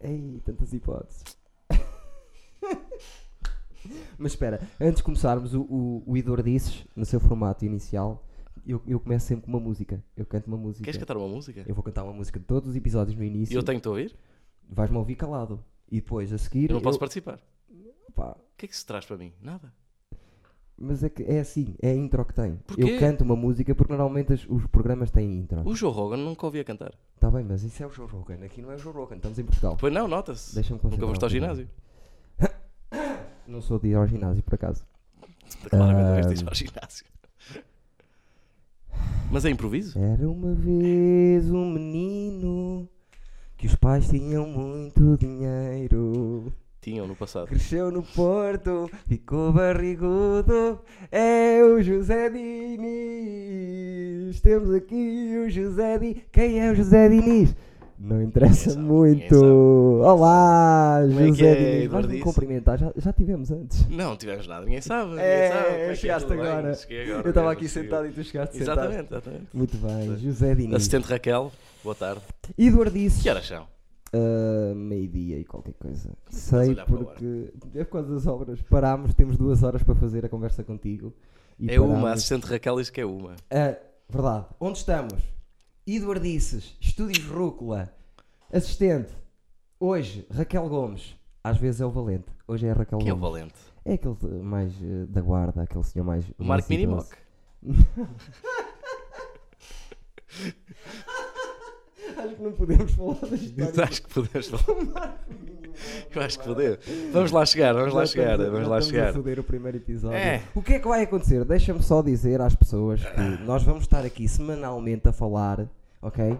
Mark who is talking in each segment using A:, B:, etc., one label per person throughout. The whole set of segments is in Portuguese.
A: Ei, tantas hipóteses. Mas espera, antes de começarmos o, o, o Idor Disses, no seu formato inicial, eu, eu começo sempre com uma música. Eu canto uma música.
B: Queres cantar uma música?
A: Eu vou cantar uma música de todos os episódios no
B: E
A: início.
B: eu tenho que te ouvir?
A: Vais-me ouvir calado. E depois, a seguir.
B: Eu não posso participar.
A: pá,
B: O que é que se traz para mim? Nada.
A: mas é, que é assim, é a intro que tem.
B: Porquê?
A: Eu canto uma música porque normalmente as- os programas têm intro.
B: O Joe Rogan nunca ouvia cantar.
A: Está bem, mas isso é o Joe Rogan. Aqui não é o Joe Rogan, estamos em Portugal.
B: Pois não, nota-se.
A: Deixa-me um
B: Nunca
A: concentrar.
B: foste ao ginásio.
A: Não sou de ir ao ginásio, por acaso.
B: Claramente não
A: Ah.
B: viste ir ao ginásio. Mas é improviso?
A: Era uma vez um menino que os pais tinham muito dinheiro.
B: Tinham no passado.
A: Cresceu no Porto, ficou barrigudo. É o José Diniz. Temos aqui o José Diniz. Quem é o José Diniz? Não interessa
B: Ninguém sabe, ninguém
A: muito.
B: sabe.
A: Olá,
B: Como é que
A: José
B: é,
A: Diniz. Vais me
B: Eduardice?
A: cumprimentar. Já, já tivemos antes.
B: Não tivemos nada, ninguém sabe. Ninguém sabe.
A: É,
B: Como é que é?
A: chegaste
B: Tudo bem?
A: agora.
B: Cheguei agora.
A: Eu estava
B: mesmo,
A: aqui
B: cheguei.
A: sentado e tu chegaste sentado.
B: Exatamente, exatamente.
A: Muito bem, José Diniz.
B: Assistente Raquel, boa tarde.
A: Eduardices.
B: Que é horas são?
A: Ah, meio-dia e qualquer coisa.
B: a
A: Sei
B: olhar para a
A: porque é por causa das obras. Parámos, temos duas horas para fazer a conversa contigo. e
B: é uma,
A: parámos.
B: assistente Raquel diz que é uma.
A: Ah, verdade. Onde estamos? Eduardices, Estúdios Rúcula. Assistente, hoje, Raquel Gomes. Às vezes é o Valente. Hoje é a Raquel
B: Quem é o
A: Gomes.
B: valente?
A: É aquele de- mais eh, da guarda, aquele senhor mais.
B: O
A: mais
B: Marco
A: idoso.
B: Minimoc.
A: Acho que não podemos falar da história.
B: Acho que podemos falar. Eu acho que podemos. Vamos lá chegar, vamos lá
A: Já estamos
B: chegar,
A: a-
B: vamos
A: já
B: lá
A: estamos a
B: chegar.
A: foder o primeiro episódio.
B: É. Ah.
A: O que é que vai acontecer? Deixa-me só dizer às pessoas que nós vamos estar aqui semanalmente a falar, ok?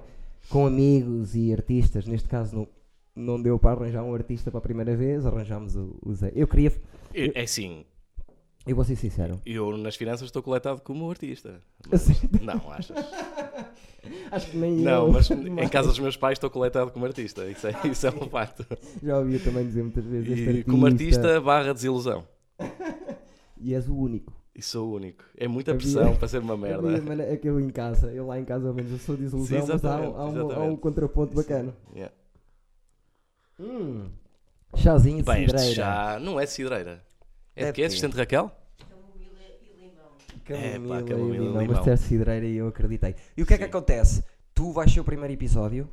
A: Com amigos e artistas. Neste caso, não, não deu para arranjar um artista para a primeira vez, arranjámos o, o Zé. Eu queria.
B: É é assim,
A: Eu vou ser sincero.
B: eu nas finanças estou coletado como um artista.
A: A sério?
B: Não, achas?
A: Acho que nem
B: Não,
A: eu.
B: mas em casa dos meus pais estou coletado como artista. Isso é, isso é um facto.
A: Já ouvi também dizer muitas vezes este
B: E
A: artista.
B: como artista, barra desilusão.
A: E és o único.
B: E sou o único. É muita
A: Havia-
B: pressão para ser uma
A: A minha
B: merda.
A: maneira- é que eu em casa, eu lá em casa, ao menos, eu sou desilusão, mas
B: Sim,
A: há, um-
B: exatamente,
A: há um, há um
B: exatamente.
A: contraponto bacana.
B: Yeah.
A: Hum. Chazinho de
B: Bem,
A: cidreira.
B: este já não é de cidreira. É
A: É
B: de quê?
A: de quê?
B: Assistente Raquel? É,
A: Camomila,
B: pá,
A: e
B: camomila e
A: limão.
B: limão.
A: Mas disseste cidreira e eu acreditei. E o que é que
B: Sim.
A: acontece? Tu vais ser o primeiro episódio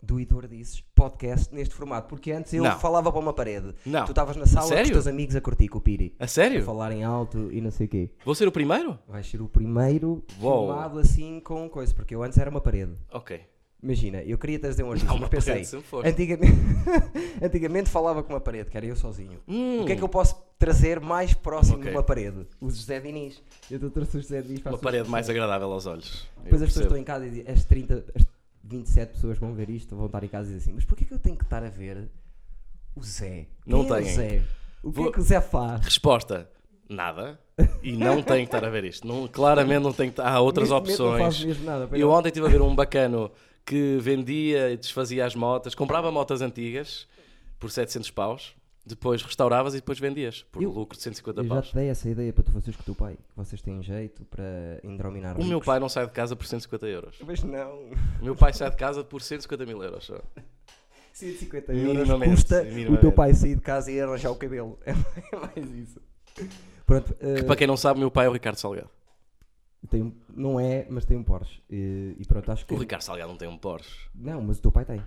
A: do Idor Dizes podcast neste formato, porque antes eu
B: Não.
A: falava para uma parede.
B: Não.
A: Tu estavas na sala com os
B: Sério?
A: teus amigos a curtir com o Piri.
B: A
A: A
B: sério?
A: falarem alto e não sei o quê.
B: Vou ser o primeiro?
A: Vais ser o primeiro
B: Uou.
A: filmado assim com coisa, porque eu antes era uma parede.
B: Ok.
A: Imagina, eu queria trazer um artista,
B: Não,
A: mas
B: uma
A: pensei, É
B: parede, se for.
A: antigamente, antigamente falava com uma parede, que era eu sozinho.
B: Hum,
A: O que é que eu posso trazer mais próximo
B: Ok.
A: de uma parede? O José Diniz. Eu estou a trazer o José Diniz para
B: Uma
A: as
B: parede
A: pessoas.
B: mais agradável aos olhos. Eu
A: Depois as pessoas
B: percebo.
A: estão em casa e dizem, as 30, as 27 pessoas vão ver isto, vão estar em casa e dizem assim, mas porquê que eu tenho que estar a ver o Zé?
B: Não
A: Quem é
B: têm.
A: o Zé? O que
B: Vou-
A: é que o Zé faz?
B: Resposta: nada. E não tenho que estar a ver isto. Não, claramente não tenho que Há outras
A: Neste momento Não faz
B: opções.
A: mesmo nada. pois
B: Eu
A: não.
B: ontem estive a ver um bacano que vendia e desfazia as motas, comprava motas antigas por 700 paus, depois restauravas e depois vendias por
A: Eu-
B: lucro de 150
A: Eu já
B: paus.
A: te dei essa ideia para tu fazeres com o teu pai, que vocês têm jeito para indrominar
B: O meu
A: ricos.
B: pai não sai de casa por 150 euros.
A: Mas não.
B: O meu pai sai de casa por 150 mil euros. só.
A: 150 euros
B: Minimamente,
A: custa o teu
B: minimamente.
A: pai sair de casa e arranjar o cabelo. É mais isso. Pronto, eh,
B: Que para quem não sabe, o meu pai é o Ricardo Salgado.
A: tem um- não é, mas tem um Porsche. Eh, e pronto, acho que.
B: O Ricardo Salgado não tem um Porsche.
A: Não, mas o teu pai tem.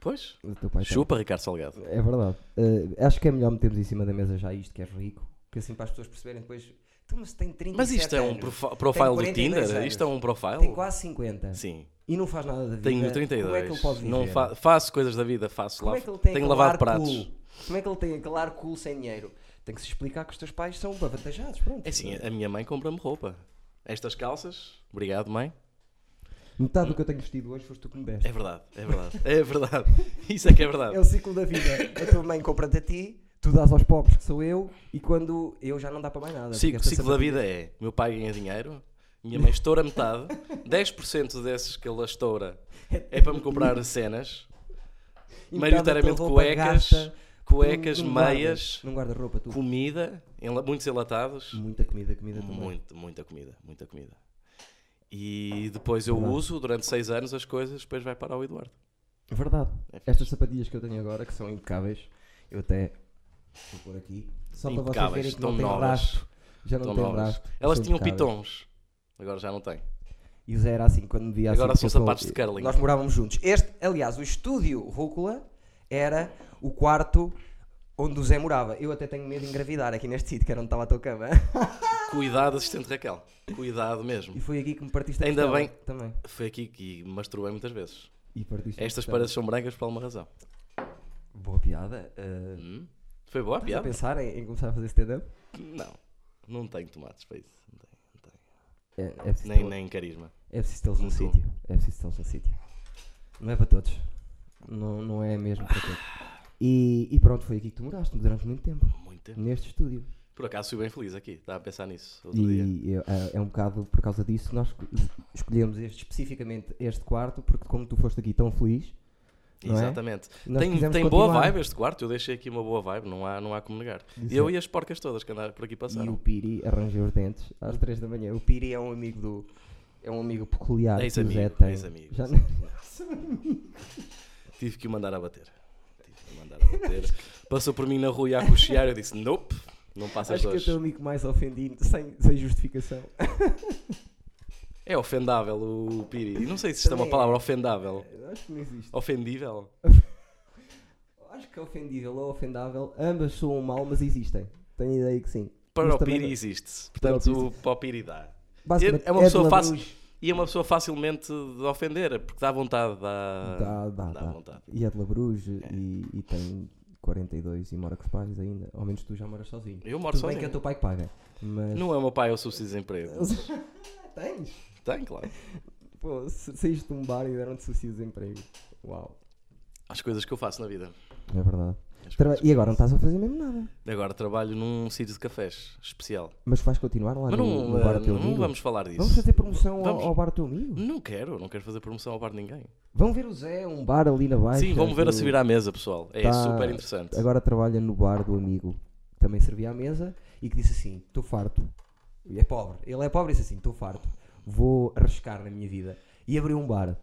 B: Pois,
A: O teu pai tem.
B: chupa Ricardo Salgado.
A: É verdade. Eh, acho que é melhor metermos em cima da mesa já isto, que é rico. Que assim para as pessoas perceberem depois. Tu, mas tem 30
B: Mas isto é um profi- profile do
A: 42
B: Tinder?
A: anos.
B: Isto é um profile?
A: Tem quase 50
B: Sim.
A: e não faz nada da vida.
B: Tenho
A: Como é que ele
B: 32.
A: pode viver?
B: não fa- faço coisas da vida, faço
A: Como
B: lá.
A: é que ele tem
B: tenho
A: aquele
B: lavado
A: ar
B: pratos.
A: cool? Como é que ele tem aquele ar cool sem dinheiro? Tem que se explicar que os teus pais são avantajados, pronto.
B: É assim, a minha mãe compra-me roupa. Estas calças, obrigado mãe.
A: Metade do que eu tenho vestido hoje foste tu que me deste.
B: É verdade, é verdade, é verdade. Isso é que é
A: É
B: verdade.
A: o ciclo da vida. A tua mãe compra-te a ti, tu dás aos pobres, que sou eu, e quando eu já não dá para mais nada.
B: O
A: porque
B: ciclo,
A: esta
B: ciclo da vida é: meu pai ganha dinheiro, minha mãe estoura metade, 10% desses que ele estoura é para me comprar cenas,
A: sapatilha- e metade da
B: maioritariamente
A: tua roupa
B: cuecas,
A: gasta
B: cuecas,
A: num- num guarda-
B: meias,
A: Num guarda-roupa, tu.
B: comida, enla- muitos enlatados.
A: Muita comida, comida também.
B: Muito, muita comida, muita comida. E depois eu uso durante seis anos as coisas, depois vai para o Eduardo.
A: É Verdade. Estas sapatilhas que eu tenho agora, que são impecáveis, eu até vou pôr aqui. Só para vocês
B: Impecáveis,
A: verem que
B: tão
A: não tem
B: novas.
A: rastro. Já não
B: Estão
A: tem
B: novas.
A: rastro.
B: Elas
A: São
B: tinham
A: impecáveis.
B: pitons. Agora já não tem.
A: E o Zé era assim, quando me via assim.
B: Agora são
A: porque eu
B: sapatos de curling.
A: Nós morávamos juntos. Este, aliás, o estúdio Rúcula era o quarto onde o Zé morava. Eu até tenho medo de engravidar aqui neste sítio, que era onde estava a tua cama.
B: Cuidado, assistente Raquel. Cuidado mesmo.
A: E foi aqui que me partiste a
B: Ainda
A: costela
B: bem.
A: Também.
B: Foi aqui que me masturbei muitas vezes.
A: E partiste a
B: Estas
A: costela.
B: paredes são brancas por alguma razão.
A: Boa piada. Uh,
B: Hum? Foi boa a
A: estás a
B: piada?
A: pensar em, em começar a fazer stand-up?
B: Não. Não tenho tomates para isso. Não tenho, não tenho.
A: É, é preciso
B: Nem,
A: ter-
B: nem carisma.
A: É preciso tê-los no
B: Como tu.
A: sítio. É preciso tê-los no sítio. Não é para todos. Não, não é mesmo para todos. E, e pronto, foi aqui que tu moraste durante muito tempo.
B: Muito tempo.
A: Neste estúdio.
B: Por acaso fui bem feliz aqui. Estava a pensar nisso outro dia.
A: E eu- é, é um bocado por causa disso que nós esco- escolhemos este, especificamente este quarto, porque como tu foste aqui tão feliz, não é?
B: Exatamente.
A: Nós
B: Tem,
A: quisemos
B: tem boa
A: continuar.
B: vibe este quarto. Eu deixei aqui uma boa vibe. Não há, não há como negar.
A: Isso
B: Eu
A: é.
B: e as porcas todas que andaram por aqui
A: e
B: passaram.
A: o Piri arranjou os dentes às 3 da manhã. O Piri é um amigo do. É um amigo peculiar que o
B: Ex-amigo,
A: Zé tem.
B: ex-amigo,
A: Já-
B: Tive que o mandar a bater. Tive que o mandar a bater. Passou por mim na rua e a cochear. Eu disse: Nope, não passas
A: Acho que é o
B: hoje.
A: teu amigo mais ofendido, sem, sem justificação.
B: É ofendável o Piri. E Não sei se isto é uma
A: Também é.
B: palavra ofendável.
A: Acho que não existe.
B: Ofendível.
A: Acho que é ofendível ou ofendável, ambas soam mal, mas existem. Tenho ideia que sim.
B: Para
A: Mas
B: o
A: também- é.
B: Piri existe.
A: Para o
B: Portanto, o- para o Piri dá.
A: Basicamente,
B: É uma
A: de
B: pessoa
A: ladrões.
B: E é uma pessoa facilmente de ofender, é porque dá vontade, dá,
A: Dá, dá, dá.
B: vontade.
A: E é de Labruge e, e tem 42 e mora com os pais ainda. Ao menos tu já moras sozinho.
B: Eu moro
A: Tudo bem
B: sozinho.
A: que é o teu pai que paga. Mas.
B: Não é o meu pai, é o subsídio de desemprego.
A: Tens?
B: Tem, claro.
A: Pô, sa- saíste de um bar e deram-te suicídio de emprego. Uau.
B: As coisas que eu faço na vida.
A: É verdade.
B: As
A: Tra-
B: coisas que
A: E
B: eu
A: agora não
B: faço.
A: estás a fazer mesmo nada.
B: Agora trabalho num sítio de cafés especial.
A: Mas vais continuar lá
B: Mas
A: no,
B: não,
A: no um bar
B: eh,
A: do teu
B: não
A: amigo?
B: vamos falar disso.
A: Vamos fazer promoção ao,
B: Vamos.
A: ao bar do teu amigo?
B: Não quero, não quero fazer promoção ao bar de ninguém.
A: Vão ver o Zé, um bar ali na baixa.
B: Sim, vamos ver
A: do-
B: a subir à mesa, pessoal. É
A: Tá.
B: super interessante.
A: Agora trabalha no bar do amigo que também servia à mesa e que disse assim: estou farto. E é pobre. Ele é pobre e disse assim: estou farto. Vou arriscar na minha vida. E abriu um bar.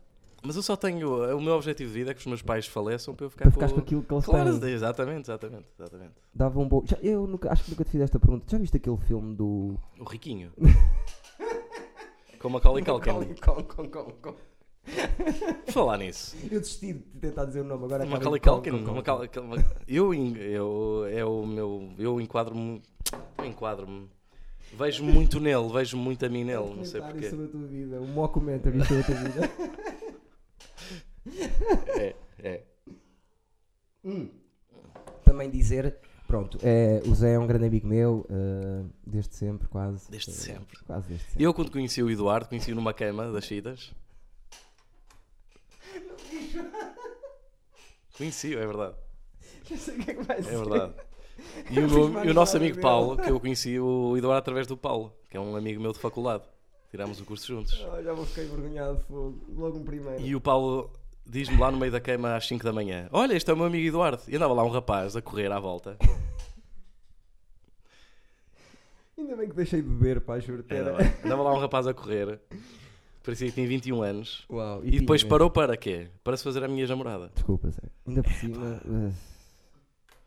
B: Mas eu só tenho. O meu objetivo de vida é que os meus pais faleçam para eu ficar
A: Para ficares
B: com
A: com aquilo que eles
B: Claro,
A: têm.
B: exatamente, exatamente, exatamente.
A: Dava um bom. Já, eu nunca, acho que nunca te fiz esta pergunta. Já viste aquele filme do.
B: O riquinho. com Macaulay Culkin.
A: Macaulay Culkin, Culkin, Culkin.
B: Por Falar nisso.
A: Eu desisti de tentar dizer o nome agora. acaba em
B: Macaulay
A: Culkin,
B: Culkin.
A: Culkin.
B: Macaulay- Macaulay- Eu, en- eu, é o meu, eu enquadro-me. Eu enquadro-me. Vejo muito nele, vejo muito a mim
A: Um
B: nele, não sei
A: comentário
B: porquê.
A: sobre a tua vida. Um mockumentary sobre a tua vida.
B: É, é.
A: Também dizer. Pronto, é, o Zé é um grande amigo meu, eh, desde sempre, quase.
B: Desde
A: Eh,
B: sempre.
A: Quase desde sempre.
B: Eu, quando conheci o Eduardo, conheci-o numa queima das Chitas. Conheci-o, é verdade.
A: Eu sei o que é que vai
B: É
A: ser.
B: verdade. E o,
A: Fiz
B: meu-
A: uma
B: e o nosso
A: amizade
B: amigo
A: dele.
B: Paulo, que eu conheci o Eduardo através do Paulo, que é um amigo meu de faculdade. Tirámos o curso juntos.
A: Olha, eu fiquei envergonhado, fogo. Logo um primeiro.
B: E o Paulo diz-me lá no meio da queima às 5 da manhã: Olha, este é o meu amigo Eduardo. E andava lá um rapaz a correr à volta.
A: Ainda bem que deixei de beber, pá, juro-te.
B: Andava,
A: Era...
B: andava lá um rapaz a correr, parecia que tinha 21 anos.
A: Uau,
B: E
A: tinha
B: depois
A: mesmo.
B: parou É, para quê? Para se fazer a minha namorada.
A: Desculpa, Zé. Ainda por cima. eh,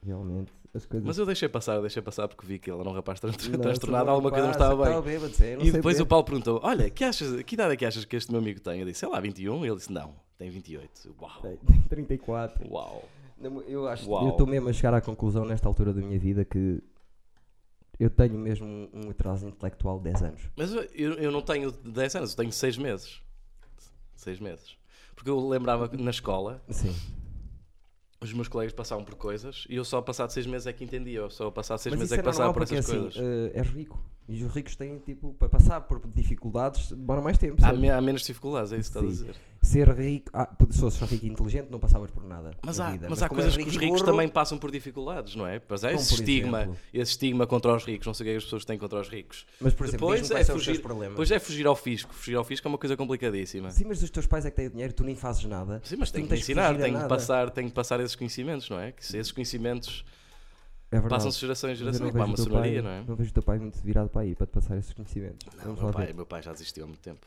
A: Realmente, as coisas.
B: Mas eu deixei passar, eu deixei passar porque vi que ele era um rapaz tran-
A: Não, tá
B: transtornado,
A: sou
B: alguma coisa não
A: capaz,
B: estava bem.
A: Estava bêbado, Zé. eu não
B: E
A: sei
B: depois o
A: beber.
B: Paulo perguntou: Olha, que, achas, que idade é que achas que este meu amigo tem? Eu disse: Sei lá, 21. Ele disse: Não, tem 28. Uau,
A: Tem- tem 34.
B: uau.
A: Não, Eu acho
B: Uau.
A: eu estou mesmo a chegar à conclusão nesta altura da minha vida que eu tenho mesmo um- um atraso intelectual de 10 anos.
B: Mas eu, eu não tenho 10 anos, eu tenho 6 meses. 6 meses. Porque eu lembrava que na escola
A: Sim.
B: os meus colegas passavam por coisas e eu só passado 6 meses é que entendia. Eu só passado 6
A: Mas
B: meses
A: isso é
B: é que passava
A: normal
B: por
A: porque
B: essas
A: assim,
B: coisas.
A: eh, és rico. E os ricos têm, tipo, para passar por dificuldades demoram mais tempo.
B: Há,
A: sabe?
B: Ah, me- há menos dificuldades, é isso que estás a
A: Sim.
B: dizer.
A: Ser rico, ah, p- se fosses rico e inteligente, não passavas por nada.
B: Mas
A: na
B: há,
A: vida.
B: mas há
A: como és
B: coisas que
A: rico
B: os
A: e
B: ricos
A: burro,
B: também passam por dificuldades, não é? Pois é,
A: Como
B: esse
A: por
B: estigma,
A: exemplo?
B: esse estigma contra os ricos, não sei o que é que as pessoas têm contra os ricos.
A: Mas, por exemplo,
B: Depois
A: diz-me
B: é,
A: quais são os teus
B: fugir,
A: problemas.
B: depois é fugir ao fisco. Fugir ao fisco é uma coisa complicadíssima.
A: Sim, mas os teus pais é que têm o dinheiro, tu nem fazes nada.
B: Sim, mas
A: tu
B: tem
A: não
B: que
A: tens
B: ensinar,
A: fugir a
B: tem que,
A: nada.
B: passar, tem que passar esses conhecimentos, não é? Que se esses conhecimentos
A: É verdade.
B: passam-se de geração em
A: Mas eu
B: geração,
A: não
B: é pá,
A: vejo
B: uma
A: o teu pai-
B: sonaria, não é?
A: Não vejo o teu pai muito virado para aí, para te passar esses conhecimentos.
B: Não,
A: Vamos
B: meu,
A: lá
B: pai,
A: ver.
B: meu pai já desistiu há muito tempo.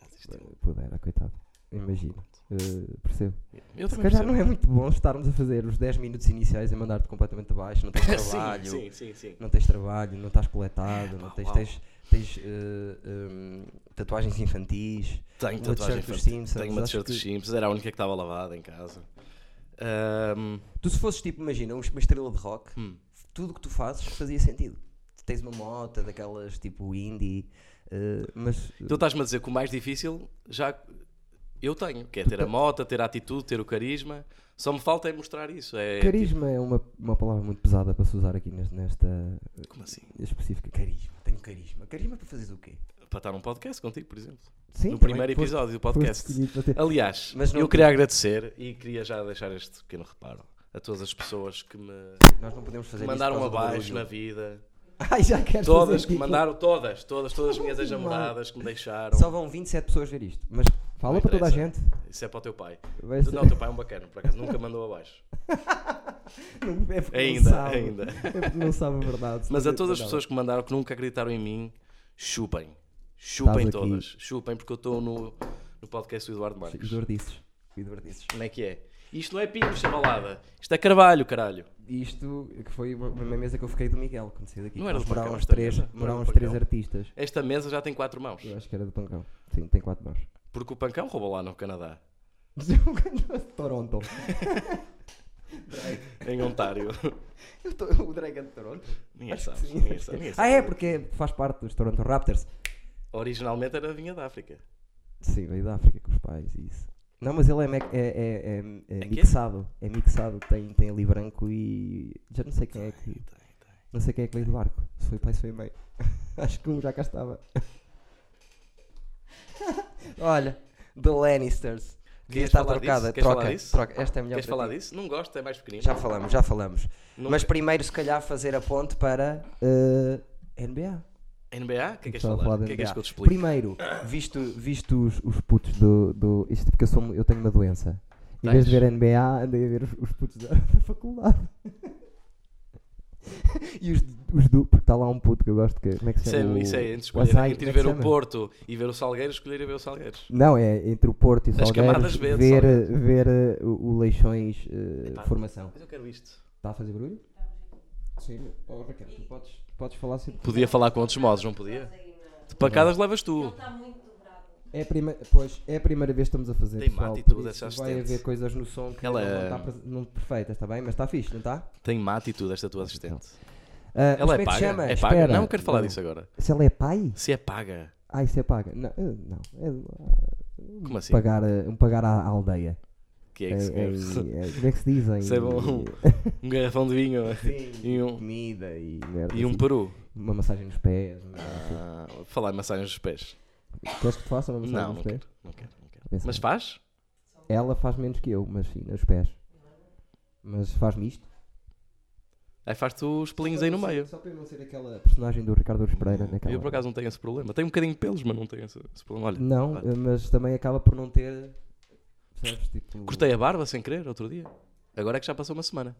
B: Já desistiu.
A: Pudera, é ah, coitado. Imagino. Eh, percebo.
B: Eu
A: Se
B: também
A: calhar
B: percebo.
A: não é muito bom estarmos a fazer os 10 minutos iniciais e mandar-te completamente abaixo, não tens um trabalho,
B: sim, sim, sim, sim.
A: não tens trabalho, não estás coletado, não
B: pá,
A: tens,
B: uau.
A: tens, tens eh, hum, tatuagens infantis.
B: Tenho
A: Uma t-shirt
B: tatuagem
A: dos
B: infantil.
A: Simpsons,
B: Tenho uma
A: acho
B: t-shirt dos
A: que-
B: Simpsons, era a única que estava lavada em casa. Ahm,
A: Tu se fosses tipo, imagina, uma estrela de rock, tudo o que tu fazes fazia sentido. Tens uma moto daquelas tipo indie, eh, mas
B: tu estás-me a dizer que o mais difícil já eu tenho, que é ter a moto, ter a atitude, ter o carisma. Só me falta é mostrar isso. É,
A: carisma é uma, uma palavra muito pesada para se usar aqui nes- nesta eh,
B: Como assim?
A: específica. Carisma, tenho carisma. Carisma para fazeres o quê?
B: Para estar num podcast contigo, por exemplo.
A: Sim,
B: no
A: também
B: primeiro
A: foste-
B: episódio do
A: foste
B: podcast.
A: escolhido para ter-
B: Aliás,
A: Mas não-
B: eu queria agradecer e queria já deixar este pequeno reparo a todas as pessoas que me
A: Nós não podemos fazer
B: mandaram
A: isso por causa do
B: abaixo na
A: barulho.
B: vida.
A: Ai, já quero
B: Todas
A: fazer
B: que
A: tipo-
B: mandaram, todas, todas, todas as minhas ex-namoradas que me deixaram.
A: Só vão 27 pessoas ver isto. Mas fala
B: Não
A: para toda a gente.
B: interessa. Isso é para o teu pai.
A: Vai ser-
B: Não, o teu pai é um bacana, por acaso. Nunca mandou abaixo.
A: Não- é porque não
B: Ainda,
A: sabe.
B: ainda.
A: É porque não sabe a verdade.
B: Mas a
A: senão
B: todas as
A: mandava.
B: pessoas que mandaram, que nunca acreditaram em mim, chupem. Chupem
A: Estás aqui.
B: todas. Chupem, porque eu estou no, no podcast do Eduardo Marques.
A: Eduardices. Eduardices.
B: Como é que é? Isto não é pinho, chavalada. Isto é carvalho, caralho.
A: Isto que foi uma, uma mesa que eu fiquei do Miguel, quando saí daqui.
B: Não era
A: Nós
B: do Pancão
A: moravam uns
B: esta
A: três,
B: mesa? Não era
A: moravam
B: do
A: uns
B: Pancão.
A: três artistas.
B: Esta mesa já tem quatro mãos.
A: Eu acho que era do Pancão. Sim, tem quatro mãos.
B: Porque o pancão roubou lá no Canadá.
A: um Toronto.
B: Em Ontário.
A: Eu tô- o Drake é de Toronto.
B: Ninguém
A: Acho que
B: sabe,
A: sim.
B: ninguém sabe, ninguém
A: Ah,
B: sabe.
A: é, porque faz parte dos Toronto Raptors.
B: Originalmente era vinha da África.
A: Sim, veio da África com os pais e isso. Não, mas ele é, mec- é- é- é- é
B: quê?
A: mixado. É mixado, tem, tem ali branco e. Já não sei quem é que. Não sei quem é que veio do barco. Se foi pai, se foi mãe. Acho que um já cá estava. Olha, The Lannisters. Devia
B: Queres
A: estar
B: falar
A: trocada.
B: disso? Queres
A: troca,
B: falar disso?
A: troca. Esta é melhor
B: Queres
A: para
B: falar
A: ti.
B: disso? Não gosto, é mais pequenino.
A: Já falamos, já falamos.
B: Não-
A: Mas primeiro, se calhar, fazer a ponte para eh, NBA.
B: NBA? O que é que queres
A: Estava a
B: falar? O
A: da
B: que é que queres
A: NBA.
B: que eu te explique?
A: Primeiro, visto, visto os, os putos do. do isto é porque eu, sou, mu- eu tenho uma doença. Em vez de
B: Tens?
A: ver a NBA, andei a ver os, os putos da, da faculdade. e os, os do. Porque está lá um puto que eu gosto. Que, como é que se
B: Isso
A: chama?
B: é,
A: O-
B: isso é entre
A: o
B: escolher,
A: Azai,
B: entre
A: como é que
B: ver
A: se
B: o
A: chama?
B: Porto e ver o Salgueiros, escolher e ver o Salgueiros.
A: Não, é entre o Porto e o
B: Das
A: Salgueiros
B: camadas B de
A: ver,
B: Salgueiros.
A: ver eh, o, o Leixões eh,
B: Epá.
A: Formação.
B: Mas eu quero isto.
A: Está a fazer barulho? Sim. Oh, Raquel, tu podes, podes falar sempre.
B: Podia falar com outros modos, não podia? De pancadas levas tu.
A: É a prima... Pois, é a primeira vez que estamos a fazer.
B: Tem má
A: pessoal, por
B: atitude
A: isso
B: essa
A: Vai
B: assistente.
A: haver coisas no som que
B: Ela
A: não
B: é-
A: está pres- não perfeitas, está bem? Mas está fixe, não está?
B: Tem má atitude esta tua assistente.
A: Ah, mas como
B: Ela
A: que se
B: é paga?
A: chama?
B: É paga?
A: Espera.
B: Não quero falar disso agora.
A: Se ela é pai?
B: Se é paga.
A: Ah, isso é paga. Não, eh, não. É,
B: Como assim?
A: pagar, eh, um pagar à à aldeia.
B: Que é
A: É,
B: que se quer?
A: é- é- como é que se dizem?
B: Isso é bom. Um garrafão de vinho e um,
A: Comida e merda.
B: e um
A: assim.
B: peru.
A: Uma massagem nos pés. uma-
B: Ah, falar em massagens dos pés.
A: Queres que te faça uma massagem
B: Não,
A: nos
B: não
A: pés?
B: quero, não quero, não quero.
A: Pensa
B: Mas
A: bem.
B: faz?
A: Ela faz menos que eu, mas sim, nos pés. Mas faz-me isto.
B: Aí faz tu os pelinhos aí no meio.
A: Só para eu não ser aquela personagem do Ricardo Ores Pereira naquela.
B: Eu por acaso não tenho esse problema. Tenho um bocadinho de pelos, mas não tenho esse, esse problema. Olha,
A: Não,
B: Ah.
A: mas também acaba por não ter. Percebes? Tipo.
B: cortei a barba sem querer outro dia. Agora é que já passou uma semana.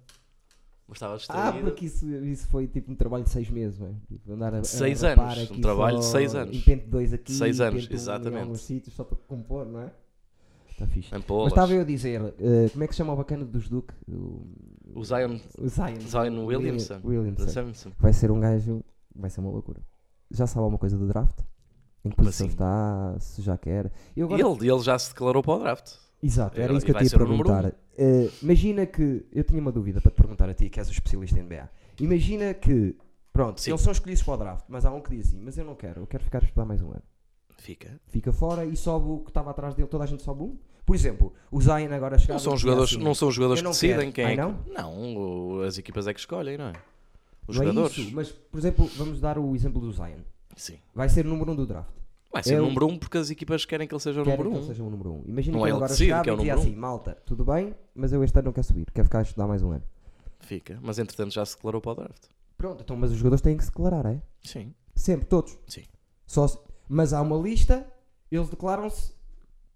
B: Mas estava
A: Ah,
B: distraído.
A: porque isso, isso foi tipo um trabalho de seis meses, não é? Tipo, andar a,
B: Seis
A: a rapar
B: anos, um
A: aqui
B: trabalho de
A: só,
B: seis anos.
A: Intento dois aqui,
B: Seis anos,
A: intento um
B: exatamente.
A: Em alguns sítios só para compor, não é? Está fixe. Mas
B: Ampolas.
A: estava eu a dizer, eh, como é que se chama o bacana dos Duke? O,
B: O Zion,
A: o Zion.
B: Zion Williamson.
A: Williamson.
B: Williamson.
A: Vai ser um gajo. Vai ser uma loucura. Já sabe alguma coisa do draft? Em que
B: Como
A: posição
B: assim?
A: está? Se já quer? Eu
B: E ele, ele já se declarou para o draft.
A: Exato, era
B: Ele-
A: isso que eu
B: vai
A: te ia
B: ser o número um.
A: perguntar. Eh, imagina que. Eu tinha uma dúvida para te perguntar a ti, que és o especialista em NBA. Imagina que. Pronto,
B: Sim.
A: eles são escolhidos para o draft, mas há um que diz assim: Mas eu não quero, eu quero ficar a estudar mais um ano.
B: Fica.
A: Fica fora e sobe o que estava atrás dele, toda a gente sobe um. Por exemplo, o Zion agora chegava.
B: Não são
A: e dizia
B: jogadores,
A: assim,
B: não são os jogadores
A: "Eu não
B: que
A: quero."
B: decidem quem
A: Ai,
B: é que-
A: não?
B: Não, o- as equipas é que escolhem, não é? Os
A: não é
B: jogadores.
A: isso, mas, por exemplo, vamos dar o exemplo do Zion.
B: Sim.
A: Vai ser o número um do draft.
B: Vai ser
A: É
B: o
A: o-
B: número 1 um porque as equipas querem que ele seja o
A: Querem
B: número
A: que
B: 1.
A: ele seja o número um. Imagina
B: Não
A: que ele
B: é ele
A: agora
B: que decide
A: chegava
B: que é o
A: e dizia
B: número um.
A: assim: Malta, tudo bem, mas eu este ano não quero subir, quero ficar a estudar mais um ano.
B: Um. Fica. Mas entretanto já se declarou para o draft.
A: Pronto, então, mas os jogadores têm que se declarar, é?
B: Sim.
A: Sempre, todos.
B: Sim.
A: Só se- Mas há uma lista, eles declaram-se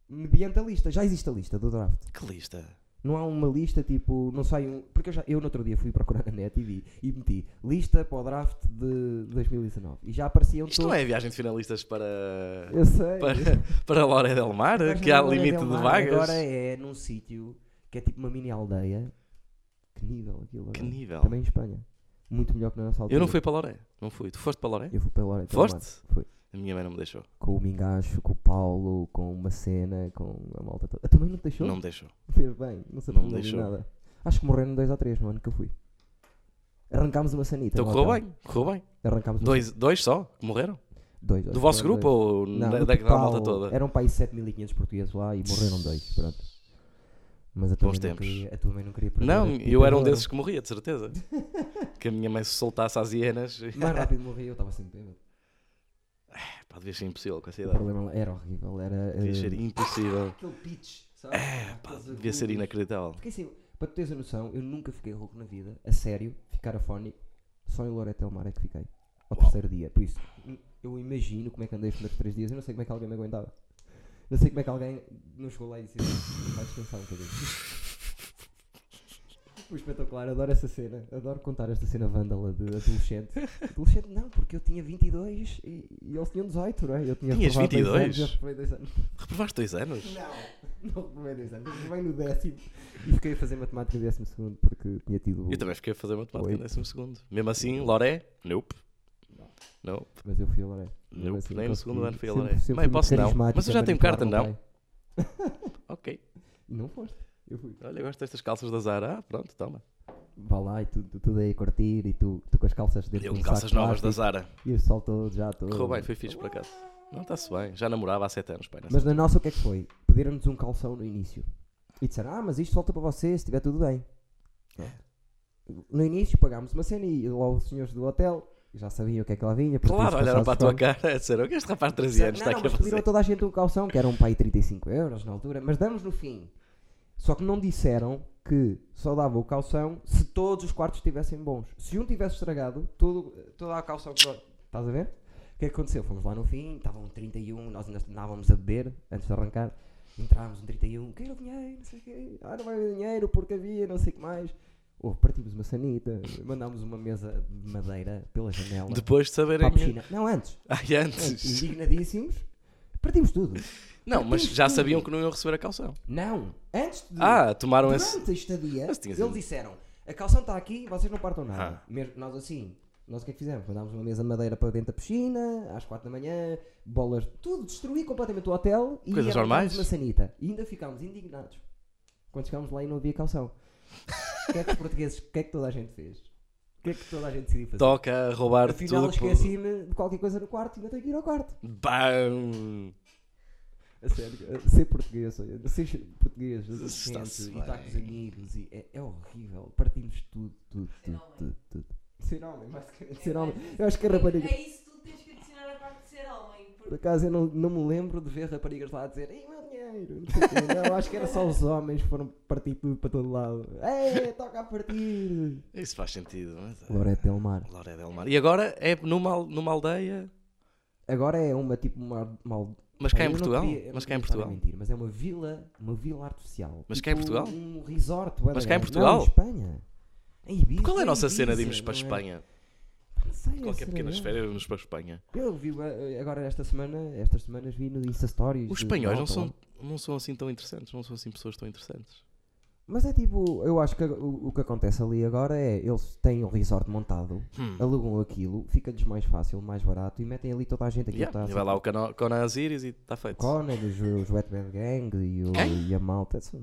A: mediante a lista. Já existe a lista do draft.
B: Que lista.
A: Não há uma lista tipo, não sai um. Porque eu, já, eu no outro dia fui procurar na net e vi e meti lista para o draft de 2019 e já apareciam
B: Isto
A: todos.
B: não é viagem de finalistas para.
A: Eu sei.
B: Para, para Loré Del Mar,
A: Mas
B: que
A: não
B: há
A: é
B: limite
A: Del
B: de
A: Mar,
B: vagas.
A: Agora é num sítio que é tipo uma mini aldeia. Que nível aquilo.
B: Que
A: agora.
B: nível.
A: Também em Espanha. Muito melhor que na nossa altura.
B: Eu não fui para Loré, não fui. Tu foste para Loré?
A: Eu fui para Lorena.
B: Foste?
A: Fui.
B: A minha mãe não me deixou.
A: Com o Mingacho, com o Paulo, com uma cena, com a malta toda. Ah, Também não te deixou?
B: Não me deixou.
A: Fez bem, não sei
B: Não
A: não
B: me
A: deixou
B: deixou.
A: nada. Acho que morreram 2 ou 3 no ano que eu fui. Arrancámos uma sanita.
B: Então
A: no
B: correu
A: hotel.
B: bem, correu bem.
A: Arrancámos uma
B: Dois, dois só que morreram?
A: Dois, acho
B: Do
A: que
B: vosso
A: foram
B: grupo
A: dois.
B: ou
A: Não,
B: da,
A: no
B: da, da
A: total,
B: malta toda?
A: Eram para aí 7.500 portugueses lá e morreram dois, pronto. Mas a tua,
B: Bons
A: mãe não
B: tempos.
A: queria, a tua mãe não queria perder.
B: Não,
A: E
B: eu era um
A: morreram.
B: desses que morria, de certeza. que a minha mãe se soltasse às hienas.
A: Mais rápido morri, eu estava sempre bêbado.
B: Pá, devia ser impossível com essa
A: O
B: idade.
A: problema lá era horrível, era.
B: Devia
A: eh,
B: ser impossível.
A: Aquele pitch, sabe? É,
B: Pá, devia ser inacreditável.
A: Porque assim, para tu teres a noção, eu nunca fiquei rouco na vida, a sério, ficar afónico, só em Loreto Mar é que fiquei. Ao terceiro dia. Por isso, n- eu imagino como é que andei os primeiros três dias, eu não sei como é que alguém me aguentava. Não sei como é que alguém não chegou lá e disse vai descansar um bocadinho. Pô, espetacular, adoro essa cena. Adoro contar esta cena vândala de adolescente. Adolescente não, porque eu tinha 22 e, e eles tinham 18, não é? Eu tinha
B: Tinhas
A: reprovado dois
B: 22?
A: anos, eu reprovei dois anos.
B: Reprovaste dois anos?
A: Não, não é reprovei dois anos. Reprovei no décimo e fiquei a fazer matemática no décimo segundo porque tinha tido.
B: Eu também fiquei a fazer matemática
A: Oito.
B: no décimo segundo. Mesmo assim, Loré? Nope. Não.
A: Mas eu fui a Loré.
B: Nope.
A: Mas eu
B: Nem no segundo
A: consegui.
B: ano fui a
A: Sempre-
B: Loré.
A: sempre
B: Mãe,
A: fui
B: posso não?
A: carismático,
B: Mas eu já
A: a
B: tenho carta,
A: manipular o
B: não?
A: pai.
B: Ok.
A: E não foste. Eu fui.
B: Olha, eu gosto destas calças da Zara. Ah, pronto, toma.
A: Vá lá e tu, tu, tu daí a curtir e tu, tu com as calças dentro
B: Eu
A: de
B: com
A: um
B: calças
A: saco
B: novas da
A: plástico
B: Zara.
A: E o sol todo já todo.
B: Correu bem, foi fixe por acaso. Não está-se bem. Já namorava há sete anos, pai. nessa
A: Mas na nossa o que é que foi? Pediram-nos um calção no início. E disseram, ah, mas isto volta para você se estiver tudo bem.
B: Ah.
A: Pronto. No início pagámos uma cena e lá os senhores do hotel já sabiam o que é que lá vinha. porque
B: Claro,
A: tínhamos
B: olharam para a
A: passado
B: tua
A: fome.
B: cara e disseram: o que este rapaz de 13
A: Não,
B: anos está
A: não,
B: aqui a
A: mas pediram a
B: fazer?
A: toda a gente um calção, que era um pai 35 euros na altura, mas damos no fim. Só que não disseram que só dava o calção se todos os quartos estivessem bons. Se um tivesse estragado, todo, toda a calção que nós... Estás a ver? O que é que aconteceu? Fomos lá no fim, estavam 31, nós ainda andávamos a beber antes de arrancar. Entrámos um 31, quero dinheiro, não sei o quê. Ah, não vai haver dinheiro porque havia, não sei o que mais. Houve, partimos uma sanita, mandámos uma mesa de madeira pela janela
B: Depois de
A: para
B: saberem.
A: a piscina. Não, antes.
B: Ai,
A: Antes,
B: antes.
A: indignadíssimos, partimos tudo.
B: Não, mas já sabiam que não iam receber a calção.
A: Não, antes de.
B: Ah, tomaram esse.
A: durante a estadia,
B: Mas tinhas
A: eles
B: um-
A: disseram: a calção está aqui, vocês não partam nada.
B: Ah.
A: Mesmo- nós assim, nós o que é que fizemos? Mandámos uma mesa de madeira para dentro da piscina, às 4 da manhã, bolas, tudo, destruí completamente o hotel e um
B: Coisas
A: arranjámos
B: normais.
A: uma sanita. E ainda ficámos indignados quando chegámos lá e não havia calção. O que é que os portugueses, o que é que toda a gente fez? O que é que toda a gente decidiu fazer?
B: Toca a roubar
A: Afinal,
B: tudo.
A: esqueci-me de qualquer coisa no quarto e ainda tenho que ir ao quarto.
B: Bam!
A: A sério, ser português, olha, ser português,
B: Está-se
A: adolescente, e estar
B: bem.
A: com os amigos, e é, é horrível. Partimos tudo, tudo, tudo, tudo, tudo. Ser homem, basicamente, ser homem. Eu acho que a rapariga,
C: É isso que tu tens que adicionar a parte de ser homem.
A: por
C: Porque
A: acaso, eu não, não me lembro de ver raparigas lá a dizer Ei, meu dinheiro, não sei o quê. Não, acho que era só os homens que foram partir tudo para todo lado. Ei, toca a partir.
B: Isso faz sentido. mas-
A: Loreto Del Mar.
B: Loré Del Mar. E agora é numa, al- numa aldeia.
A: Agora é uma, tipo, uma... uma
B: Mas cá
A: eu
B: em
A: não
B: Portugal?
A: queria- eu não
B: Mas cá em
A: queria estar a
B: Portugal?
A: Mentir, mas é uma vila, uma vila artificial.
B: Mas cá em
A: Tipo
B: Portugal?
A: Um resort. bué da
B: Mas cá em
A: grande.
B: Portugal?
A: Não, em Espanha. Em Ibiza,
B: Qual é a nossa
A: em
B: cena de
A: Ibiza,
B: irmos para a
A: não é?
B: Espanha?
A: Não sei,
B: Qualquer
A: será
B: pequenas
A: eu?
B: férias, irmos para a Espanha.
A: Eu vi eh, agora esta semana, estas semanas vi no Insta Stories.
B: Os
A: de
B: espanhóis não
A: malta
B: são,
A: lá.
B: não são assim tão interessantes, não são assim pessoas tão interessantes.
A: Mas é tipo, eu acho que o, o que acontece ali agora é eles têm um resort montado,
B: Hum.
A: alugam aquilo, fica-lhes mais fácil, mais barato e metem ali toda a gente aqui
B: Yeah,
A: atrás.
B: E vai lá o Cano- Conan Aziris e está
A: o
B: feito.
A: Conan, os, os Wetman Gang e, o-
B: Quem?
A: e a malta. Essa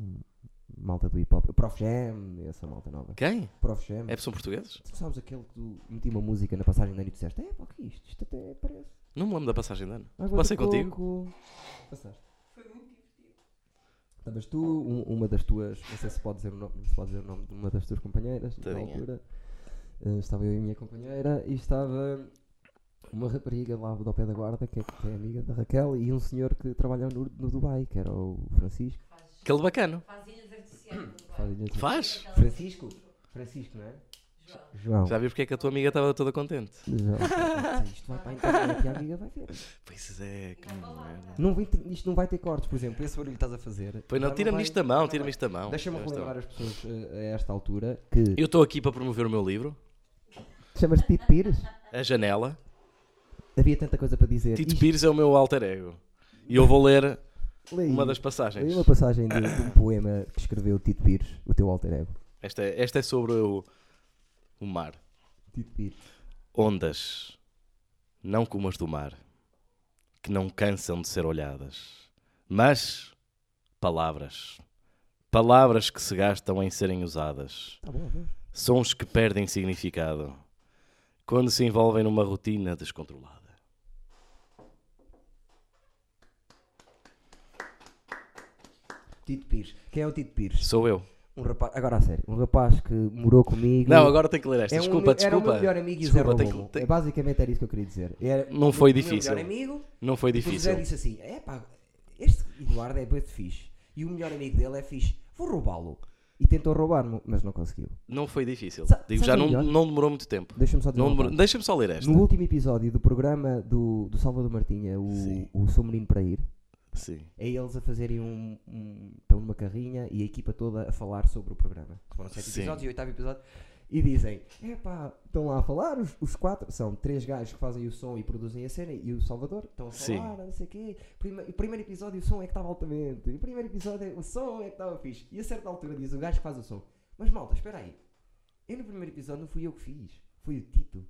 A: malta do hip hop. O Prof Jam, essa malta nova.
B: Quem?
A: Prof Jam.
B: É, são portugueses?
A: Tu sabes aquele que tu meti uma música na passagem da noite e disseste, é, pá, que isto, isto até parece.
B: Não me lembro da passagem de ano.
A: água
B: Passei
A: de
B: contigo?
A: coco." Passaste.
C: foi muito divertido.
A: Tá, Mas tu, um- uma das tuas, não sei se pode dizer o nome, não se pode dizer o nome de uma das tuas companheiras,
B: Tadinha.
A: na altura, eh, estava eu e a minha companheira e estava uma rapariga lá do pé da guarda, que é, que é amiga da Raquel, e um senhor que trabalha no, no Dubai, que era o Francisco.
C: Faz,
B: Aquele bacano.
C: faz ilhas artificiais. não vai?
A: Fazem-lhe assim,
B: Faz?
A: Francisco? Francisco, não é? João.
B: Já vi porque é que a tua amiga estava toda contente.
A: João. pá, Isto vai para a internet e a amiga vai ver.
B: Pois é, que merda.
A: Não vai ter- isto não vai ter cortes, por exemplo. Esse barulho que estás a fazer.
B: Pois não,
A: já
B: tira-me
A: vai-
B: isto da mão, tira-me isto da mão.
A: Deixa-me
B: Tira-me isto da
A: relembrar
B: mão.
A: as pessoas eh, a esta altura que.
B: Eu estou aqui para promover o meu livro,
A: Chamas-te Tito Pires?
B: A Janela.
A: Havia tanta coisa para dizer.
B: Tito
A: Isto-
B: Pires é o meu alter ego. E eu vou ler
A: Leia
B: uma
A: aí.
B: das
A: Leia
B: passagens.
A: uma passagem de, de um poema que escreveu Tito Pires, o teu alter ego.
B: Esta é, esta é sobre o, o mar.
A: Tito Pires.
B: Ondas, não como as do mar, que não cansam de ser olhadas, mas palavras. Palavras que se gastam em serem usadas.
A: Tá bom, vamos.
B: Sons que perdem significado quando se envolvem numa rotina descontrolada.
A: Tito Pires. Quem é o Tito Pires?
B: Sou eu.
A: Um rapaz, agora a sério, um rapaz que morou comigo.
B: Não, agora tenho que ler esta.
A: é um meu-
B: desculpa,
A: Era o
B: desculpa.
A: meu melhor amigo e o Zé
B: Desculpa, tenho
A: Romulo.
B: que- tenho-
A: É, Basicamente era isso que eu queria dizer. Era
B: Não
A: o-
B: foi
A: o meu
B: difícil.
A: melhor amigo,
B: Não foi
A: depois o Zé
B: difícil.
A: disse assim: é pá, este Eduardo é muito fixe. E o melhor amigo dele é fixe. Vou roubá-lo. E tentou roubar-me, mas não conseguiu.
B: Não foi difícil.
A: Sa-
B: Digo,
A: sabes
B: já
A: o
B: não,
A: melhor?
B: não demorou muito tempo.
A: Deixa-me só dizer.
B: é Não
A: uma
B: demorou-
A: coisa.
B: Deixa-me só ler esta.
A: No último episódio do programa do, do Salvador Martinha, o,
B: Sim.
A: o Sou Menino para Ir,
B: Sim.
A: é eles a fazerem um. um estão numa carrinha e a equipa toda a falar sobre o programa. Foram sete
B: Sim.
A: episódios e o oitavo episódio. E dizem: epá, estão lá a falar, os, os quatro, são três gajos que fazem o som e produzem a cena e o Salvador, estão a
B: Sim.
A: falar, não sei o quê. Prima, o primeiro episódio o som é que estava altamente, e o primeiro episódio é- o som é que estava fixe. E a certa altura diz o gajo que faz o som: Mas malta, espera aí, eu no primeiro episódio não fui eu que fiz, foi o Tito.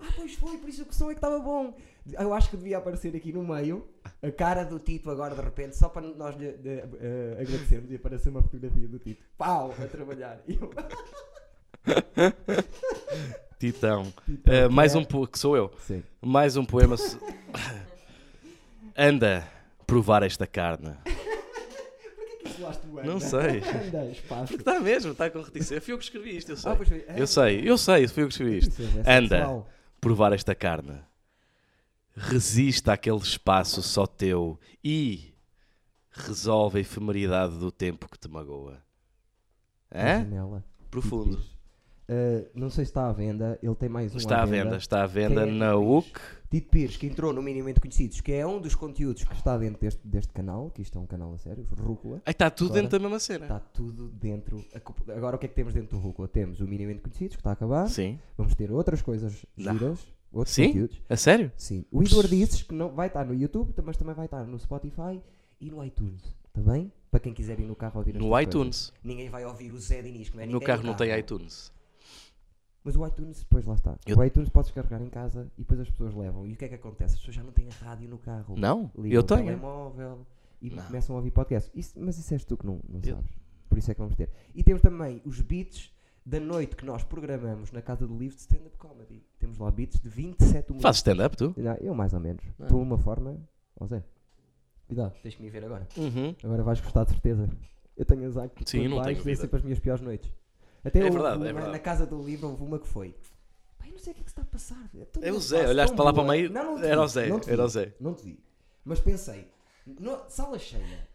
A: Ah, pois foi, por isso que o som é que estava bom. Eu acho que devia aparecer aqui no meio a cara do Tito agora de repente, só para nós lhe, lhe, eh, agradecermos e aparecer uma fotografia do Tito. Pau, a trabalhar. E eu-
B: Titão.
A: Titão,
B: Eh,
A: que
B: mais
A: é-
B: um po- que sou eu.
A: Sim.
B: Mais um poema. so- Anda, provar esta carne.
A: Porquê que isolaste o Anda?
B: Não sei.
A: Anda, espaço.
B: Está mesmo, está com reticência. Fui eu que escrevi isto, eu sei.
A: Ah, pois foi.
B: é. Eu sei, eu sei, fui eu que escrevi isto.
A: Isso é
B: Anda,
A: sexual.
B: provar esta carne. Resista àquele espaço só teu e resolve a efemeridade do tempo que te magoa. Hã?
A: Janela.
B: Profundo.
A: Eh, não sei se está à venda, ele tem mais um
B: Está à Uhum. venda, está à venda
A: Quem é que
B: na
A: diz?
B: UC.
A: Tito Pires, que entrou no Minimamente Conhecidos, que é um dos conteúdos que está dentro deste, deste canal, que isto é um canal a sério, Rúcula.
B: Ai, Está tá tudo
A: Agora. tá?
B: dentro da mesma cena.
A: Está tudo dentro. a cupo- Agora o que é que temos dentro do Rúcula? Temos o Minimamente Conhecidos, que está a acabar.
B: Sim.
A: Vamos ter outras coisas
B: Não.
A: giras, outros
B: Sim?
A: conteúdos.
B: A sério?
A: Sim. O Eduardo dizes que não vai estar no YouTube, mas também vai estar no Spotify e no iTunes. Está bem? Para quem quiser ir no carro ouvir
B: No
A: estas
B: iTunes.
A: coisas. Ninguém vai ouvir o Zé Diniz, que não é
B: No
A: ninguém
B: carro não tem iTunes.
A: Mas o iTunes, depois lá está.
B: Eu-
A: O iTunes podes carregar em casa e depois as pessoas levam. E o que é que acontece? As pessoas já não têm rádio no carro.
B: Não,
A: Ligam
B: eu
A: o
B: tenho.
A: um telemóvel e
B: Não.
A: começam a ouvir podcast. Isso- mas isso és tu que não, não
B: Eu-
A: sabes. Por isso é que vamos ter. E temos também os beats da noite que nós programamos na Casa do Livro de Stand-Up Comedy. Temos lá beats de 27 minutos.
B: Fazes stand-up, tu?
A: Não, eu mais ou menos.
B: Ah.
A: Tu uma forma. Ó Zé. Cuidado, tens que me ver agora.
B: Uhum.
A: Agora vais gostar de certeza. Eu tenho azar que
B: Sim,
A: depois
B: não
A: vais
B: tenho
A: ver
B: dúvida.
A: sempre as minhas piores noites. Até
B: É
A: houve
B: verdade,
A: uma-
B: é verdade.
A: na casa do livro houve uma que foi. Pai, não sei o que é que se está a passar. tão
B: É o
A: bem
B: Zé,
A: fácil,
B: olhaste
A: tão
B: para lá para o
A: boa."
B: meio,
A: Não, não te
B: era
A: vi,
B: o Zé,
A: não te vi,
B: era o Zé.
A: Não te vi. Mas pensei, no- sala cheia,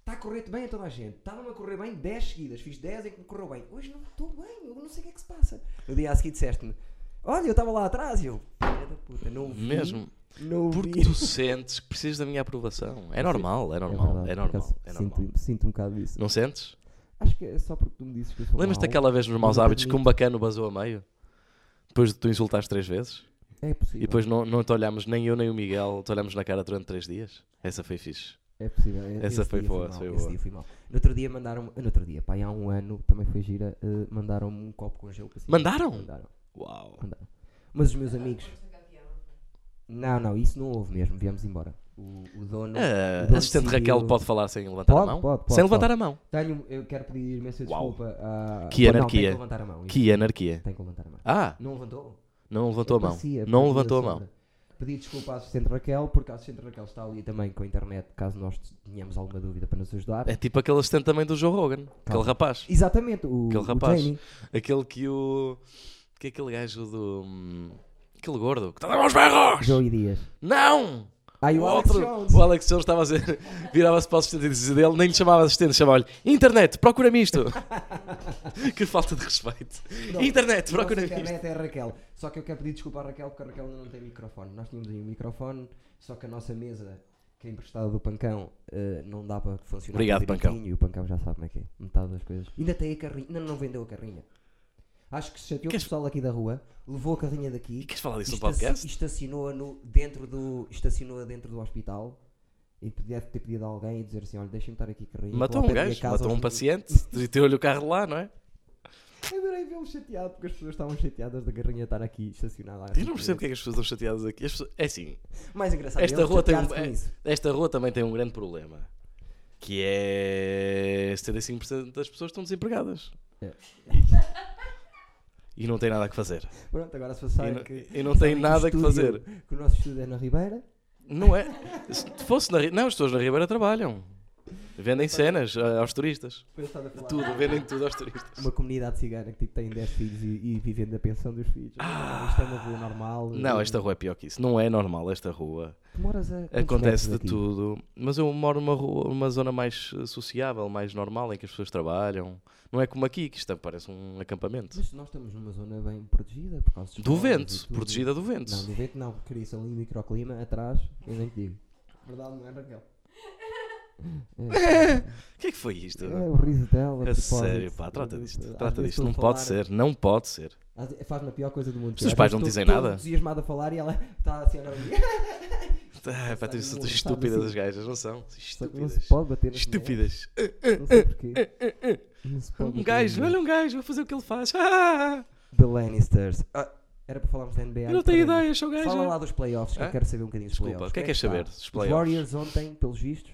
A: está a correr bem a toda a gente. Estava-me a correr bem 10 seguidas, fiz 10 em que me correu bem. Hoje não estou bem, eu não sei o que é que se passa. No dia a seguir disseste-me, olha, eu estava lá atrás e eu, filha da puta, não vi.
B: Mesmo.
A: Não
B: Porque
A: vi.
B: tu sentes que precisas da minha aprovação. É normal, é normal,
A: verdade,
B: é
A: por
B: normal.
A: acaso
B: É normal.
A: sinto, sinto um bocado isso.
B: Não sentes?
A: Acho que é só porque tu me dizes que eu sou
B: Lembras-te
A: mau.
B: daquela vez nos maus
A: Não
B: hábitos que
A: admito.
B: um bacano basou a meio? Depois de tu insultares três vezes?
A: É possível.
B: E depois não, não te olhámos, nem eu nem o Miguel, te olhámos na cara durante três dias? Essa foi fixe.
A: É possível. é-
B: Essa
A: esse
B: foi
A: dia
B: boa,
A: mal,
B: foi
A: esse
B: boa.
A: dia foi mal. No outro dia mandaram No outro dia, pá, e há um ano, também foi gira, eh, mandaram-me um copo com gelo. para cima.
B: Mandaram?
A: Mandaram,
B: Uau.
A: mandaram. Mas os meus amigos... Não, não, isso não houve mesmo, viemos embora. O, o dono...
B: Ah,
A: o dono
B: assistente
A: decidiu-
B: Raquel pode falar sem levantar a
A: Pode,
B: mão?
A: pode, pode,
B: sem
A: pode.
B: levantar a mão.
A: Tenho, eu quero pedir imensa
B: Uau.
A: desculpa à...
B: Que
A: Oh, não, tem
B: anarquia.
A: que levantar a mão.
B: Que anarquia.
A: Tem que levantar a mão.
B: Ah,
A: Não levantou?
B: não levantou a mão.
A: Parecia,
B: Não
A: parecia
B: levantou a
A: sombra.
B: mão.
A: Pedi desculpa à assistente Raquel, porque a assistente Raquel está ali também com a internet, caso nós tenhamos alguma dúvida para nos ajudar.
B: É tipo aquele assistente também do Joe
A: Tá.
B: Rogan. Aquele
A: Calma.
B: rapaz.
A: Exatamente, o,
B: Aquele
A: o
B: rapaz.
A: Jamie.
B: Aquele que o. Que é aquele gajo do. hum, Aquele gordo. Que está a dar aos berros!
A: Joey Dias.
B: Não!
A: Ah, e
B: O
A: o Alex
B: outro,
A: Jones.
B: o Alex Jones estava a dizer, virava-se para o assistente e dizia dele, nem lhe chamava assistente, chamava-lhe internet, procura-me isto. que falta de respeito.
A: Não,
B: internet,
A: a nossa
B: procura-me tá isto.
A: internet é a Raquel. Só que eu quero pedir desculpa à Raquel porque a Raquel ainda não tem microfone. Nós tínhamos aí um microfone, só que a nossa mesa, que é emprestada do Pancão, eh, não dá para funcionar.
B: Obrigado,
A: direitinho
B: Pancão.
A: E o Pancão já sabe como é que é. Metade das coisas. Ainda tem a carrinha. Ainda não vendeu a carrinha. Acho que se chateou o
B: Queres-
A: pessoal aqui da rua, levou a carrinha daqui.
B: E queres falar disso no
A: Estaci-
B: é um podcast?
A: Estacionou-a no, dentro do, estacionou dentro do hospital e podia ter pedido a alguém e dizer assim: olha, deixa-me estar aqui carrinho.
B: Matou
A: vou ao
B: um
A: pé da minha
B: gajo,
A: casa
B: matou
A: aos
B: um
A: meus-
B: paciente e tirou-lhe o carro lá, não é?
A: Eu adorei vê-lo chateado porque as pessoas estavam chateadas da carrinha estar aqui estacionada.
B: Eu não percebo porque é que as pessoas estão chateadas aqui. As pessoas- É assim,
A: Mais engraçado
B: esta
A: ele
B: rua, tem um-
A: chatear-se Tá com isso.
B: esta rua também tem um grande problema. Que é 75% das pessoas estão desempregadas.
A: É.
B: E não tem nada a que fazer.
A: Pronto, agora se vocês sabem
B: não-
A: Tá que.
B: e não tem
A: sabem
B: nada
A: o
B: que
A: estúdio- Que o nosso estúdio é na Ribeira.
B: Não é? Se fosse na Ri- Não, as pessoas na Ribeira trabalham. Vendem cenas ah, aos turistas.
A: Depois estás a falar.
B: Tudo, vendem tudo aos turistas.
A: Uma comunidade cigana que tipo, tem 10 filhos e, e vivendo da pensão dos filhos. Ah, isto é uma rua normal.
B: Não,
A: E-
B: esta rua é pior que isso. Não é normal esta rua.
A: Tu moras a. quantos
B: Acontece de
A: metros daqui?
B: tudo. Mas eu moro numa rua, numa zona mais eh, sociável, mais normal, em que as pessoas trabalham. Não é como aqui, que isto parece um acampamento.
A: Mas nós estamos numa zona bem protegida por causa dos
B: Do
A: colos e
B: vento,
A: tudo.
B: protegida do vento.
A: Não, do vento não, cria-se ali um microclima atrás, eu nem te digo. Verdade, não é, Raquel?
B: O que é que foi isto?
A: É o riso dela.
B: A
A: propósito.
B: sério, pá, trata
A: Às
B: disto.
A: vezes
B: Trata
A: estou
B: disto.
A: a
B: Não pode
A: falar-
B: ser, não pode ser.
A: às vezes Faz-me a pior coisa do mundo.
B: Os teus
A: Às
B: pais
A: vezes estou
B: não dizem
A: todo
B: nada?
A: entusiasmado a falar e ela está assim agora.
B: Ah, pá, tu-
A: Sabe,
B: tu-
A: não-
B: estúpidas
A: sabe
B: as gajas, não são?
A: Só que não
B: Estúpidas.
A: se pode bater nas
B: Estúpidas.
A: mulheres, Não sei porquê. Não se pode
B: Um
A: bater
B: gajo,
A: nas mulheres.
B: olha um gajo, vou fazer o que ele faz. Ah,
A: The Lannisters. Ah, era para falarmos da NBA.
B: eu não tenho
A: perdemos.
B: ideia, sou um gajo.
A: Fala lá dos playoffs, que
B: Hã?
A: eu quero saber um bocadinho dos
B: Desculpa,
A: playoffs.
B: o que é que queres
A: está?
B: saber dos
A: Os
B: playoffs?
A: Warriors ontem, pelos vistos.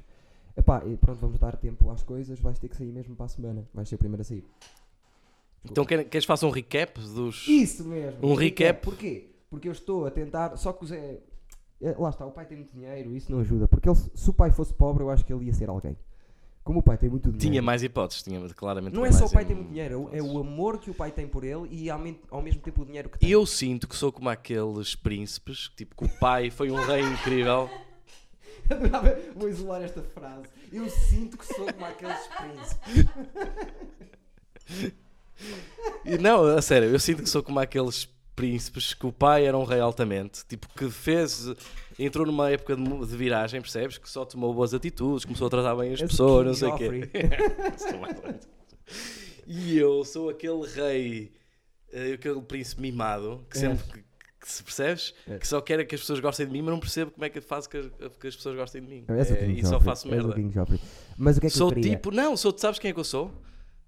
A: Epá, e pronto, vamos dar tempo às coisas. Vais ter que sair mesmo para a semana. Vais ser o primeiro a sair.
B: Então quer- queres que faça um recap dos.
A: Isso mesmo.
B: Um recap.
A: Porquê? Porque eu estou a tentar. Só que o Zé. eh, Lá está, o pai tem muito dinheiro, isso não ajuda. Porque ele, se o pai fosse pobre, eu acho que ele ia ser alguém. Como o pai tem muito dinheiro.
B: Tinha mais hipóteses, tinha claramente
A: Uhum. Não é
B: mais um
A: só o pai ter muito dinheiro, é o- é
B: hipóteses.
A: o amor que o pai tem por ele e ao, men- ao mesmo tempo o dinheiro que tem.
B: Eu sinto que sou como aqueles príncipes, que, tipo, que o pai foi um rei incrível.
A: Adorava- Vou isolar esta frase. Eu sinto que sou como aqueles príncipes.
B: E não, a sério, eu sinto que sou como aqueles príncipes que o pai era um rei altamente, tipo, que fez, entrou numa época de, mu- de viragem, percebes? Que só tomou boas atitudes, começou a tratar bem as
A: Esse King
B: pessoas, não sei o quê. Sou mais lento. e eu sou aquele rei, eh, aquele príncipe mimado, que sempre
A: É.
B: que, que se percebes, que só quer é que as pessoas gostem de mim, mas não percebo como é que eu faço que as, que as pessoas gostem de mim.
A: És o
B: Eh,
A: King
B: e só
A: Joffrey,
B: faço
A: és o
B: merda.
A: King Joffrey. Mas o que é que
B: sou
A: eu queria?
B: tipo, não, sou, sabes quem é que eu sou?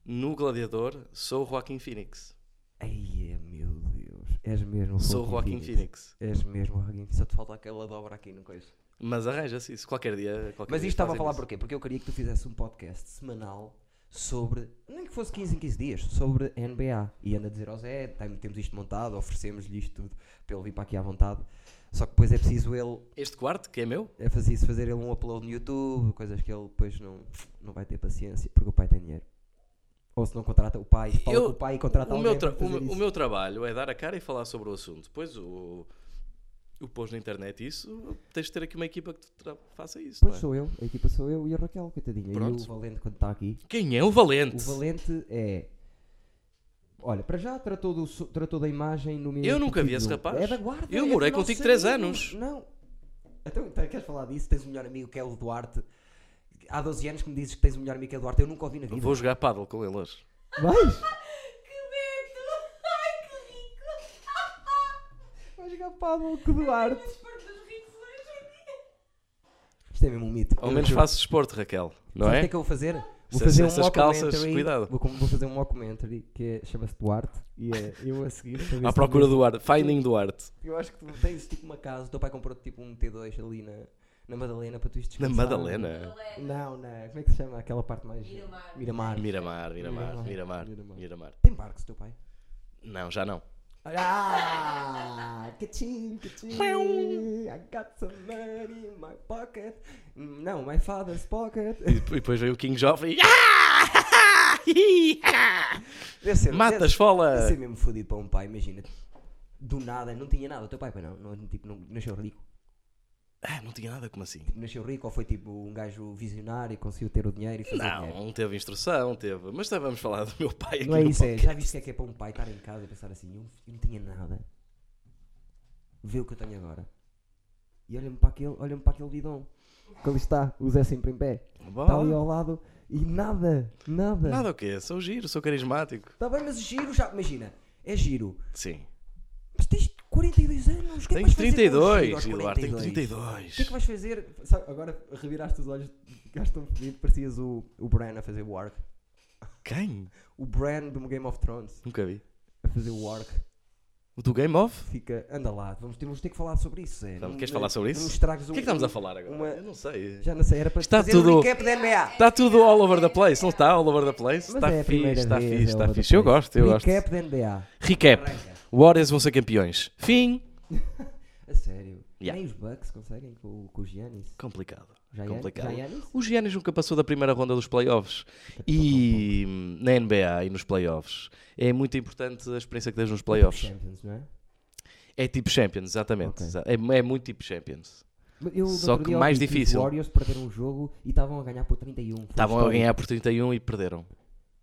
B: No Gladiador, sou o Joaquim Phoenix.
A: Ai, é, meu Deus. És mesmo o
B: Sou o Joaquim Phoenix.
A: És mesmo o Joaquim Phoenix. Só te falta aquela dobra aqui no coisa.
B: Mas arranja-se isso, qualquer dia. qualquer
A: Mas
B: dia
A: isto estava a
B: fazem
A: falar
B: isso.
A: porquê? Porque eu queria que tu fizesse um podcast semanal sobre, nem que fosse 15 em 15 dias, sobre NBA. E anda a dizer ao Zé, tem- temos isto montado, oferecemos-lhe isto tudo, para ele vir para aqui à vontade. Só que depois é preciso ele,
B: Este quarto, que é meu,
A: é fazer isso, fazer ele um upload no YouTube, coisas que ele depois não, não vai ter paciência, porque o pai tem dinheiro. Ou se não contrata o pai, fala
B: Eu-
A: com o pai e contrata
B: o
A: alguém
B: meu, tra-
A: para
B: o,
A: fazer
B: meu- o
A: isso.
B: meu trabalho é dar a cara e falar sobre o assunto. Depois o, o pôs na internet isso, tens de ter aqui uma equipa que te tra- faça isso.
A: Pois
B: não é?
A: sou eu, a equipa sou eu e a Raquel, coitadinha. E
B: Pronto.
A: o Valente quando está aqui.
B: Quem é o Valente?
A: O Valente é. Olha, para já tratou, do so- tratou da imagem no minuto.
B: Eu nunca vi esse
A: 21.
B: rapaz.
A: É da guarda.
B: Eu
A: é do
B: morei
A: nosso
B: contigo três
A: amigo.
B: anos.
A: Não. Então, então, queres falar disso? Tens o melhor amigo que é o Duarte. Há 12 anos que me dizes que tens o melhor amigo que é o Duarte. Eu nunca ouvi na vida.
B: Vou jogar paddle com ele hoje.
A: Vais?
C: Que medo! Ai, que rico!
A: Vais jogar paddle com o Duarte.
C: Os partos dos ricos hoje em dia.
A: Isto é mesmo um mito.
B: Ao
A: Eu
B: menos
A: juro.
B: faço desporto, Raquel, não
A: Sabes o que
B: é?
A: é que eu vou fazer? Vou
B: Se-
A: fazer um
B: essas calças,
A: mockumentary-
B: cuidado.
A: Vou, com- vou fazer um documentary que é- chama-se Duarte e é eu a seguir. para ver
B: À
A: se
B: procura
A: tu-
B: do Duarte, Finding Duarte.
A: Eu acho que tu tens tipo uma casa, o teu pai comprou tipo um T2 ali na, na Madalena para tu isto
B: Na
A: descansar.
B: Madalena.
C: Galera,
A: Não, não, como é que se chama aquela parte mais.
C: Miramar.
A: Miramar.
B: Miramar, Miramar, Miramar,
A: Miramar.
B: Miramar.
A: Tem barcos, teu pai?
B: Não, já não.
A: Ah! Cachim, cachim! I got some money in my pocket. Não, my father's pocket.
B: E dep- e depois veio o King Joffrey. Ah!
A: Deve ser-
B: Mata as
A: Deve
B: fola!
A: ser mesmo fodido para um pai, imagina. Do nada, não tinha nada. O teu pai, pai não, não, tipo, não nasceu rico.
B: Ah, não tinha nada, como assim?
A: Nasceu rico ou foi tipo um gajo visionário e conseguiu ter o dinheiro e fazer dinheiro?
B: Não, teve instrução, teve. Mas tá, vamos falar do meu pai aqui.
A: Não é
B: no
A: isso, é.
B: podcast.
A: Já viste o que é que é para um pai estar em casa e pensar assim, eu, eu não tinha nada. Vê o que eu tenho agora. E olha-me para aquele, olha-me para aquele bidão. Que ali está, o Zé sempre em pé.
B: tá Bom,
A: Está ali ao lado e é. nada, nada.
B: Oh. Nada o quê? Sou giro, sou carismático.
A: Está bem, mas giro já, imagina, é giro.
B: Sim.
A: Mas tens 42 anos, o que é que
B: Tenho
A: vais fazer com um giro aos
B: 32, Eduardo, tenho
A: 42?
B: 32.
A: O que é que vais fazer? Sabe, agora reviraste os olhos, ficaste tão fedido, parecias o, o Bran a fazer o Ark.
B: Quem?
A: O Bran do Game of Thrones
B: Nunca vi.
A: a fazer o Ark.
B: O do Game Off?
A: Fica, anda lá, vamos, temos de ter que falar sobre isso. é. Zé.
B: Então,
A: Não-
B: queres
A: não-
B: falar sobre isso?
A: Não estragues
B: O que é que estamos a falar agora?
A: um- uma-
B: Eu não sei.
A: Já não sei, era para
B: Está
A: fazer
B: tudo-
A: um recap da NBA.
B: Está tudo all over the place, não está all over the place?
A: Mas
B: está
A: é a
B: fixe,
A: primeira
B: está
A: vez,
B: fixe,
A: é
B: está
A: outra
B: fixe. Eu
A: coisa.
B: gosto, eu gosto.
A: recap da NBA.
B: Recap.
A: Arranca.
B: Warriors vão ser campeões. Fim.
A: A sério.
B: Yeah.
A: Nem os Bucks conseguem com, com o Giannis.
B: Complicado.
A: é, Já é.
B: complicado.
A: Giannis?
B: O Giannis nunca passou da primeira ronda dos playoffs.
A: um
B: E hum, na NBA e nos playoffs é muito importante a experiência que tens nos playoffs.
A: Champions, não é?
B: É tipo Champions, exatamente.
A: Ok.
B: exa- É, é muito tipo Champions.
A: Mas Eu, no
B: Só
A: outro
B: que
A: dia
B: mais
A: ouvi os
B: difícil.
A: Warriors perderam um jogo e estavam a ganhar por 31. Foi
B: Estavam a
A: histórico.
B: ganhar por 31 e perderam.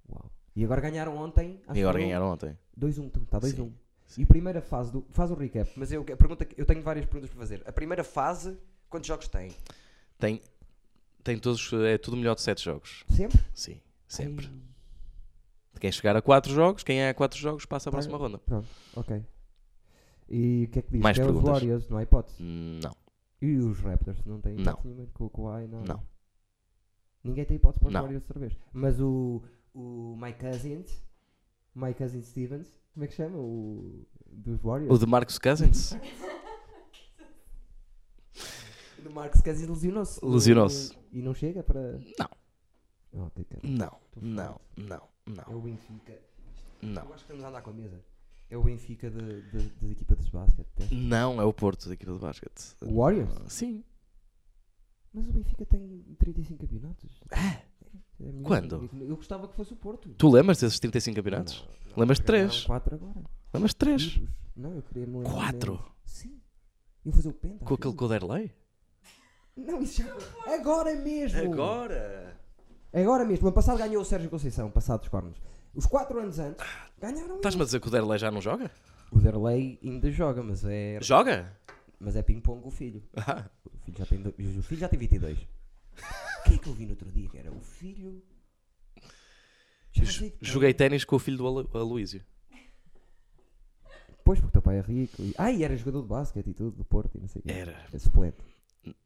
A: Uau. E agora ganharam ontem. acho um, que
B: E agora
A: Ah, foi
B: ganharam ontem.
A: 2-1, está 2-1.
B: sim.
A: tá, E primeira fase do. Faz o recap, mas eu, a pergunta, que- eu tenho várias perguntas para fazer. A primeira fase, quantos jogos tem?
B: Tem, tem todos, é tudo melhor de 7 jogos.
A: Sempre?
B: Sim, sempre.
A: Ai,
B: Quem chegar a 4 jogos, quem é a 4 jogos passa a próxima ronda.
A: Pronto, ok. E o que é que diz?
B: Mais
A: é os
B: perguntas?
A: Warriors, não há hipótese.
B: Não,
A: E os Raptors, não tem
B: Não.
A: hipótese nenhuma com o Kawhi, não.
B: não.
A: Ninguém tem hipótese para os
B: Não.
A: Warriors outra vez. Mas o, o My Cousins, My Cousin Stevens, como é que chama? O dos
B: O
A: Warriors?
B: de Marcus Cousins
A: O do Marcus Cousins lesionou-se.
B: Lesionou-se.
A: No- E não chega para.
B: Não.
A: Oh, que cara.
B: Não,
A: Tô
B: não, não,
A: É
B: não,
A: o Benfica. Eu
B: não.
A: acho que estamos a andar com a mesa. É o Benfica de, de, das equipas de basquete. até.
B: Não é o Porto da equipa de basquete.
A: O Warriors?
B: Sim.
A: Mas o Benfica tem 35 campeonatos. É melhor.
B: Quando?
A: Eu gostava que fosse o Porto.
B: Tu lembras desses 35 campeonatos? Lembras de três?
A: 4 agora.
B: Lembras de 3?
A: Juro-vos. Não, eu queria me lembrar
B: Quatro?
A: menos. Sim. Eu fazer o penta.
B: Com aquele Coderley?
A: Não, isso já... Agora mesmo.
B: Agora!
A: Agora mesmo. Ano passado ganhou o Sérgio Conceição. Passado dos cornos. Os 4 anos antes ganharam.
B: Estás-me a dizer que o Derlei já não joga?
A: O Derlei ainda joga, mas é,
B: Joga?
A: mas é ping-pong com o filho.
B: Ah,
A: O filho já tem, do- o filho já tem 22. Quem é que eu vi no outro dia que era o filho? Já não sei
B: jo-
A: de quem.
B: joguei ténis com o filho do Alu- Aloísio.
A: Pois, porque o teu pai é rico. E... Ah, e era jogador de basquete e tudo, do Porto e não sei o quê.
B: Era,
A: É suplente.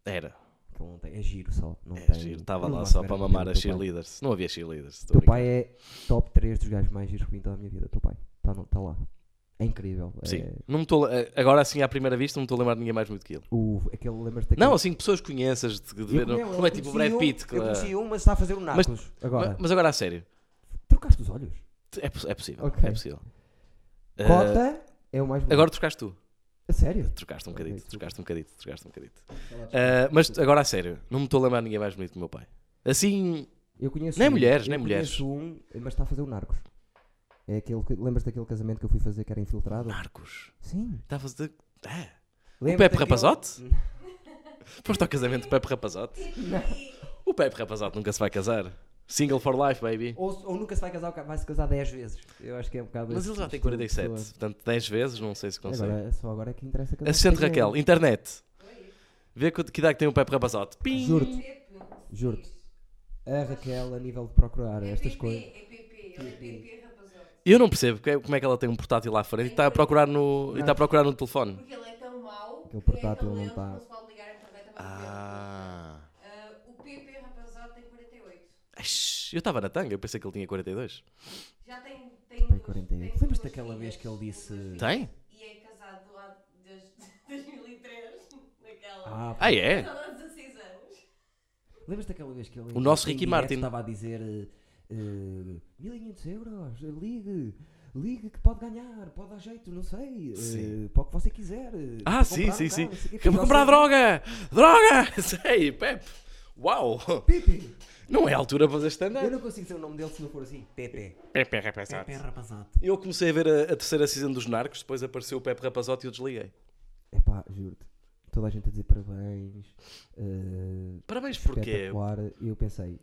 B: era.
A: Que ele não tem- É giro só. Não
B: É
A: tem...
B: giro. Estava
A: não
B: lá
A: vai
B: só
A: ver
B: para
A: a vida
B: mamar
A: do
B: as
A: teu pai.
B: cheerleaders. Não havia cheerleaders.
A: O
B: estou a
A: teu
B: brincar.
A: pai é top 3 dos gajos mais giros que vi em toda a minha vida. O teu pai. Está tá lá. É incrível. É-
B: Sim. Não me tô, eh, agora assim, à primeira vista, não me estou a lembrar de ninguém mais muito que ele.
A: O... Aquele, lembras-te daquele...
B: Não, assim, pessoas que conheças de, de
A: Eu
B: ver.
A: conhe-
B: não,
A: eu
B: não é tipo o
A: conheci
B: Brad Pitt.
A: um-
B: que-
A: Eu conheci um, mas está a fazer o Narcos. Agora,
B: Mas- Mas agora a sério.
A: trocaste os olhos.
B: É, poss- é possível.
A: Ok.
B: É possível. Eh,
A: Cota é o mais bonito.
B: agora trocaste tu.
A: A sério?
B: Trocaste um
A: Ok,
B: bocadito.
A: desculpa.
B: Trocaste um bocadito. Trocaste um bocadito.
A: Ela-
B: Uh, mas t- agora a sério, não me estou a lembrar de ninguém mais bonito que o meu pai. Assim,
A: Eu conheço
B: Nem
A: um,
B: mulheres,
A: eu
B: nem mulheres.
A: conheço um, mas está a fazer o Narcos. É aquele que, lembras daquele casamento que eu fui fazer que era infiltrado?
B: Narcos.
A: Sim.
B: Estava tá a fazer. Ah,
A: Lembras
B: Pepe
A: daquele-
B: Rapazote? foste ao casamento do Pepe Rapazote? O Pepe Rapazote nunca se vai casar. Single for life, baby.
A: Ou, ou nunca se vai casar, ou ca- vai se casar 10 vezes. Eu acho que é um bocado.
B: Mas
A: esse
B: ele já tem
A: estilo de
B: 47,
A: pessoa.
B: portanto 10 vezes, não sei se consegue.
A: Agora, só agora é que interessa casar.
B: Assistente Raquel, internet. Vê que, que idade que tem o Pepe Rapazote. Pim!
A: Juro-te, juro-te. A Raquel, a nível de procurar estas coisas.
C: É PP, ele é PP, rapazote.
B: Eu não percebo que é- como é que ela tem um portátil lá à frente e está a procurar no, e está a procurar no telefone.
C: Porque ele é tão mau
A: Aquele
C: que é
A: portátil
C: tão
A: não
C: lento que
A: tá.
C: não se pode ligar a internet a mais
B: Ah.
C: tempo. Ah, O PP, rapazote, tem 48.
B: Ixi, Eu estava na tanga, eu pensei que ele tinha 42.
C: Já tem. tem
A: Pai,
C: duas-
A: 48.
C: tem
A: Lembras
C: duas
A: daquela vez
C: filhas.
A: que ele disse.
B: Tem?
C: E é casado há desde 2003. Naquela.
A: Ah,
B: Ah, é?
C: Só há 16 anos.
A: lembras daquela vez que ele.
B: O nosso
A: em
B: Ricky
A: direto
B: Martin.
A: Estava a dizer. eh, eh, 1500 euros, eh, ligue. Ligue que pode ganhar, pode dar jeito, não sei. eh,
B: Sim.
A: para o que você quiser. eh,
B: Ah,
A: para
B: sim,
A: comprar um carro,
B: sim, sim.
A: não sei o quê, assim,
B: Que vou
A: depois
B: comprar
A: nós-
B: droga! Droga! Sei, Pepe! Uau!
A: Pipi!
B: Não é a altura para fazer
A: Eu
B: stand-up.
A: não consigo dizer o nome dele se não for assim. Pepe.
B: Pepe Rapazote.
A: Pepe Rapazote.
B: Eu comecei a ver a, a terceira season dos Narcos, depois apareceu o Pepe Rapazote e eu desliguei.
A: Epá, juro-te. toda a gente a dizer parabéns, eh,
B: Parabéns porquê?
A: espetacular. E eu pensei,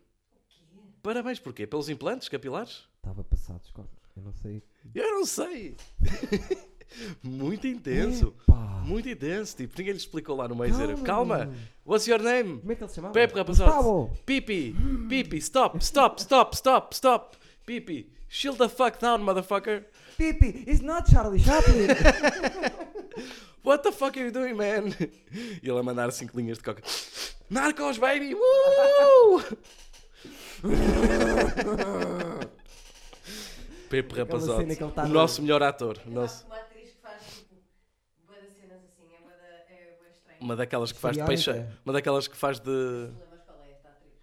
B: Parabéns porquê? Pelos implantes capilares?
A: estava passado os cornos, eu não sei.
B: Eu não sei. Muito intenso.
A: Pá,
B: Muito intenso. Tipo, ninguém lhe explicou lá no meio dizer,
A: Calma.
B: calma, what's your name?
A: como é que ele se chamava?
B: Pepe Rapazote.
A: Gustavo!
B: Pipi, pipi, stop, stop, stop, stop, stop. Pipi, chill the fuck down, motherfucker.
A: Pipi, it's not Charlie Chaplin!
B: What the fuck are you doing, man? E ele a mandar cinco linhas de coca. Narcos, baby! Woo! Pepe
A: cena
B: Rapazote,
A: que ele tá
B: o
A: no-
B: nosso melhor ator. o
C: Eu
B: Nosso...
C: gosto de uma atriz que faz tipo bué de cenas assim, é bué de- é bué estranho.
B: Uma daquelas que faz de peixe.
A: Furiónica.
B: Uma daquelas que faz de.
C: Não lembras qual é esta atriz?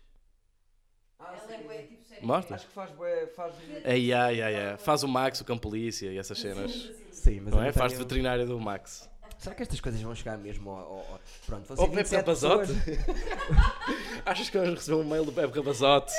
A: Ah,
C: Ela é bué tipo série.
B: Mostra.
A: que faz bué, faz...
B: Ai, ai, ai, ai. Faz o Max, o cão polícia e essas cenas.
A: Sim, mas
B: Não
A: eu
B: é? Faz de
A: tenho-
B: veterinário do Max.
A: Será que estas coisas vão chegar mesmo ao... ao- ao- Pronto, vão ser
B: Ou Pepe
A: 27
B: Rapazote?
A: pessoas.
B: Achas que vamos receber um mail do Pepe Rapazote?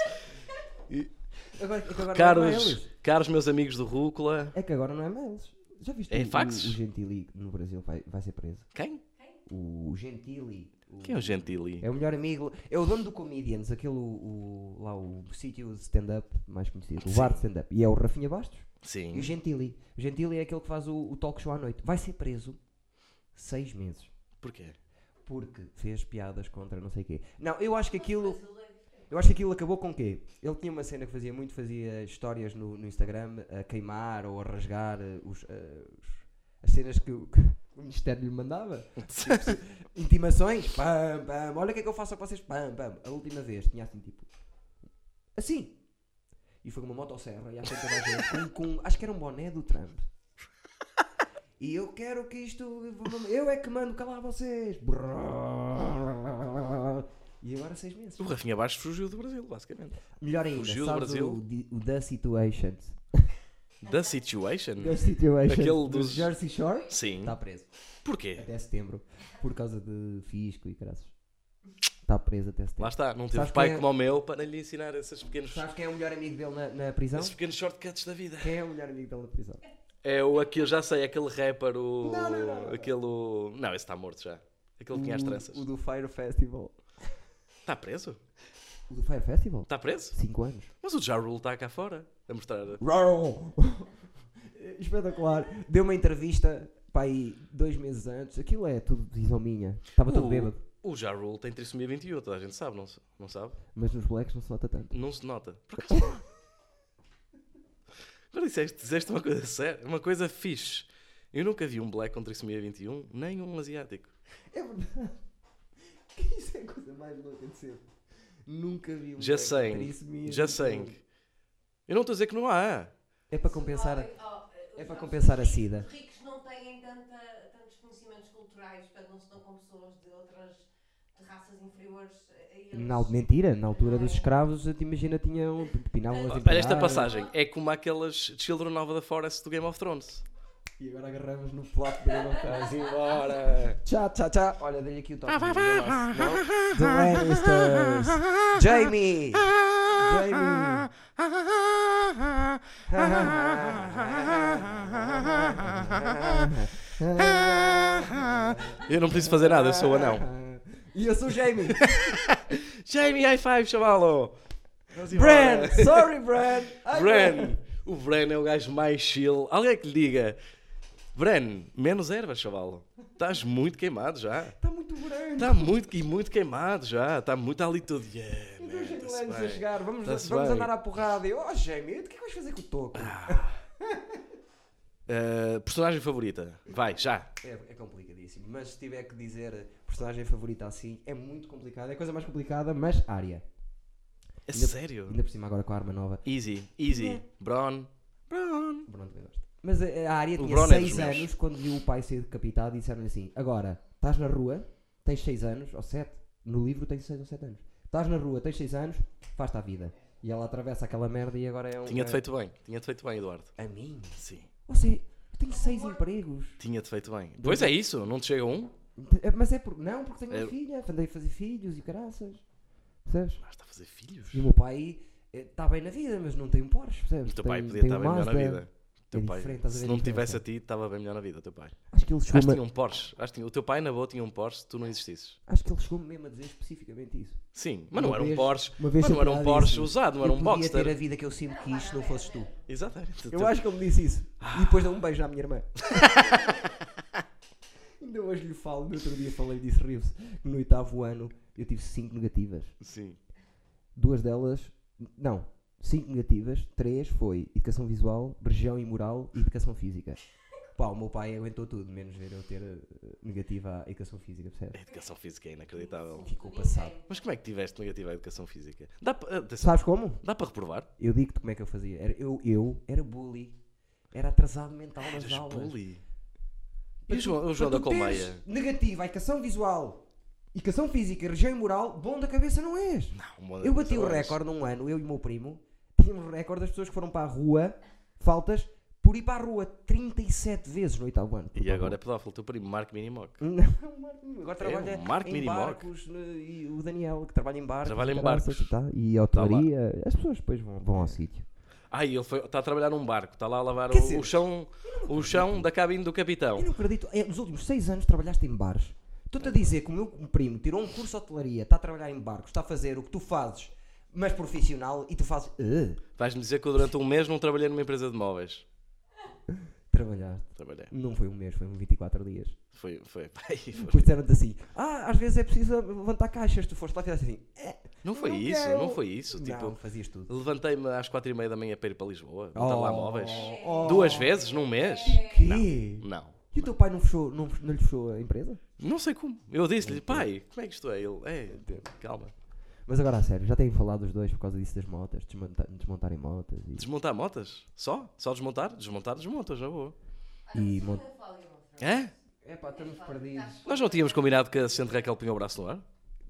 A: Agora, é que agora não é
B: Caros,
A: mails.
B: caros meus amigos do Rúcula.
A: É que agora não é mails. Já viste
B: É
A: o, o, o
B: faxes?
A: Gentili no Brasil vai, vai ser preso?
B: Quem?
A: O Gentili... o-
B: Quem é o Gentili?
A: É o melhor amigo, é o dono do Comedians, aquele o, o- lá o sítio de stand-up mais conhecido, o
B: Sim.
A: bar de stand-up. E é o Rafinha Bastos e
B: Sim.
A: o Gentili. O Gentili é aquele que faz o, o talk show à noite. Vai ser preso seis meses
B: Porquê?
A: porque fez piadas contra não sei quê. Não, eu acho que aquilo.
C: Brasileiro.
A: Eu acho que aquilo acabou com o quê? Ele tinha uma cena que fazia muito, fazia histórias no, no Instagram a queimar ou a rasgar eh, os, eh, os- as cenas que, o- que o Ministério lhe mandava. Intimações, pam, pam, olha o que é que eu faço com vocês, pam, pam. A última vez tinha assim, tipo, assim. E foi com uma motosserra e à frente da gente, com, com, acho que era um boné do Trump. E eu quero que isto, eu é que mando calar vocês. E agora seis meses.
B: O Rafinha Baixo fugiu do Brasil, basicamente.
A: Melhor ainda,
B: Fugiu do
A: sabes
B: Brasil?
A: o, di- o The Situations.
B: Da Situation?
A: The Situations
B: Aquele
A: do
B: dos- Hum?
A: Jersey Shore
B: Sim.
A: está preso
B: Porquê?
A: até setembro por causa de fisco e graças. Está preso até
B: Lá
A: setembro.
B: está, não temos
A: Sabes
B: pai
A: quem é?
B: como o meu para lhe ensinar esses pequenos,
A: Sabes é? quem é o melhor amigo dele na, na prisão?
B: esses pequenos shortcuts da vida.
A: Quem é o melhor amigo dele na prisão?
B: É o aquele, já sei, aquele rapper, o.
A: Não, não, não, não.
B: Aquele. o- Não, esse está morto já. Aquele que tinha as tranças.
A: O, o do Fire Festival.
B: Está preso?
A: O do Fire Festival?
B: Está preso?
A: 5 anos.
B: Mas o Ja Rule está cá fora a mostrar.
A: Rau! Espetacular. Deu uma entrevista para aí dois meses antes. Aquilo é tudo decisão minha. Estava todo
B: O-
A: bêbado.
B: O Ja Rule tem trissomia 21, toda a gente sabe, não, se- não sabe?
A: Mas nos blacks não se nota tanto.
B: Não se nota. Por acaso- Agora disseste, disseste uma coisa séria, uma coisa fixe. Eu nunca vi um black com trissomia 21, nem um asiático.
A: É verdade. Que Isso é a coisa mais louca de sempre. Nunca vi um.
B: Just
A: moleque
B: saying.
A: ter isso mesmo.
B: Já sei. Eu não estou a dizer que não há.
A: É para compensar.
C: Oh, oh,
A: É para
C: os nossos
A: compensar a
C: ricos-
A: sida.
C: Os ricos não têm tanta, tantos conhecimentos culturais, portanto não se dão com pessoas de outras de raças inferiores. a- a eles.
A: Na, mentira, na altura dos escravos, eu te um imagina, tinham. Pinavam as
B: Ah, Olha, esta
A: empregadas.
B: passagem é como aquelas Children of the Forest do Game of Thrones.
A: E agora agarramos no plot de Game of Thrones.
B: embora!
A: Tchau, tchau, tchau. Olha, dei aqui o toque.
B: Não?
A: The Lannisters. Jamie! Jamie!
B: Eu não preciso fazer nada, eu sou o anão.
A: E eu sou o Jamie!
B: Jamie, high five, chamá-lo!
A: Bran! Sorry, Bran! Ai,
B: Bran! O Bran é o gajo mais chill. Alguém é que lhe diga: Bran, menos ervas, chavalo. Estás muito queimado já.
A: Está Tá muito branco!
B: Está Tá muito, e muito queimado já. Está muito ali tudo. Yeah,
A: Meu Deus,
B: man,
A: Jamie
B: tá-se
A: Lannister a
B: bem.
A: chegar, vamos,
B: Tá-se
A: vamos
B: bem.
A: andar à porrada. E eu, oh Jamie, o que é que vais fazer com o toco?
B: Ah, personagem favorita? Vai, já.
A: É, é complicadíssimo, mas se tiver que dizer personagem favorita assim, é muito complicado. É a coisa mais complicada, mas área.
B: É
A: Ainda-
B: sério?
A: Ainda por cima agora com a arma nova.
B: Easy, easy.
A: Né?
B: Bron. Bron.
A: O Bruno também gosta. Mas eh, a área
B: O
A: tinha
B: Bruno é dos
A: 6
B: meus.
A: anos quando viu o pai ser decapitado e disseram-lhe assim: agora, estás na rua, tens 6 anos, ou 7, no livro tens 6 ou 7 anos. Estás na rua, tens 6 anos, faz-te à vida. E ela atravessa aquela merda e agora é um.
B: Tinha-te feito bem. Tinha-te feito bem, Eduardo.
A: A mim?
B: Sim.
A: Você, eu tenho 6 empregos.
B: Tinha-te feito bem. Pois é isso, não te chega um?
A: É, Mas é porque. Não, porque tenho uma
B: Eu-
A: filha, andei a fazer filhos e caraças. Percebes?
B: Mas Ah, está a fazer filhos.
A: E o meu pai está eh, tá bem na vida, mas não tem um Porsche, percebes?
B: O teu
A: Tem-
B: pai podia
A: tem
B: estar
A: um
B: bem melhor na
A: Mazda.
B: vida. Teu
A: é
B: pai,
A: diferente, estás a ver
B: se
A: a
B: não
A: diferença?
B: tivesse a ti, estava bem melhor na vida, o teu pai.
A: Acho que ele chegou
B: Acho que
A: me-
B: tinha um Porsche. Acho que tinha- o teu pai na boa tinha um Porsche, tu não existisses.
A: acho que ele chegou mesmo a dizer especificamente isso.
B: Sim, mas não
A: Uma
B: era um
A: vez-
B: Porsche,
A: uma vez
B: mas não era um
A: eu
B: Porsche
A: disse,
B: usado, não era
A: eu
B: um
A: podia ter a
B: Boxster.
A: vida que eu sempre quis se não fosses tu.
B: Exatamente. O
A: Eu
B: teu-
A: acho que ele me disse isso.
B: Ah.
A: E depois deu um beijo à minha irmã. Ainda hoje lhe falo, no outro dia falei disso, riu-se. que No oitavo ano eu tive cinco negativas.
B: Sim.
A: Duas delas, não, cinco negativas, três foi educação visual, região e moral e educação física. Pá, o meu pai aguentou tudo, menos ver eu ter eh, negativa à educação física,
B: A
A: percebes?
B: educação física é inacreditável.
A: Ficou
C: Ninguém.
A: passado.
B: Mas como é que tiveste negativa a educação física? Dá para atenção,
A: Sabes como?
B: dá para reprovar?
A: Eu digo-te como é que eu fazia. Era- eu, eu era bully, era atrasado mental nas
B: Eras
A: aulas.
B: bully. E
A: Para
B: o
A: tu-
B: João, o
A: para
B: João
A: tu
B: da Colmeia?
A: teres Negativa, educação visual, educação física, região e moral, bom da cabeça não és.
B: Não, uma
A: Eu
B: das
A: bati o
B: horas.
A: recorde num ano, eu e o meu primo, tínhamos o recorde das pessoas que foram para a rua, faltas, por ir para a rua 37 vezes no oitavo ano.
B: E agora é pedófilo, teu primo, Marco Minimoc.
A: Não, é o Marco Minimoc. um, agora trabalha
B: o Marco
A: em
B: Minimoc.
A: barcos né, e o Daniel que trabalha em barcos.
B: Trabalha em
A: caralho,
B: barcos.
A: sei que tá, e hotelaria, as pessoas depois vão, vão ao sítio.
B: Ah, e ele foi, está a trabalhar num barco, está lá a lavar
A: Quer
B: o,
A: dizer,
B: o chão, o chão da cabine do capitão.
A: Eu não acredito, é, nos últimos 6 anos trabalhaste em bares. Estou-te a dizer que o meu primo tirou um curso de hotelaria, está a trabalhar em barcos, está a fazer o que tu fazes, mas profissional, e tu fazes. "Ah,
B: Vais-me dizer que eu durante um mês não trabalhei numa empresa de móveis.
A: trabalhaste.
B: Trabalhei.
A: Não foi um mês, foi um 24 dias.
B: Foi, foi, pá, aí foi.
A: Depois disseram-te assim: ah, às vezes é preciso levantar caixas. Tu foste lá e fizeste assim: "Eh,
B: Não foi
A: não
B: isso,
A: quero.
B: não foi isso.
A: não,
B: Tipo,
A: fazias tudo.
B: levantei-me às quatro e meia da manhã para ir para Lisboa, levantar
A: Oh,
B: lá
A: É.
B: móveis.
A: oh.
B: um Duas vezes num mês?
A: Quê?
B: Não.
A: E o teu pai não, fechou, não, não lhe fechou a empresa?
B: Não sei como. Eu disse-lhe, pai, como é que isto é? Ele, é, calma.
A: Mas agora a sério, já têm falado os dois por causa disso das motas, desmonta- desmontarem motas e,
B: Desmontar motas? Só? Só desmontar? Desmontar, desmontas, na boa.
A: e mont...
C: Eu falo, eu falo.
B: É?
A: É pá, tá. estamos perdidos.
B: Nós não tínhamos combinado que a assistente Raquel punha o braço no ar?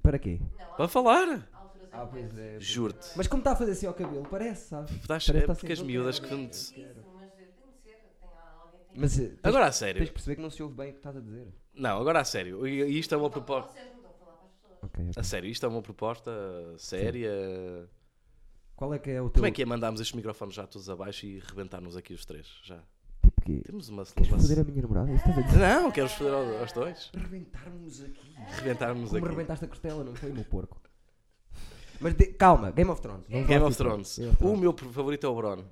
A: Para quê?
C: Não, há
B: Para falar!
C: alturas
A: Ah,
C: em que
A: pois é.
B: Juro-te.
A: Mas como está a fazer assim ao cabelo, parece, sabe?
B: Estás-
A: Parece
B: é
A: tá
B: porque as
A: sem
B: miúdas
C: eu
B: que.
C: não
B: me-
C: sei isso, mas tem de ser, tem alguém tem
A: Mas eh, tens,
B: Agora a
A: tens
B: sério.
A: de perceber que não se ouve bem o que estás a dizer.
B: Não, agora a sério. E e isto é uma proposta.
C: Vocês não estão a falar para as pessoas.
A: Ok.
B: A sério, isto é uma proposta séria.
A: Qual é que é o teu.
B: Como é que é mandarmos estes microfones já todos abaixo e rebentarmos aqui os três? Já.
A: Tipo quê?
B: Temos uma.
A: Queres
B: uma-
A: foder a minha namorada? Isso estás a dizer?
B: Não, queres foder ao- aos dois?
A: Rebentarmos aqui.
B: Rebentarmos
A: Como
B: aqui.
A: rebentaste a costela, não foi, meu porco? Mas de- calma, Game of Thrones. vamos
B: Game
A: lá
B: of
A: para
B: Thrones.
A: Game of
B: O
A: Thrones.
B: meu favorito é o Bron.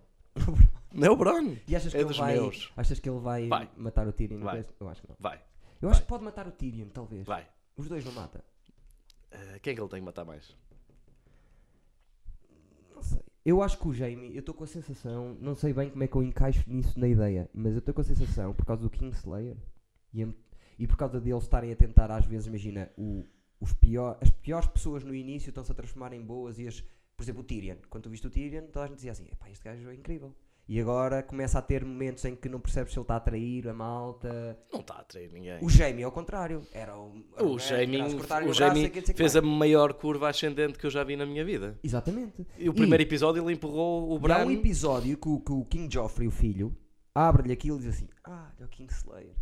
B: Não é o Bron?
A: E achas que,
B: é
A: ele
B: dos
A: vai,
B: meus.
A: achas que ele vai,
B: Vai.
A: matar o Tyrion?
B: Vai.
A: Eu acho que não.
B: Vai,
A: Eu acho que pode matar o Tyrion, talvez.
B: vai.
A: Os dois não mata.
B: Ah, quem é que ele tem que matar mais?
A: Não sei. Eu acho que o Jamie, eu estou com a sensação, não sei bem como é que eu encaixo nisso na ideia, mas eu estou com a sensação, por causa do Kingslayer e, a- e por causa deles estarem a tentar, às vezes, imagina, o, os pior, as piores pessoas no início estão-se a transformar em boas e as. Por exemplo, o Tyrion. Quando tu viste o Tyrion, toda a gente dizia assim: epá, este gajo é incrível. E agora começa a ter momentos em que não percebes se ele está a trair a malta.
B: Não está a trair ninguém.
A: O Jamie, ao contrário, era o.
B: O Jamie, o Jamie fez a maior curva ascendente que eu já vi na minha vida.
A: Exatamente.
B: E o primeiro episódio ele empurrou o
A: E há um
B: Bran.
A: episódio que o, que o King Joffrey, o filho, abre-lhe aquilo e diz assim: Ah, olha o King Slayer.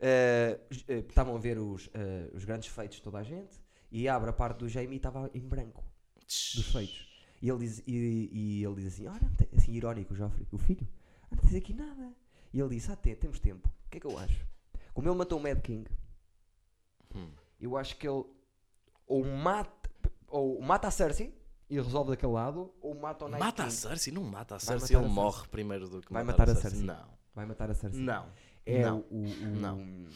A: Eh, j- eh, Estavam a ver os, eh, os grandes feitos de toda a gente e abre a parte do Jamie e estava em branco dos feitos. E ele diz, e, e ele diz assim: Olha, não tem-" assim irónico, o Joffrey, o filho, "Ah, não tens aqui nada. E ele disse: Ah, tem, temos tempo. O que é que eu acho? Como ele matou o Mad King,
B: Hum.
A: eu acho que ele ou mata, ou mata a Cersei e resolve daquele lado, ou mata o Night
B: Mata a
A: King.
B: Cersei? Não mata a
A: Vai
B: Cersei,
A: matar
B: ele
A: a
B: morre primeiro do que
A: Vai
B: matar,
A: matar a
B: Cersei.
A: Cersei.
B: Não,
A: Vai matar a Cersei.
B: não.
A: É
B: Não.
A: o. o- o-
B: Não.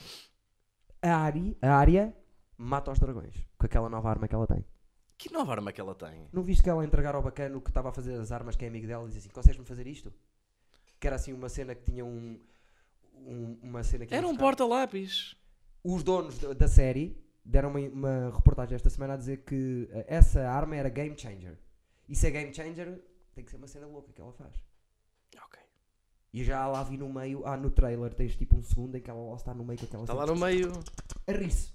A: A Ari, a Arya mata os dragões com aquela nova arma que ela tem.
B: Que nova arma que ela tem?
A: Não viste que ela entregar ao bacano que estava a fazer as armas que é amigo dela e disse assim: Consegues-me fazer isto? Que era assim uma cena que tinha um. um- uma cena que. ia
B: Era um
A: buscar.
B: porta-lápis.
A: Os donos da- da série deram uma, uma reportagem esta semana a dizer que eh, essa arma era game changer. E se é game changer, tem que ser uma cena louca que ela faz.
B: Ok.
A: E já lá vi no meio, ah, no trailer tens tipo um segundo em que ela está no meio com aquela
B: Está
A: cena.
B: lá no meio.
A: a rir-se.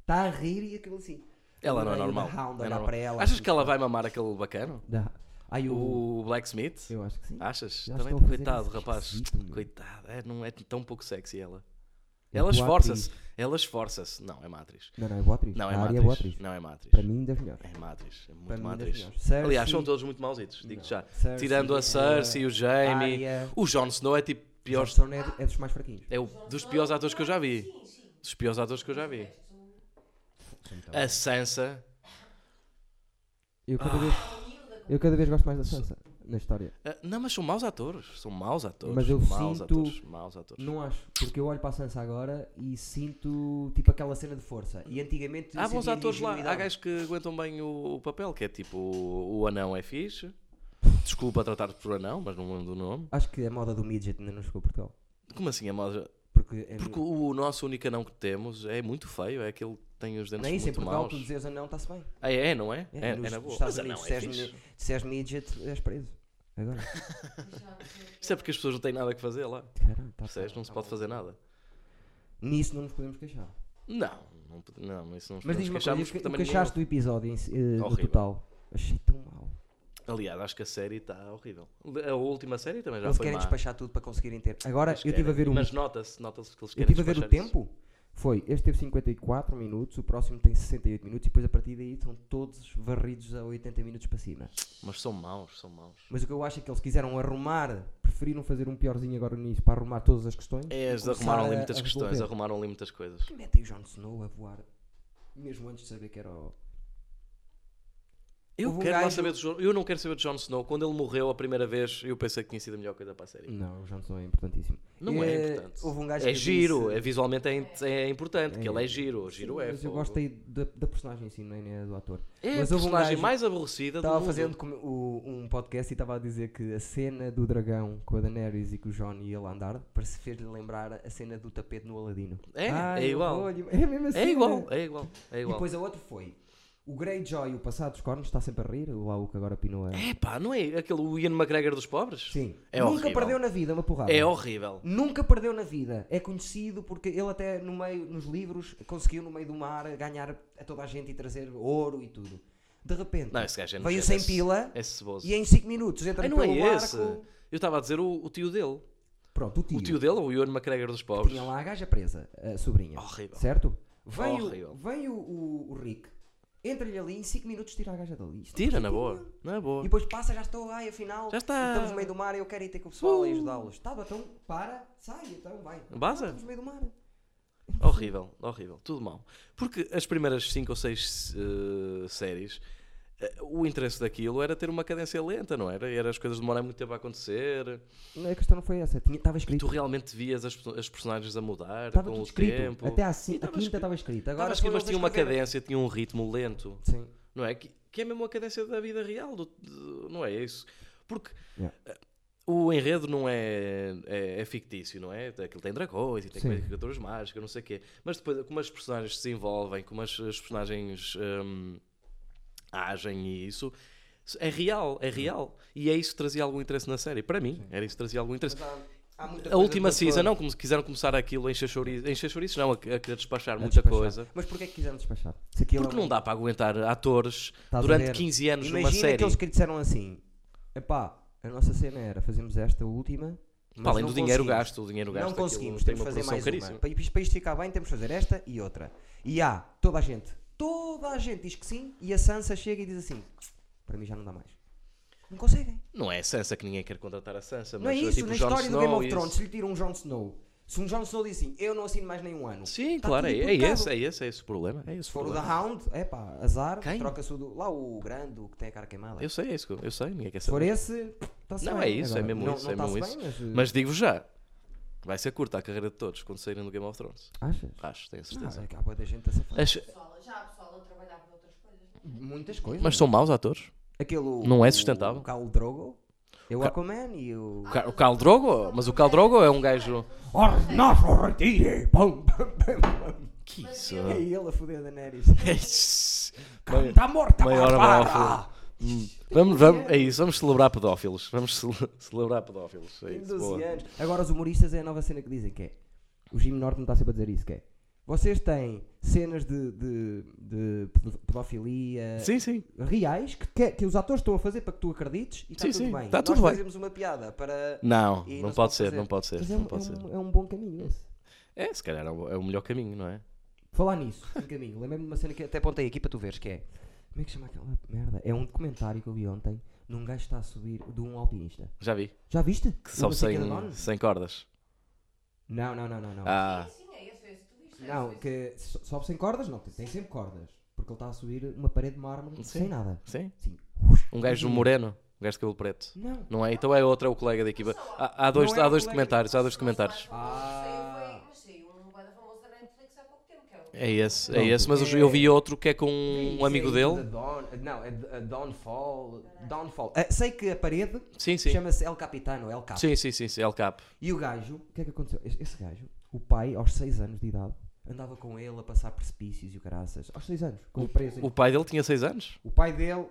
A: Está a rir e aquilo assim.
B: Ela não é
A: Aí o
B: normal.
A: The Hound
B: É
A: olhar
B: normal.
A: para ela.
B: Achas
A: assim,
B: que ela vai mamar aquele bacano?
A: da- Ai, o...
B: O Ah, Blacksmith?
A: Eu acho que sim.
B: Achas?
A: Eu acho
B: Também,
A: que ele fazia
B: coitado,
A: isso
B: rapaz.
A: esquisito, meu.
B: Coitado, é, não é tão pouco sexy ela.
A: boa
B: Ela esforça-se. Ela esforça-se. Não, é Matrix.
A: Não, não, é boa atriz.
B: Não, é
A: A Arya é boa
B: Matrix.
A: atriz.
B: Não, é Matrix.
A: Para mim, das melhores.
B: É Matrix. É
A: Para
B: muito
A: mim, das
B: Matrix.
A: melhores. Cersei-
B: Aliás, são todos muito mauzitos, digo-te já.
A: Não. Cersei,
B: Tirando a
A: eh,
B: Cersei, o Jamie.
A: Arya.
B: O Jon Snow é tipo
A: Jon
B: pior.
A: Snow é, é dos mais fraquinhos.
B: É o dos piores atores que eu já vi.
C: Sim, sim.
B: Dos piores atores que eu já vi.
A: Então,
B: A Sansa.
A: eu, cada vez, eu cada vez gosto mais da Sansa na história.
B: ah, Não, mas são maus atores. São maus atores.
A: Mas eu
B: maus
A: sinto-
B: atores. Maus atores.
A: Não acho, porque eu olho para a Sansa agora e sinto tipo aquela cena de força. E antigamente.
B: Há bons
A: sentia
B: atores lá, há
A: ingenuidade.
B: gajos que aguentam bem o, o papel, que é tipo o, o anão é fixe. Desculpa tratar-te por anão, mas não lembro do nome.
A: Acho que a moda do midget ainda não chegou a Portugal.
B: Como assim a moda?
A: Porque, é-
B: Porque o, o nosso único anão que temos é muito feio, é aquele que tem os dentes
A: não é isso, em
B: muito
A: Portugal
B: maus.
A: tu dizes não, está-se bem.
B: Ah, é, não é? É, é,
A: nos
B: na boa.
A: Estados
B: Mas anão
A: Unidos,
B: é
A: se, és,
B: fixe.
A: mi- se és midget, és preso. Agora,
B: Isso é porque as pessoas não têm nada que fazer lá.
A: caralho, tá
B: Percebes? Não se pode fazer nada.
A: Nisso não nos podemos queixar.
B: Não, não, pod- não isso não nos
A: Mas
B: podemos
A: diz-me uma
B: queixar,
A: coisa,
B: mas
A: o que- o
B: também
A: que
B: ninguém-
A: achaste do episódio em si- eh, no
B: Horrível.
A: total? Achei tão mal.
B: Aliás, acho que a série está horrível. A última série também já
A: Eles
B: foi
A: querem
B: má.
A: despachar tudo para conseguirem ter. Agora,
B: Eles
A: eu estive a
B: querem,
A: ver um.
B: Mas nota-se, nota-se que eles
A: Eu
B: querem
A: estive a ver o
B: despachar isso.
A: tempo. Foi, este teve 54 minutos, o próximo tem 68 minutos e depois a partir daí estão todos varridos a 80 minutos para cima.
B: Mas são maus, são maus.
A: Mas o que eu acho é que eles quiseram arrumar, preferiram fazer um piorzinho agora no início para arrumar todas as questões.
B: É, eles
A: e começar
B: arrumaram ali
A: a-
B: muitas
A: a
B: questões,
A: resolver.
B: arrumaram ali muitas coisas.
A: E metem o Jon Snow a voar, mesmo antes de saber que era o...
B: Eu
A: Houve um
B: quero lá
A: gajo-
B: saber do Jon- eu não quero saber de Jon Snow. Quando ele morreu a primeira vez, eu pensei que tinha sido a melhor coisa para a série.
A: Não, o Jon Snow é importantíssimo.
B: Não é,
A: Eh,
B: importante.
A: Houve um gajo
B: é
A: que
B: giro,
A: disse-
B: é visualmente é, in- é importante, que ele é giro,
A: Sim,
B: giro é.
A: Mas eu
B: fogo.
A: gosto aí da, da personagem em si, não é nem do ator.
B: É
A: mas houve um
B: a personagem
A: gajo-
B: mais aborrecida do
A: Estava
B: mundo.
A: fazendo com- o- um podcast e estava a dizer que a cena do dragão com a Daenerys e com o Jon e ele a andar parece fez-lhe lembrar a cena do tapete no Aladino.
B: É,
A: Ai,
B: é igual.
A: olha, é a mesma
B: É
A: cena.
B: igual, é igual, é
A: E
B: igual.
A: depois a outra foi o Greyjoy, o passado dos cornos, está sempre a rir. O Laú que agora pinou a.
B: É pá, não é aquele o Ian McGregor dos pobres?
A: Sim,
B: É
A: nunca
B: horrível.
A: perdeu na vida uma porrada.
B: É horrível.
A: Nunca perdeu na vida. É conhecido porque ele até no meio, nos livros, conseguiu no meio do mar ganhar a toda a gente e trazer ouro e tudo. De repente,
B: Não, esse gajo é
A: veio
B: nojento,
A: sem
B: esse-
A: pila
B: É ceboso.
A: e em 5 minutos entra
B: Ai,
A: no
B: não
A: pelo
B: é
A: barco.
B: esse. Eu estava a dizer o, o tio dele.
A: Pronto, o tio,
B: O tio dele, o Ian McGregor dos
A: que
B: pobres.
A: tinha um lá a gaja presa, a sobrinha.
B: Horrível.
A: Certo? Vem,
B: Horrível.
A: o, vem o, o, o Rick, entra-lhe ali e em 5 minutos tira a gaja dali. Isto
B: Tira,
A: não
B: na
A: tem
B: boa.
A: nenhum.
B: Na boa.
A: E depois passa, já estou, ai, afinal,
B: Já está.
A: estamos no meio do mar, eu quero ir ter com o pessoal e
B: Uh.
A: ajudá-los. Tá, então, para, sai, então, vai.
B: Vaza.
A: Ah, estamos no meio do mar.
B: Horrível, horrível, tudo mal. Porque as primeiras 5 ou 6 séries, eh, o interesse daquilo era ter uma cadência lenta, não era? Era as coisas demorarem muito tempo a acontecer.
A: Não, A questão não foi essa, tinha- estava escrito.
B: Tu realmente vias as, perso- as personagens a mudar
A: Estava
B: com
A: tudo
B: o
A: escrito.
B: tempo.
A: Até à
B: E
A: ci- a
B: estava
A: quinta
B: escrito.
A: estava escrito.
B: Estava
A: Agora
B: escrito,
A: foi
B: mas
A: eles
B: tinha uma
A: escreverem.
B: cadência, tinha um ritmo lento,
A: Sim.
B: não é? Que, que é mesmo a cadência da vida real, do- de- não é isso? Porque
A: Yeah.
B: eh, o enredo não é, é, é fictício, não é? Aquilo tem dragões e tem
A: Sim.
B: coisas- criaturas mágicas, não sei o quê. Mas depois, como as personagens se desenvolvem, como as, as personagens hum, agem e isso. É real, é real. E é isso que trazia algum interesse na série. Para mim, era isso que trazia algum interesse.
A: Há- há muita
B: A
A: coisa
B: última
A: de pessoa.
B: season, não, como quiseram começar aquilo a encher chouriços, a encher chouriços, não, a, a querer despachar
A: A
B: muita
A: despachar.
B: coisa.
A: Mas porquê é que quiseram despachar? Se aquilo
B: Porque
A: é um-
B: não dá para aguentar atores
A: Estás a
B: durante
A: ver?
B: 15 anos
A: Imagina
B: numa série.
A: aqueles que disseram assim: epá, a nossa cena era fazermos esta última. mas
B: Pá, além
A: não
B: do dinheiro
A: conseguimos.
B: gasto, o dinheiro gasto
A: Não conseguimos,
B: aquilo, tem
A: temos de fazer
B: uma produção
A: mais
B: caríssima.
A: uma. Para isto, para isto ficar bem, temos de fazer esta e outra. E há, toda a gente, toda a gente diz que sim, e a Sansa chega e diz assim: para mim já não dá mais. Não conseguem.
B: Não é a Sansa que ninguém quer contratar a Sansa, mas
A: Não é isso,
B: tipo
A: na
B: Jon
A: história
B: Snow,
A: do Game of
B: isso.
A: Thrones, se lhe tira um Jon Snow, se um Jon Snow diz assim, eu não assino mais nenhum ano.
B: Sim,
A: Tá
B: claro, é,
A: tudo
B: é esse,
A: trocado.
B: é esse, é esse o problema. É esse
A: Se
B: o
A: for o da
B: problema.
A: Hound, é pá, azar,
B: Quem?
A: troca-se o do. Lá o grande, o que tem a cara queimada.
B: Eu sei, é isso, que eu- eu sei, ninguém quer
A: Se for
B: saber.
A: esse, está-se
B: Não,
A: bem.
B: é isso, é
A: Agora,
B: mesmo
A: não,
B: isso,
A: não
B: é mesmo
A: está-se bem, mas, eh,
B: Mas digo-vos já, vai ser curta a carreira de todos quando saírem do Game of Thrones.
A: Achas?
B: Acho, tenho certeza.
A: Não, é que há boa da gente a safar.
B: Acho-
C: Pessoal, já há pessoal a trabalhar por outras coisas.
A: Muitas coisas. né?
B: Mas são maus atores.
A: Aquele,
B: Não é
A: o-
B: sustentável.
A: O Khal Drogo, é o
B: Ca-
A: Aquaman e o...
B: O Ca- O Khal Drogo, mas o Khal Drogo é um gajo...
A: Ora, nós o retire! Pum, pum, pum, pum.
B: Que isso?
A: É ele a foder a Daenerys. Tá
B: Meio-
A: Está morta,
B: Ah. maior
A: Bárbara!
B: monófilo. Hum. Vamos, vamos, é isso, vamos celebrar pedófilos. Vamos cele- celebrar pedófilos. É
A: Tem
B: isso,
A: 12
B: boa.
A: anos. Agora os humoristas é a nova cena que dizem que é. O Jim Norton está sempre a dizer isso, que é. Vocês têm cenas de, de, de pedo- pedofilia
B: Sim, sim.
A: reais que, que, que os atores estão a fazer para que tu acredites e está
B: Sim,
A: tudo
B: sim,
A: bem.
B: tá
A: Nós
B: tudo bem.
A: fazemos uma piada para.
B: Não,
A: E
B: não
A: não se
B: pode
A: pode
B: ser,
A: fazer.
B: não pode ser.
A: Mas é
B: não
A: um,
B: pode
A: é
B: ser.
A: um- é um bom caminho esse.
B: É, se calhar é o é o melhor caminho, não é?
A: Falar nisso, um caminho. Lembrei-me de uma cena que até apontei aqui para tu veres, que é... Como é que chama aquela merda? É um documentário que eu vi ontem num gajo que está a subir de um alpinista.
B: Já vi.
A: Já viste?
B: Que sobe sem, sem
A: é
B: cordas.
A: Não, não, não, não. não.
B: Ah,
C: Sim, é esse, é esse, tu viste. é
A: Não,
C: esse, é
A: que so- sobe sem cordas? Não, tem sempre cordas. Porque ele está a subir uma parede de mármore
B: Sim.
A: sem nada.
B: sim.
A: Sim.
B: Um gajo moreno. Um gajo de cabelo preto.
A: Não.
B: Não é? Então é outro, é o colega da equipa. Há, há dois,
A: Não é
B: há
A: o
B: dois
A: colega.
B: comentários, há dois
C: esse. Mas
B: comentários.
A: Ah.
C: saiu, foi- Mas saiu um guarda famoso da Netflix há pouco tempo, que é o.
B: É esse, é
A: Pronto.
B: esse, mas eu- eu vi outro que é com um amigo
A: Isso aí,
B: dele.
A: the Dawn- não, é a Downfall. Downfall. Ah, sei que a parede
B: Sim, sim.
A: chama-se El Capitano, El Cap.
B: Sim, sim, sim, sim, é o Cap.
A: E o gajo, o que é que aconteceu? Esse, esse gajo, o pai, aos 6 anos de idade, andava com ele a passar precipícios e o caraças. Aos 6 anos, com o preso. em-
B: O pai dele tinha 6 anos.
A: O pai dele.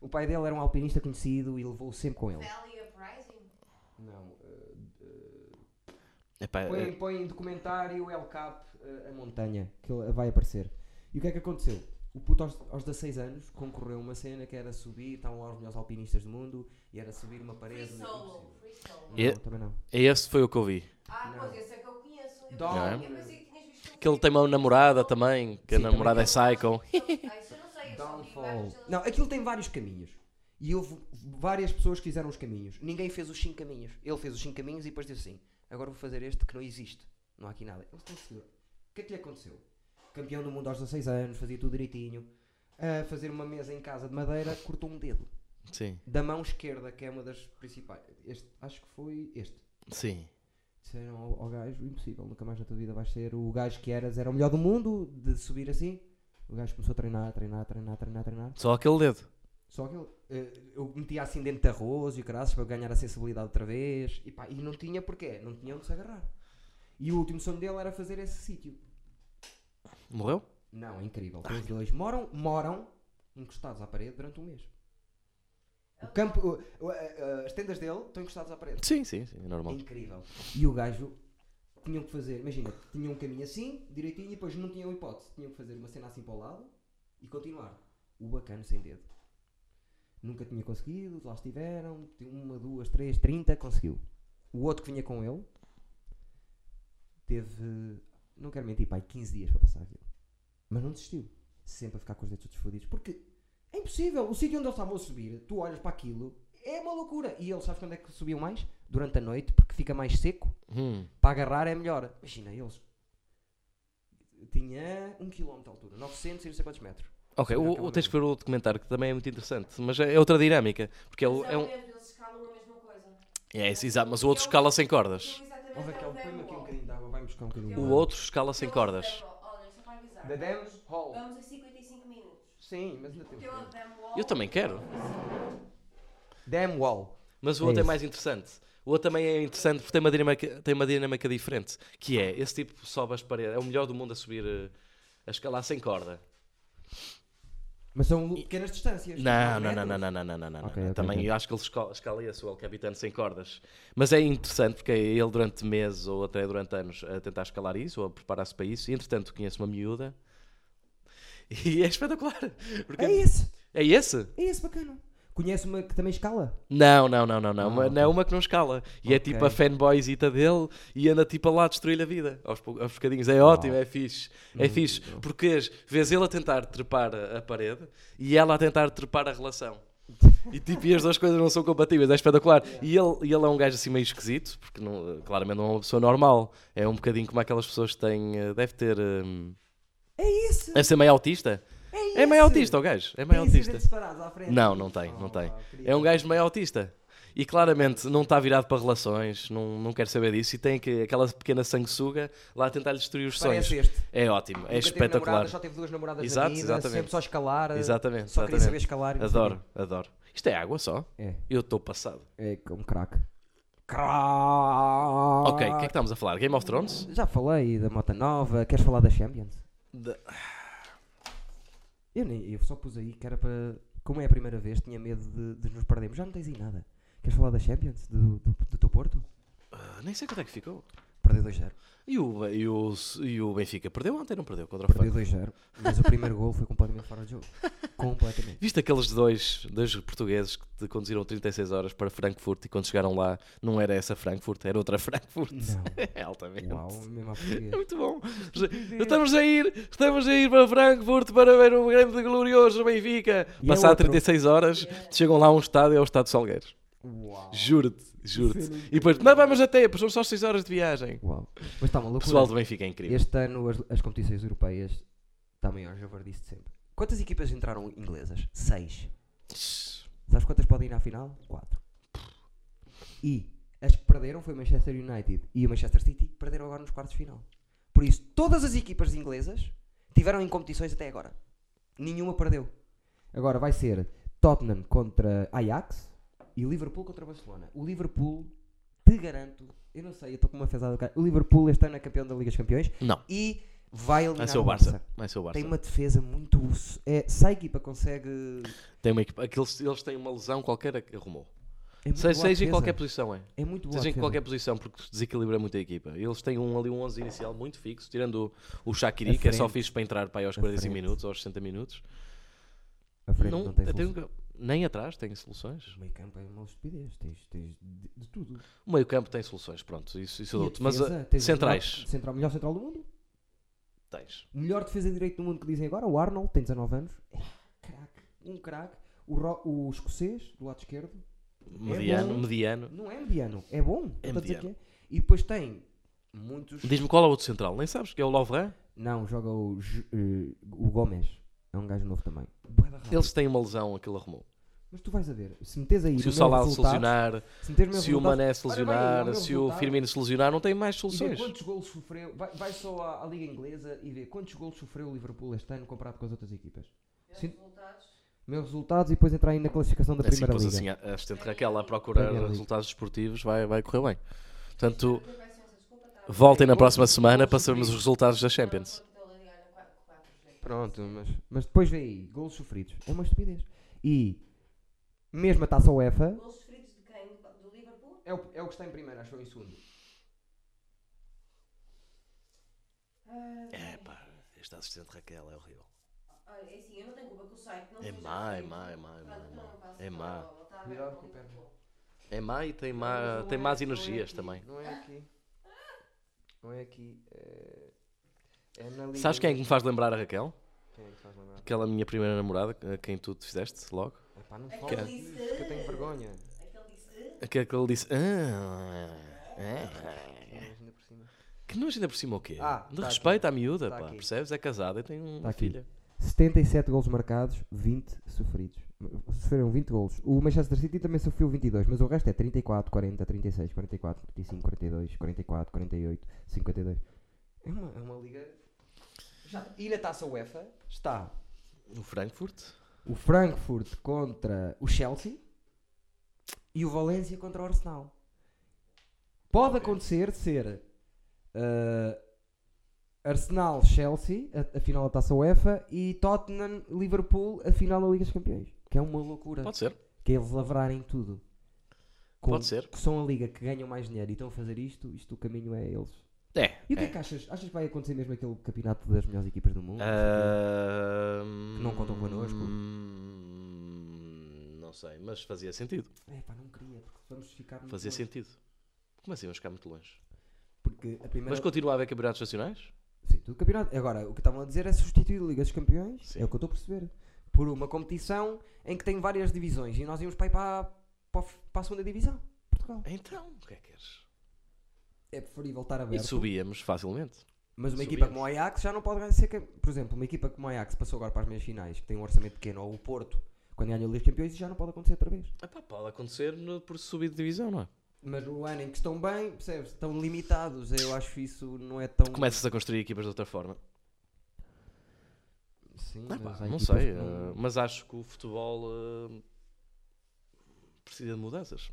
A: O pai dele era um alpinista conhecido e levou-o sempre com
B: É.
A: ele.
C: Valley Uprising.
A: Não. eh,
B: Epá,
A: Põe,
B: é-
A: põe em documentário El Cap eh, a montanha, que ele vai aparecer. E o que é que aconteceu? O puto aos, aos 16 anos concorreu a uma cena que era subir, estavam lá os melhores alpinistas do mundo, e era subir uma
C: Free
A: parede.
C: Solo.
A: impossível.
C: Free Solo.
A: Não,
B: E-
A: também não.
B: é esse foi o que eu vi.
C: Ah,
A: Não.
C: pois, esse é que eu conheço. Eu
A: Dom.
C: pensei- eu pensei que tinhas visto um
B: Que ele tem uma
C: filme.
B: namorada também, que a
A: Sim, também
B: namorada é
A: tem.
B: psycho.
C: Ah, isso eu não sei, eu só vi
A: Downfall.
C: vários
A: Não, aquilo tem vários caminhos. E houve várias pessoas que fizeram os caminhos. Ninguém fez os 5 caminhos. Ele fez os 5 caminhos e depois disse assim: agora vou fazer este que não existe. Não há aqui nada. Ele conseguiu. O que é que lhe aconteceu? Campeão do mundo aos 16 anos, fazia tudo direitinho. A fazer uma mesa em casa de madeira, cortou um dedo.
B: Sim,
A: Da mão esquerda, que é uma das principais. Este, acho que foi este.
B: sim.
A: Disseram ao, ao gajo: impossível, nunca mais na tua vida vais ser o gajo que eras, era o melhor do mundo, de subir assim. O gajo começou a treinar, treinar, treinar, treinar, treinar.
B: Só aquele dedo.
A: Só que ele, eh, eu metia assim dentro de arroz e o caraças para eu ganhar a sensibilidade outra vez. E, pá, e não tinha porquê, não tinha onde se agarrar. E o último sonho dele era fazer esse sítio.
B: Morreu?
A: Não, é incrível. Então Os dois moram, moram encostados à parede durante um mês. O campo, o- o- a- a- as tendas dele estão encostadas à parede.
B: Sim, sim, sim, é
A: É
B: normal.
A: incrível. E o gajo tinham que fazer, imagina, tinham um caminho assim, direitinho, e depois não tinham hipótese. Tinham que fazer uma cena assim para o lado e continuar. O bacano sem dedo. Nunca tinha conseguido, lá estiveram, uma, duas, três, trinta, conseguiu. O outro que vinha com ele teve, não quero mentir, pai, 15 dias para passar aquilo. Mas não desistiu. Sempre a ficar com os dedos todos fodidos. Porque é impossível. O sítio onde eles estavam a subir, tu olhas para aquilo, é uma loucura. E eles, sabes quando é que subiam mais? Durante a noite, porque fica mais seco
B: Hum,
A: para agarrar é melhor. Imagina, eles. Tinha 1 km de altura, 900 e não sei quantos metros.
B: Ok,
A: Será
B: o,
A: que é uma
B: o- tens que ver o documentário que também é muito interessante, mas é é outra dinâmica. Porque ele
C: Mas
B: é um.
C: mesmo, Eles escalam a mesma coisa. é
B: É, esse, exato, mas o outro escala sem cordas.
A: Ó Raquel, põe-me aqui um bocadinho de água, vai-me buscar um bocadinho de
B: O
A: água.
B: outro escala sem cordas.
C: Olha, só para avisar.
A: The Dams Hall.
C: Vamos a 55 minutos.
A: Sim, mas ainda
C: O
A: temos.
C: teu
A: tempo.
C: Adam Wall. é um
B: Eu também quero.
A: Dam Wall.
B: Mas o
A: É
B: outro é,
A: isso.
B: mais interessante. O outro também é interessante porque tem uma dinâmica, tem uma dinâmica diferente. Que é, esse tipo sobe as paredes. É o melhor do mundo a subir, eh, a escalar sem corda.
A: Mas são lu- pequenas distâncias.
B: Não,
A: nove
B: não,
A: metros. É
B: não, não, não, não, não, não, não.
A: Ok, ok,
B: Também
A: ok.
B: eu acho que ele esco- escala esse, o El Capitano sem cordas. Mas é interessante porque ele durante meses ou até durante anos a tentar escalar isso ou a preparar-se para isso. E, entretanto conheço uma miúda e é espetacular. Porque
A: É esse,
B: É esse?
A: é esse bacana. Conhece uma que também escala?
B: Não, não, não, não, não.
A: Ah,
B: Uma-
A: ok.
B: Não é uma que não escala. E é
A: Ok.
B: tipo a fanboyzita dele e anda tipo a lá a destruir a vida. Aos, pou- aos bocadinhos. É ótimo, é fixe. É fixe. Porque és- vês ele a tentar trepar a, a parede e ela a tentar trepar a relação. E tipo, e as duas coisas não são compatíveis, é espetacular. E ele, e ele é um gajo assim meio esquisito, porque não- claramente não é uma pessoa normal. É um bocadinho como aquelas pessoas que têm. eh, Deve ter. hum,
A: É esse!
B: Deve ser meio autista.
A: É esse!
B: É meio autista o gajo. É meio
A: Tem esses
B: autista.
A: dentes separados à frente.
B: Não, não tem, não
A: Oh,
B: tem.
A: queria-
B: É um gajo meio autista. E claramente não está virado para relações, não, não quer saber disso e tem que, aquela pequena sanguessuga lá a tentar lhe destruir os sonhos.
A: Parece este.
B: É ótimo, é
A: Nunca teve
B: espetacular.
A: namorada, só teve duas namoradas
B: Exato,
A: na vida,
B: exatamente.
A: sempre só escalar. eh,
B: Exatamente,
A: Só queria saber
B: exatamente.
A: escalar. e não
B: Adoro, adoro. Isto é água só?
A: sabia. É.
B: Eu estou passado.
A: É como crack. Crack!
B: Ok, o que é que estamos a falar? Game of Thrones?
A: Já falei da Mota Nova, queres falar da Champions?
B: De-
A: Eu, nem, eu só pus aí que era para. Como é a primeira vez, tinha medo de, de nos perdermos. Já não tens aí nada. Queres falar da Champions? Do, do, do teu Porto?
B: Ah, nem sei quanto é que ficou.
A: Perdeu 2-0.
B: E o, e, o, e o Benfica perdeu ontem, não perdeu? Contra o
A: Perdeu
B: Fano.
A: 2-0. Mas o primeiro gol foi completamente fora de jogo. completamente.
B: Viste aqueles dois, dois portugueses que te conduziram 36 horas para Frankfurt e quando chegaram lá não era essa Frankfurt, era outra Frankfurt.
A: Não.
B: É altamente.
A: Uau, mesmo à
B: É
A: portuguesa.
B: muito bom. Estamos a ir, estamos a ir para Frankfurt para ver o grande glorioso Benfica.
A: E é
B: Passado
A: outro.
B: 36 horas, chegam lá a um estádio, é o estádio de Salgueiros.
A: Uau.
B: Juro-te, juro-te. E depois, não vamos até, pois são só 6 horas de viagem.
A: Uau. Mas está uma
B: O
A: loucura.
B: pessoal do Benfica é incrível.
A: Este ano as, as competições europeias está maior javardice de sempre. Quantas equipas entraram inglesas? Seis. Sabes quantas podem ir à final? Quatro. E as que perderam foi o Manchester United e o Manchester City perderam agora nos quartos de final. Por isso, todas as equipas inglesas tiveram em competições até agora. Nenhuma perdeu. Agora vai ser Tottenham contra Ajax e Liverpool contra Barcelona. O Liverpool, te garanto, eu não sei, eu estou com uma fezada do cara. O Liverpool este ano é campeão da Liga dos Campeões
B: Não,
A: e vai
B: vai
A: eliminar
B: ser o Barça. Vai ser o Barça.
A: Tem uma defesa muito. É, se a equipa consegue.
B: Tem uma equipa, aqueles, eles têm uma lesão qualquer, arrumou.
A: É muito boa
B: Seja,
A: a
B: seja em
A: defesa.
B: qualquer posição, é.
A: É muito boa. a
B: Seja em
A: defesa.
B: qualquer posição, porque desequilibra muito a equipa. Eles têm um ali um 11 inicial muito fixo, tirando o, o Shaqiri,
A: À
B: que é só
A: frente.
B: fixo para entrar para aí aos
A: À
B: 45
A: frente.
B: minutos, aos 60 minutos.
A: A frente
B: Não-
A: não, tem
B: até um
A: solução.
B: nunca- nem atrás tem soluções.
A: O meio campo é uma estupidez. Tens, tens de, de tudo.
B: O meio campo tem soluções, pronto, isso, isso
A: E
B: eu
A: a
B: dou-te. Mas
A: defesa,
B: ah,
A: tens o
B: centrais,
A: Melhor, central, melhor central do mundo.
B: ah, tens.
A: Melhor defesa de direito do mundo que dizem agora. O Arnold tem 19 anos. É, craque. Um craque. O, ro- o escocês, do lado esquerdo.
B: Mediano,
A: É bom.
B: mediano.
A: Não é mediano. É bom.
B: É
A: Estou a dizer
B: mediano.
A: que é. E depois tem muitos.
B: Diz-me qual é o outro central, nem sabes, que é o Lovren?
A: Não, joga o, Ju- eh, o Gomes. É um gajo novo também. Bué da rápido.
B: Eles têm uma lesão, aquilo arrumou.
A: Mas tu vais a ver, se metes aí
B: Se o
A: meu
B: Salah se
A: resultado,
B: lesionar,
A: se, meteres meu
B: se o
A: resultado,
B: Mané se
A: Ora bem, o
B: lesionar,
A: meu
B: se o
A: resultado-
B: Firmino se lesionar, não tem mais
A: e vê
B: soluções.
A: quantos golos sofreu, vai, vai só à, à Liga Inglesa e vê quantos golos sofreu o Liverpool este ano comparado com as outras equipas.
C: Meus
A: Sim.
C: resultados.
A: Meus resultados e depois entrar aí na classificação da
B: assim,
A: Primeira
B: pôs
A: Liga.
B: assim, a assistente Raquel a procurar
A: Premier League.
B: resultados desportivos, vai, vai correr bem. Portanto,
C: Não vai ser essa desculpa, tá?
B: voltem na próxima semana para sabermos os resultados da Champions.
C: Não, não, não, não, não, quatro, quatro,
B: é.
C: né?
A: Pronto, mas, mas depois vê aí, golos sofridos. É uma estupidez. E mesmo a taça UEFA
C: Golos sofridos de quem? Do Liverpool?
A: é o, é o que está em primeiro, acho eu em segundo.
C: Ah,
B: É pá, esta assistente Raquel é horrível.
C: olha, é assim, eu não tenho culpa que o site não
B: É
C: seja
B: má, é
C: feito.
B: má, é má, é má,
C: Pronto,
B: é
C: não,
B: má.
C: não faço
B: É
C: nada,
B: má.
C: não, não tá a ver
A: Cuidado
C: com
A: com o pé.
C: Liverpool.
B: É má e tem,
A: Mas
B: má,
A: não
B: tem
A: é-
B: más
A: não é
B: energias
A: aqui,
B: também.
A: Não é aqui. Não é aqui. É, é na Liga.
B: Sabes quem é que me faz lembrar a Raquel?
A: Quem é que faz lembrar?
B: Aquela minha primeira namorada, a quem tu te fizeste logo.
A: Epá, não
C: É que
A: falo
C: ele
A: disso,
C: disse-
A: que eu tenho vergonha.
C: Aquele disse,
B: Aquele que ele disse. "Ah, ah."
A: Mas ainda por cima.
B: Que nós ainda por cima o quê?
A: Ah,
B: De
A: tá
B: respeito à miúda,
A: Tá
B: pá,
A: aqui.
B: percebes? É casada e tem
A: Tá
B: uma
A: aqui.
B: filha.
A: 77 golos marcados, 20 sofridos. Sofreram 20 golos. O Manchester City também sofreu 22, mas o resto é 34, 40, 36, 44, 35, 42, 44, 48, 52. É uma, é uma liga. Já. E na taça UEFA está
B: O Frankfurt.
A: o Frankfurt contra o Chelsea e o Valência contra o Arsenal. Pode acontecer de ser eh, Arsenal-Chelsea, a, a final da Taça UEFA, e Tottenham-Liverpool, a final da Liga dos Campeões. Que é uma loucura.
B: Pode ser.
A: Que é eles lavrarem tudo.
B: Pode ser.
A: Que são a liga que ganham mais dinheiro e estão a fazer isto, isto o caminho é eles.
B: É.
A: E o que é,
B: é.
A: que achas? Achas que vai acontecer mesmo aquele campeonato das melhores equipas do mundo?
B: Ah. Ahm,
A: Que não contam connosco.
B: hum, Não sei, mas fazia sentido.
A: É pá, não queria, porque vamos ficar muito
B: Fazia
A: longe.
B: sentido. Como assim vamos ficar muito longe?
A: Porque a primeira...
B: Mas continua a haver campeonatos nacionais?
A: Sim, tudo campeonato. Agora, o que estavam a dizer é substituir a Liga dos Campeões,
B: Sim.
A: é o que eu estou a perceber, por uma competição em que tem várias divisões e nós íamos para, aí para, para, a f- para a segunda divisão, Portugal.
B: Então, o que é que queres?
A: É preferível estar
B: E
A: aberto,
B: subíamos facilmente.
A: mas uma
B: subíamos.
A: equipa como o Ajax já não pode ganhar ser, cam- por exemplo, uma equipa como o Ajax passou agora para as meias finais, que tem um orçamento pequeno, ou o Porto, quando ganha a Liga dos Campeões, isso já não pode acontecer outra vez.
B: Epá, pode acontecer no- por subir de divisão, não é?
A: Mas no ano em que estão bem, percebes, estão limitados, eu acho isso não é tão...
B: Começas a construir equipas de outra forma.
A: Sim,
B: Epá,
A: mas há
B: não
A: equipas que
B: sei,
A: não-
B: eh, mas acho que o futebol eh, precisa de mudanças.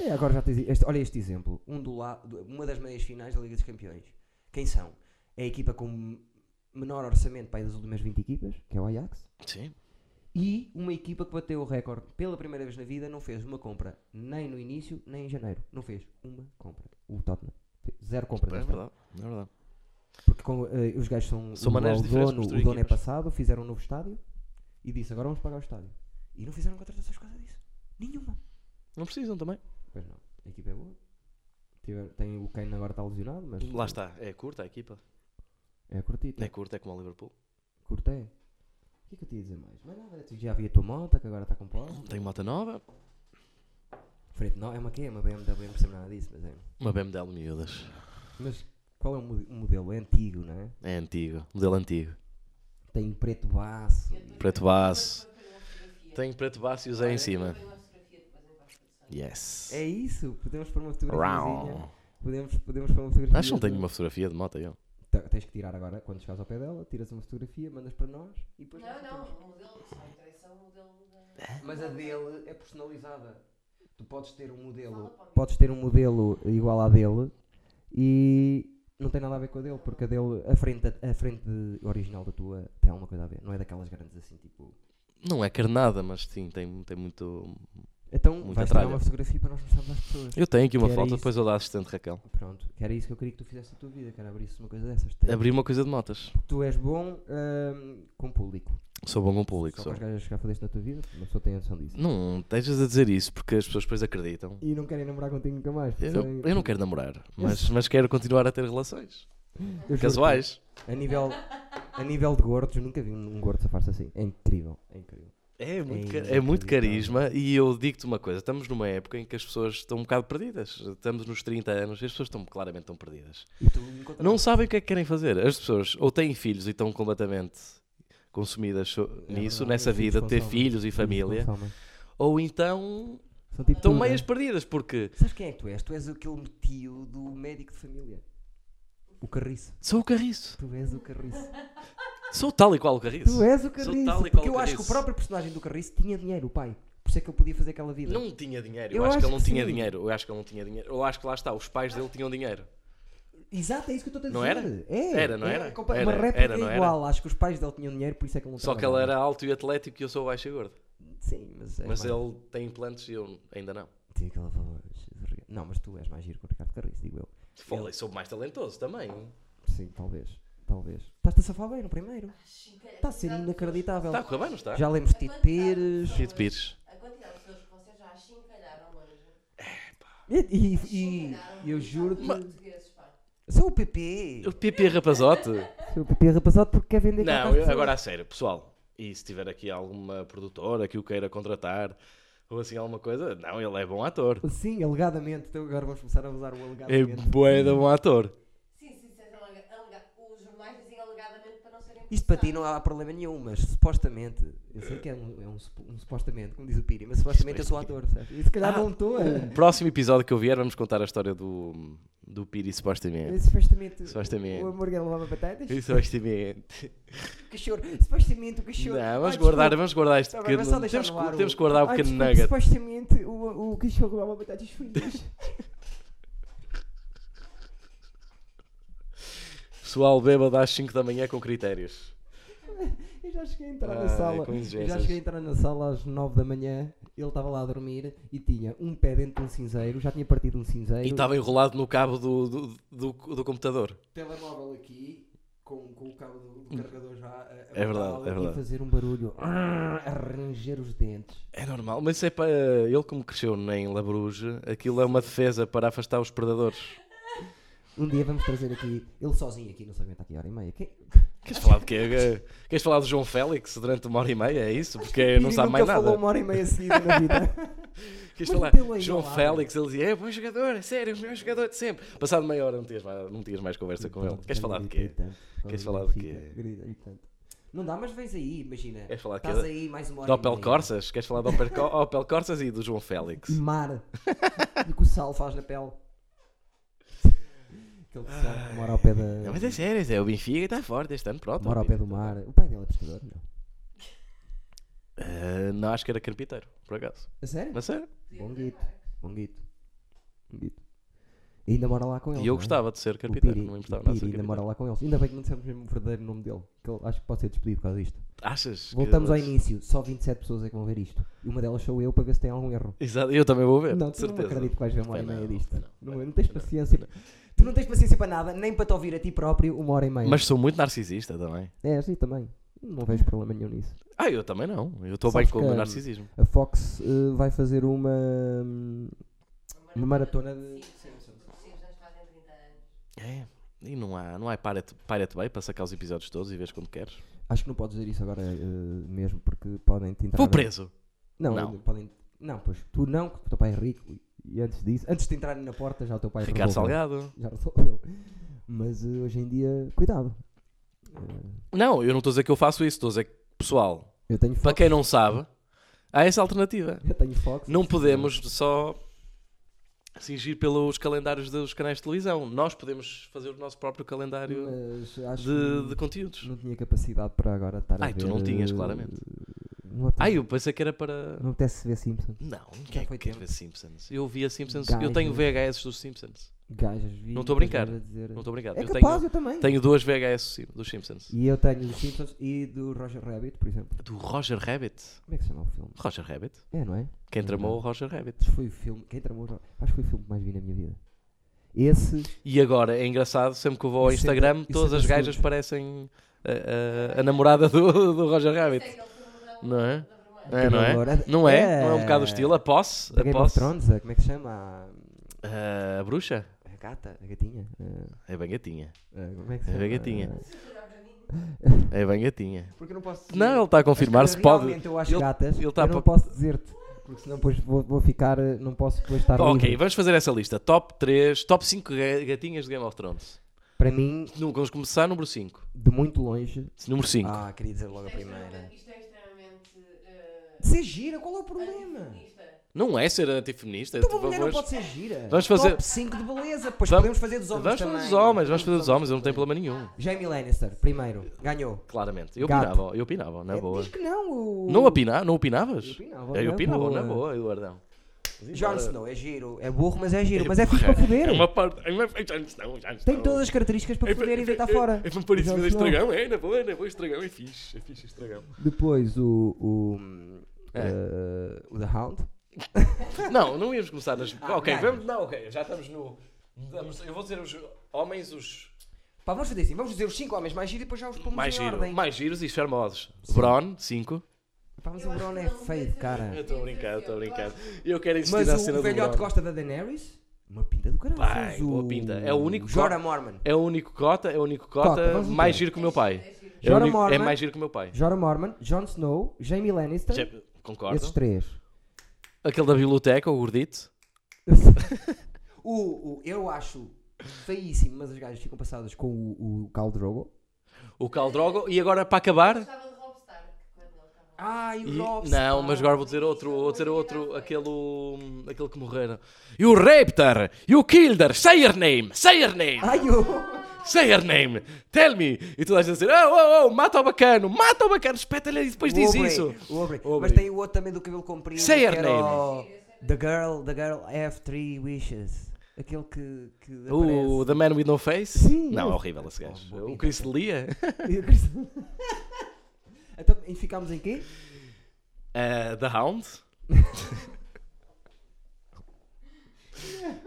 A: É, agora já tens. Este, olha este exemplo. Um do la- do- uma das meias finais da Liga dos Campeões. Quem são? É a equipa com menor orçamento para aí das últimas 20 equipas, que é o Ajax.
B: Sim.
A: E uma equipa que bateu o recorde pela primeira vez na vida, não fez uma compra nem no início, nem em janeiro. Não fez uma compra. O Tottenham. Fe- Zero
B: É
A: compras.
B: verdade, é verdade.
A: Porque com- eh, os gajos são.
B: São
A: o-
B: maneiras
A: o
B: diferentes de
A: dono,
B: construir
A: o dono é
B: equipas.
A: passado, fizeram um novo estádio e disse agora vamos pagar o estádio. E não fizeram contratações por causa disso. Nenhuma.
B: Não precisam também.
A: Pois não. A equipa é boa. Tiver- tem o Kane agora está lesionado, mas.
B: Lá está, é curta a equipa.
A: É curtito.
B: É curta, é como o Liverpool.
A: Curtei. O que é que eu te ia dizer mais? Mas nada, tu já havia a tua moto que agora está com pó.
B: Tem uma moto nova,
A: Frente, não, é uma que é uma BMW, eu não percebo nada disso, mas é.
B: uma BMW miúdas.
A: Mas qual é o mo- o modelo? É antigo, não é?
B: É antigo, modelo antigo.
A: Tem preto baço.
B: Preto base. Tem preto baço e usei em Tá cima. Yes.
A: É isso, podemos pôr uma fotografiazinha.
B: Rau.
A: Podemos, podemos pôr uma fotografia.
B: Acho que não tenho uma fotografia de moto eu.
A: Te- Tens que tirar agora, quando chegares ao pé dela, tiras uma fotografia, mandas para nós e depois.
C: Não,
A: nós
C: não,
A: temos.
C: o modelo é só interessa o modelo
B: Tá
C: da.
A: Mas a dele é personalizada. Tu podes ter um modelo.
C: Fala para mim.
A: Podes ter um modelo igual à dele e não tem nada a ver com a dele, porque a dele, a frente, a frente original da tua tem alguma coisa a ver. Não é daquelas grandes assim, tipo.
B: Não é carnada, mas sim, tem, tem muito.
A: Então
B: Muita
A: vais tirar
B: tralha.
A: uma fotografia para nós mostrarmos às pessoas.
B: Eu tenho aqui uma
A: Que era
B: foto,
A: isso.
B: depois eu dou à assistente Raquel.
A: Pronto, que era isso que eu queria que tu fizesse da tua vida, que era abrir-se uma coisa dessas. Tem-
B: Abri uma coisa de motas.
A: Tu és bom hum, com o público.
B: Sou bom com o público.
A: Só
B: Sou.
A: com as gajas que já fazeste na tua vida, uma pessoa tem a noção disso.
B: Não estejas a dizer isso porque as pessoas depois acreditam.
A: E não querem namorar contigo nunca mais.
B: Eu,
A: percebem?
B: eu não quero namorar, mas, mas quero continuar a ter relações
A: Eu juro-te,
B: casuais.
A: A nível, a nível de gordos, nunca vi um gordo safar-se assim. É incrível, é incrível.
B: É muito,
A: É
B: ca- é muito
A: inacreditável.
B: carisma e eu digo-te uma coisa, estamos numa época em que as pessoas estão um bocado perdidas. Estamos nos 30 anos e as pessoas estão claramente estão perdidas.
A: E tu
B: Não sabem o que é que querem fazer. As pessoas ou têm filhos e estão completamente consumidas so- nisso,
A: É verdade,
B: nessa
A: os filhos
B: vida, de ter
A: consomem.
B: filhos e família, ou então
A: São tipo
B: estão
A: tu,
B: meias
A: né?
B: perdidas porque
A: Sabes quem é que tu és? Tu és aquele tio do médico de família. O carriço.
B: sou o carriço,
A: Tu és o carriço.
B: sou tal e qual o carriço.
A: Tu és o
B: Sou tal
A: carriço.
B: e qual
A: Porque eu
B: o
A: acho que o
B: Carriço.
A: próprio personagem do carriço tinha dinheiro, o pai. Por isso é que ele podia fazer aquela vida.
B: Não tinha dinheiro, eu,
A: Eu
B: acho, que
A: acho
B: ele não
A: que
B: tinha
A: sim.
B: dinheiro. Eu acho que ele não tinha dinheiro. Eu acho que lá está, os pais dele tinham dinheiro.
A: Exato, é isso que eu estou a dizer.
B: Não era?
A: É,
B: Era, não
A: é
B: era?
A: compa-
B: Era,
A: Uma réplica
B: era, não era?
A: igual. Acho que os pais dele tinham dinheiro, por isso é que ele não
B: Só que ele
A: trabalhava.
B: era alto e atlético e eu sou baixo e gordo.
A: Sim, mas, é
B: Mas
A: mais-
B: ele tem implantes e eu ainda não.
A: Tem aquela voz. Não, mas tu és mais giro que o Ricardo Carriço, digo eu.
B: Falei, é sou mais talentoso também.
A: Sim, talvez. Talvez. Estás-te a safar bem no primeiro. Está a ser inacreditável.
B: Está a correr bem, não está?
A: Já lemos de Tito Pires.
B: Tito Pires.
C: A quantidade de pessoas que vocês já achincalharam hoje.
A: E, e- e-
C: Achincalharam
A: e eu
C: os
A: juro-te.
C: portugueses, pá.
A: Sou o PP.
B: O Pipi Rapazote.
A: Sou o PP rapazote porque quer vender
B: Não,
A: cartas
B: eu-
A: às
B: agora a sério, pessoal. E se tiver aqui alguma produtora que o queira contratar ou assim alguma coisa, não, ele é bom ator.
A: pessoas. Sim, alegadamente. Então agora vamos começar a usar o
B: É
A: alegadamente.
B: bué de bom ator.
C: Sim, sim, sim, alega- alega- os jornais dizem alegadamente para não serem
A: Isto para ti
C: processados.
A: não há problema nenhum, mas supostamente. Eu sei que é um, é um supo- um supostamente, como diz o Piri, mas supostamente eu sou um ator, sabes? E se calhar
B: Ah,
A: não estou a.
B: O próximo episódio que eu vier, vamos contar a história do, do Piri, supostamente.
A: Mas Supostamente,
B: É. Supostamente.
A: o hambúrguer levava batatas.
B: Supostamente.
A: O cachorro, supostamente o cachorro.
B: Não, vamos
A: Ah,
B: guardar,
A: desculpa.
B: vamos guardar este
A: Tá bem,
B: pequeno.
A: mas só deixar
B: Temos,
A: no ar
B: que-
A: o-
B: temos que guardar o
A: Ah,
B: pequeno
A: desculpe,
B: nugget.
A: Supostamente o, o cachorro levava batatas fritas.
B: Pessoal, bêbado às 5 da manhã com critérios.
A: Eu já cheguei a entrar na
B: Ai,
A: sala.
B: com
A: Eu
B: exigências.
A: já cheguei a entrar na sala às 9 da manhã. Ele estava lá a dormir e tinha um pé dentro de um cinzeiro. Já tinha partido um cinzeiro.
B: E estava enrolado no cabo do, do, do- do computador.
A: telemóvel aqui. Com, com o cabo do, do carregador já a, a
B: Hum. É verdade,
A: botá-lo
B: é
A: e
B: verdade.
A: fazer um barulho a ranger os dentes.
B: É normal, mas isso é para. Ele, como cresceu em Labruge, aquilo é uma defesa para afastar os predadores.
A: Um dia vamos trazer aqui, ele sozinho aqui, não se aguenta aqui hora e meia. Quem-
B: Queres falar de quê? Queres falar do João Félix durante uma hora e meia? É isso? Porque não
A: Piri
B: sabe
A: nunca
B: mais
A: falou
B: nada.
A: uma hora e meia seguida na vida.
B: Queres
A: Mas
B: falar?
A: pelo aí,
B: João
A: olá.
B: Félix, ele dizia: é bom jogador, é sério, é o melhor jogador de sempre. Passado meia hora, não tinhas mais, não tinhas mais conversa com ele. Queres falar de quê? Queres falar de quê? É,
A: Não dá, mas vens aí, imagina.
B: Queres falar de quê?
A: Estás aí mais uma hora. e
B: Doppel
A: meia.
B: Corsas? Queres falar de Opel Co- Opel Corsas e do João Félix?
A: Mar. e que o sal faz na pele. Aquele que sal que mora ao pé da.
B: Não, mas é sério, Zé, o Benfica está forte este ano, pronto.
A: Mora ao pé do mar. O pai dele é pescador, não.
B: Ah, não, acho que era carpinteiro, por acaso.
A: A sério?
B: Mas sério,
A: Bom guito. Bom guito. Bom guito. E ainda mora lá com ele.
B: e eu
A: não é?
B: gostava de ser
A: O
B: carpinteiro,
A: Piri-
B: não me
A: o
B: importava nada de
A: Piri
B: ser
A: ainda
B: carpinteiro.
A: mora lá com eles. Ainda bem que não dissemos mesmo o verdadeiro nome dele. Que ele acho que pode ser despedido por causa disto.
B: Achas? que-
A: Voltamos ao início. Só 27 pessoas é que vão ver isto. E uma delas sou eu para ver se tem algum erro.
B: Exato, eu também vou ver,
A: Não,
B: É, de
A: tu não
B: certeza.
A: acredito que vais ver uma hora e
B: Pois não,
A: meia disto.
B: pois não,
A: Não,
B: pois
A: não tens
B: não,
A: paciência. Tu não tens paciência para nada, nem para te ouvir a ti próprio uma hora e meia.
B: Mas sou muito narcisista também.
A: É, assim também. Não vejo problema nenhum nisso.
B: Ah, eu também não. Eu estou
A: Sabes
B: bem com o
A: que,
B: meu
A: hum,
B: narcisismo.
A: A Fox eh, vai fazer uma, hum, uma maratona de.
C: Sim, já está dentro de 30 anos.
B: É. E não há, não há Pirate, Pirate Bay para sacar os episódios todos e vês quando queres.
A: Acho que não podes dizer isso agora eh, mesmo, porque podem te entrar.
B: Vou
A: na-
B: preso.
A: Não,
B: Não.
A: podem. Não, pois tu não, que o teu pai é rico. E antes disso, antes de entrarem na porta, já o teu pai
B: Ricardo
A: resolveu.
B: Salgado.
A: Já resolveu. Mas eh, hoje em dia, cuidado. Eh,
B: Não, eu não estou a dizer que eu faço isso. Estou a dizer que, pessoal,
A: eu tenho
B: para
A: Fox.
B: quem não sabe, há essa alternativa.
A: Eu tenho Fox.
B: Não podemos só singir pelos calendários dos canais de televisão. Nós podemos fazer o nosso próprio calendário
A: Mas acho
B: de, de
A: que
B: conteúdos.
A: não tinha capacidade para agora estar a
B: Ai,
A: ver.
B: tu não tinhas,
A: eh,
B: claramente.
A: Não apetece,
B: Ah, eu pensei que era para.
A: não apetece ver Simpsons.
B: Não, quem é
A: foi né?
B: que quer
A: tempo.
B: ver Simpsons? Eu via Simpsons,
A: Gajo.
B: eu tenho VHS dos Simpsons.
A: Gajas, vi
B: Não tô
A: muitas
B: a brincar.
A: vezes a dizer-
B: Não estou obrigado.
A: É
B: eu
A: capaz,
B: tenho,
A: eu também.
B: tenho duas VHS sim- dos Simpsons.
A: E eu tenho dos Simpsons e do Roger Rabbit, por exemplo.
B: Do Roger Rabbit.
A: Como é que se chama o filme?
B: Roger Rabbit.
A: É, não é?
B: Quem
A: Não
B: tramou
A: dá.
B: o Roger Rabbit.
A: Acho que Foi o filme. Quem tramou o Roger- Acho que foi o filme que mais vi na minha vida. Esse.
B: E agora, é engraçado, sempre que eu vou ao
A: Isso é da-
B: Instagram,
A: isso é
B: todas
A: da
B: as
A: Sud.
B: gajas parecem eh, a, a- a namorada do, do Roger
C: Sei
B: Rabbit.
C: que ele foi no verão
B: Não é?
C: da Vermelha.
B: É, não é?
A: Agora-
B: Não é? Não é um bocado o estilo? A posse?
A: da
B: A
A: Game of
B: posse?
A: Thrones, a- como é que se chama? A-
B: Ah, a bruxa?
A: A gata, a gatinha. a-
B: É bem gatinha.
A: a- como é que se
B: A
A: chama?
B: gatinha.
C: Se olhar para mim,
B: É bem gatinha.
A: Porque eu não posso. dizer-
B: Não, ele está a confirmar
A: Mas
B: se pode.
A: realmente Eu acho
B: Ele-
A: gatas.
B: ele tá
A: eu não
B: pa-
A: posso dizer-te. Porque senão depois vou, vou ficar. eh, Não posso depois estar.
B: Ok,
A: livre.
B: vamos fazer essa lista. Top 3, top 5 gatinhas de Game of Thrones.
A: Para mim,
B: Não, Vamos começar número 5.
A: de muito longe.
B: Número 5.
A: Ah, queria dizer logo a
C: isto é
A: primeira.
C: extremamente- Isto é extremamente. eh,
A: Ser gira, qual é o problema?
C: antifeminista.
B: Não é ser antifeminista.
A: Então
B: tu
A: uma mulher não
B: vais-
A: pode ser gira.
B: Vamos fazer-
A: Top 5 de beleza. Pois
B: Vamos-
A: podemos fazer dos homens
B: Vamos
A: também.
B: fazer dos homens, vamos fazer dos homens, eu não tenho problema nenhum.
A: Jamie Lannister, primeiro. Ganhou.
B: Claramente. Eu
A: Gato.
B: opinava, eu opinava, na
A: É,
B: boa.
A: Diz que não. O...
B: Não opinava? Não opinavas?
A: Eu opinava,
B: Eu
A: na
B: opinava,
A: boa.
B: na boa, Eduardão.
A: Jon Snow é giro. É burro, mas é giro. Mas é fixe para foder.
B: É uma parte. É uma... Já não, já não.
A: Tem todas as características para foder e deitar fora.
B: É para pôr em
A: Jon
B: cima deste
A: Snow.
B: dragão, é, na boa, na boa, este dragão é fixe, é fixe este dragão.
A: Depois o. o
B: É.
A: eh, o The Hound.
B: Não, não íamos começar nas.
A: Ah,
B: ok,
A: gajas.
B: vamos. Não, ok, já estamos no. vamos- eu vou dizer os homens, os
A: Pá, vamos fazer assim. Vamos dizer os 5 homens mais giros e depois já os pomos
B: mais,
A: em
B: giro,
A: ordem.
B: mais giros e charmosos. Bron, 5.
A: Pá, mas
C: Eu
A: o
C: acho
A: Bron
C: que
A: é
C: ele
A: feio de cara.
B: Eu estou a brincar, estou a brincar. Eu quero insistir
A: Mas
B: na cena
A: o
B: do
A: velhote
B: Bronn.
A: gosta da Daenerys. Uma pinta do caralho.
B: Pai,
A: Fez o-
B: boa pinta. É o único
A: Jorah Mormon.
B: É o único cota, é o único cota,
A: Cota, vamos
B: mais
A: votar.
B: giro que o meu pai. É, o
A: Jorah
B: único- é
A: Mormont.
B: mais giro que o meu pai.
A: Jorah Mormon, Jon Snow, Jamie Lannister.
B: Já- concordo.
A: Esses três.
B: Aquele da biblioteca, o gordito.
A: o, o- eu acho feíssimo, mas as gajas ficam passadas com o, o Khal Drogo.
B: O Khal Drogo. E agora, para acabar...
C: Gostava de Rob Stark quando ele estava.
A: Ah, e o
B: e-
A: Rob
B: não,
A: Stark.
B: mas agora vou dizer outro, vou dizer outro, aquele, hum, aquele que morreram. E o Raptor, e o Kilder, say your name, say your name,
A: Ai, o...
B: say your name, tell me. E tu vais dizer, oh, oh, oh, mata o bacano, mata o bacano, espeta-lhe e depois
A: o
B: diz
A: Aubrey,
B: isso.
A: o Aubrey.
B: Aubrey. é
A: Mas tem o outro também do cabelo comprido.
B: Say her
A: que era
B: name.
A: o- The Girl, The Girl Have Three Wishes. Aquele que, que
B: O
A: aparece.
B: The Man With No Face?
A: Sim,
B: Não, é
A: esse.
B: horrível esse gajo.
A: Oh, boa
B: o
A: pinta.
B: Chris Lia?
A: E o Chris- então, e ficámos em quê?
B: Uh, The Hound?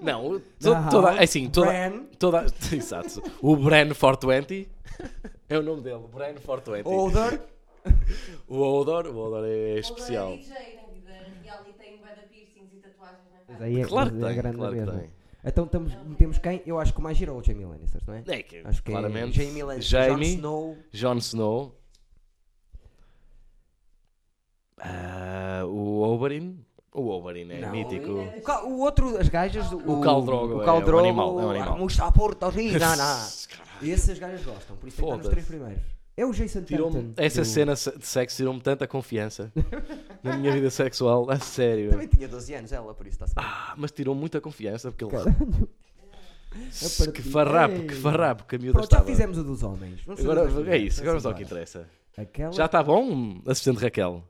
B: não, o- to,
A: The
B: toda,
A: Hound,
B: assim, toda,
A: Bran,
B: toda, exato. O Bran 420 é o nome dele, Bran 420.
A: Older.
B: O Odor, o Odor é
C: Ou da
B: especial.
C: DJ, né, que da- e ali tem bué de piercings e tatuagens na
A: Mas
C: cara.
A: aí é,
B: Claro que
A: mas é
B: tem,
A: grande
B: claro que
A: mesmo.
B: tem.
A: Então estamos, metemos quem? Eu acho que o mais giro é o Jamie Lannister, não é?
B: É que,
A: Acho que
B: claramente,
A: é Jamie Lannister, Jon
B: Jaime,
A: Snow,
B: Jon Snow, Ah, o Oberyn, o Oberyn é
A: Não,
B: mítico.
C: Oberyn é-
A: o, ca- o outro, as gajas, o,
B: O Khal Drogo,
A: o
B: é,
A: Khal
B: é um
A: Drogo,
B: animal, é um animal.
A: ah, Mostra a porta ao rio, não, não.
B: Caralho.
A: Essas gajas gostam, por isso tem que estar nos três
B: Foda-se.
A: primeiros. É o Jason
B: Tirou-me,
A: Tatum.
B: essa
A: do-
B: cena se- de sexo tirou-me tanta confiança na minha vida sexual, a sério.
A: Também tinha 12 anos ela, por isso está-se bem.
B: Ah, mas tirou muita confiança porque ele.
A: Caralho. A partir-
B: Que farrapo, que
A: Ei.
B: farrapo que a miúda
A: Pronto, já
B: estava.
A: fizemos o dos homens. Vamos fazer o das
B: Agora é
A: mulheres,
B: isso, agora
A: vamos
B: só o que
A: embora.
B: interessa.
A: Aquela,
B: Já está bom, assistente Raquel?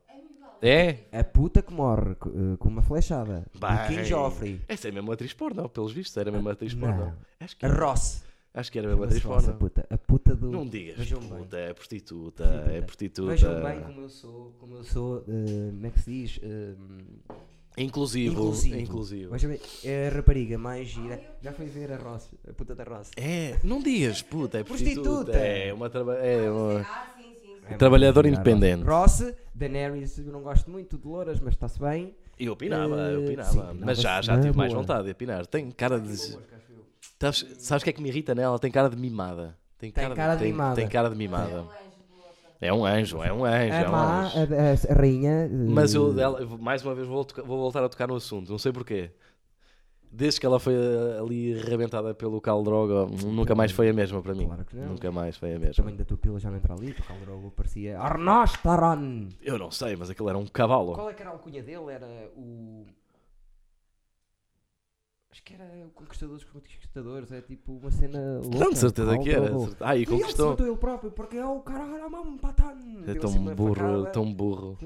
B: É?
A: a puta que morre co- eh, com uma flechada.
B: Bem.
A: O King Joffrey.
B: Essa é mesmo atriz porno, pelos vistos, era mesmo atriz
A: Não.
B: porno. Acho que, é,
A: A Ross.
B: acho que era mesmo
A: Mas
B: atriz
A: Ross, a
B: porno.
A: puta. A puta do...
B: Não digas,
A: Vejam bem.
B: puta, é prostituta,
A: Prostituta.
B: é prostituta.
A: Vejam bem como eu sou, como eu sou, eh, como é que se diz? eh,
B: Inclusivo.
A: Inclusivo.
B: inclusivo.
A: Mas também, é a rapariga mais gira. Já foi ver a Ross, a puta da Ross.
B: É, não digas, puta, é prostituta.
A: Prostituta.
B: É uma, traba- é uma-
C: Ah, sim, sim, sim.
A: É
B: trabalhadora
A: muito gira a
B: independente.
A: Ross, Ross, Daenerys, eu não gosto muito de Louras, mas está-se bem.
B: Eu opinava, eu
A: Eh,
B: opinava.
A: sim, opinava-se
B: mas já, já
A: na
B: tive mais
A: boa.
B: vontade de opinar. Tem cara de. Sabes, sabes o que é que me irrita nela? Tem cara de mimada. Tem cara,
A: cara de
B: tem-
A: mimada.
B: Tem cara de
C: um
B: mimada. É um anjo, é um anjo, é,
A: A
B: um
A: má,
B: anjo.
A: a, a- a rainha. eh,
B: Mas eu, dela- eu mais uma vez, vou, toca- vou voltar a tocar no assunto, não sei porquê. Desde que ela foi eh, ali arrebentada pelo Cal Droga, nunca mais foi a mesma para mim.
A: Claro que não.
B: Nunca mais foi a
A: O
B: mesma.
A: tamanho da tua pila já não entra ali, porque o Drogo parecia Arnostaron.
B: Eu não sei, mas aquilo era um cavalo.
A: Qual é que era a alcunha dele? Era o. Acho que era o Conquistadores contra os Conquistadores, é tipo uma cena louca.
B: Não, de certeza
A: Cal
B: que era.
A: Drogo.
B: Ah, e
A: E ele se
B: conquistou.
A: matou ele próprio, porque é o cara Haramam Patan.
B: É tão burro, tão burro.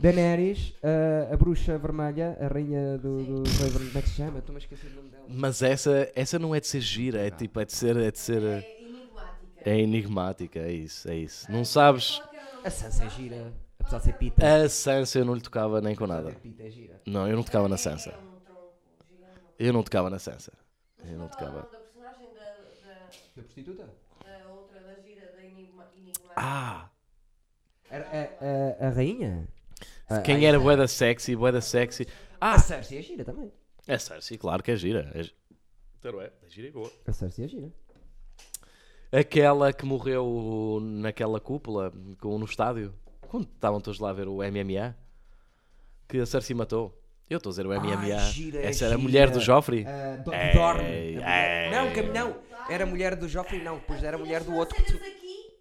A: Daenerys, a, a bruxa vermelha, a rainha do, do Raven, como é que se chama? Estou-me a esquecer do nome dela.
B: Mas essa, essa não é de ser gira, é tipo, é de ser, é de ser, eh,
C: É enigmática.
B: é enigmática, é isso, é isso. Não sabes,
C: Qual que era o nome
A: A Sansa é gira, apesar de ser pita.
B: a Sansa eu não lhe tocava nem com
A: A
B: É, nada.
A: pita é gira.
B: Não, eu não tocava na
C: dela?
B: Sansa.
C: É um tronco gigante.
B: Eu não tocava na Sansa. Eu não
C: Mas qual é o
B: tocava.
C: nome da personagem da, da,
A: Que prostituta?
C: da outra, da gira, da enigma- enigmática?
B: Ah,
A: A, é, a- a- a rainha?
B: quem era bué da sexy, bué da sexy.
A: Ah, a Cersei é gira também.
B: É Cersei, claro que é gira. É, gi- Então é, é gira e boa.
A: A Cersei é gira.
B: Aquela que morreu naquela cúpula, com, no estádio, quando estavam todos lá a ver o MMA, que a Cersei matou. Eu estou a dizer o MMA.
A: gira,
B: Essa era a
A: gira.
B: mulher do Joffrey.
A: Ah, do-
B: Ei,
A: dorme. A mulher-
B: ei.
A: Não, que- não. Era a mulher do Joffrey, não. Pois era a mulher do outro.
C: Sobrancelhas aqui,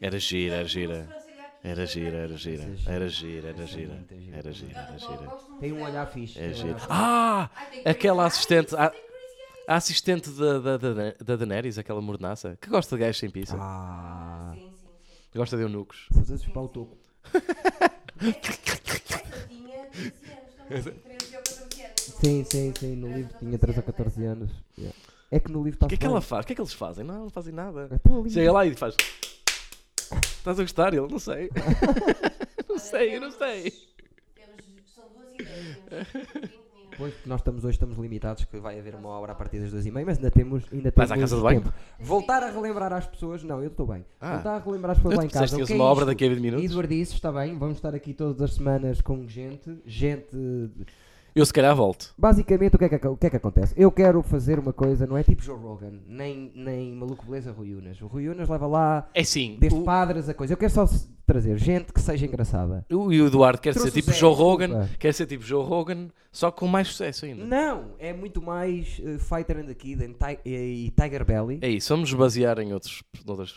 B: Era gira, era
C: uma
B: gira.
C: sobrancelha aqui,
B: Era gira, era
C: outra aqui.
B: gira. Era gira, era gira. Era gira, era
C: Eu
B: gira.
C: gosto muito
A: Tem um
C: dela.
A: olhar fixe.
B: É
A: tem um
B: gira.
A: olhar fixe.
B: Ah!
C: Ai, tem
B: Aquela
C: Chris
B: assistente. ah. A,
C: Evans, tem Chris Evans.
B: a assistente da, da, da, da Daenerys, aquela mordaça, que gosta de gajos sem pizza.
A: Ah. tipo,
C: Sim, sim, sim.
B: Gosta de eunucos.
A: Se fosses para o toco.
C: Essa tinha 13 anos também, 13 ou 14 anos. não
A: Sim,
C: sei.
A: sim, sim. No livro tinha 3
C: 13
A: ou 14 anos. Yeah. É que no livro está
B: O que é que ela faz? O que é que eles fazem? Não, não fazem nada.
A: Estou ali.
B: Chega lá e faz. Estás a gostar? Ele, não sei. não sei, eu não sei. É.
C: Temos, são duas ideias, temos 20 minutos.
A: Pois, porque nós estamos hoje estamos limitados, que vai haver uma hora a partir das duas e meia, mas ainda temos, ainda temos
B: Vais à casa de banho?
A: tempo. Voltar a relembrar às pessoas, não, eu estou bem.
B: Ah.
A: Voltar a relembrar às pessoas
B: Eu
A: lá em casa.
B: disseste que
A: o que
B: tinhas
A: é
B: uma obra
A: isto?
B: daqui a 20 minutos.
A: Eduardices, está bem, vamos estar aqui todas as semanas com gente, gente...
B: Eu se calhar volto.
A: Basicamente, o que é que, ac- o que, é que acontece? Eu quero fazer uma coisa, não é tipo Joe Rogan, nem, nem Maluco Beleza Rui Unas. O Rui Unas leva lá
B: É sim.
A: desde
B: o-
A: padres a coisa. Eu quero só s- trazer gente que seja engraçada.
B: O, e o Eduardo quer
A: Trouxe
B: ser
A: o
B: tipo
A: Zé,
B: Joe Rogan,
A: desculpa.
B: quer ser tipo Joe Rogan, só com mais sucesso ainda.
A: Não, é muito mais eh, Fighter and the Kid and Ti- e Tiger Belly.
B: É isso, vamos basear em outros, outras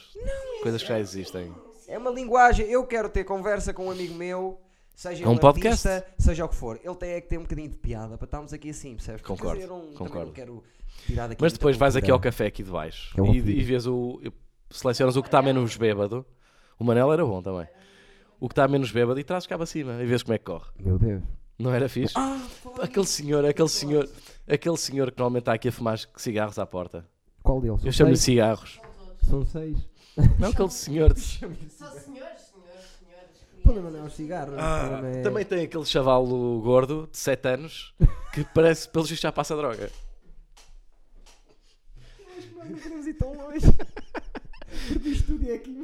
B: coisas que já existem.
A: É uma linguagem. Eu quero ter conversa com um amigo meu, seja
B: É um
A: ele
B: podcast?
A: artista, seja o que for. Ele tem é que ter um bocadinho de piada para estarmos aqui assim, percebes? Porque
B: Concordo,
A: eu não, também
B: concordo.
A: não quero tirar daqui
B: Mas
A: muita
B: depois vais aqui ao
A: cultura.
B: café aqui de baixo
A: Que é o
B: e,
A: Alfio.
B: e vês o. e selecionas o que está menos bêbado. O Manel era bom também. O que está menos bêbado e trazes cá para cima e vês como é que corre.
A: Meu Deus.
B: Não era fixe? aquele senhor, aquele senhor, aquele senhor que normalmente está aqui a fumar cigarros à porta.
A: Qual deles?
B: Eu
A: São
B: chamo-lhe
A: seis?
B: cigarros.
A: São seis.
B: Não aquele senhor. de-
C: Só senhores, senhores, senhores.
A: O problema não é os cigarros. o
B: Ah,
A: problema é-
B: também tem aquele chavalo gordo de 7 anos que parece, pelo visto, já passa droga.
A: Mano, não queremos ir tão longe. Perdi o estúdio é aqui.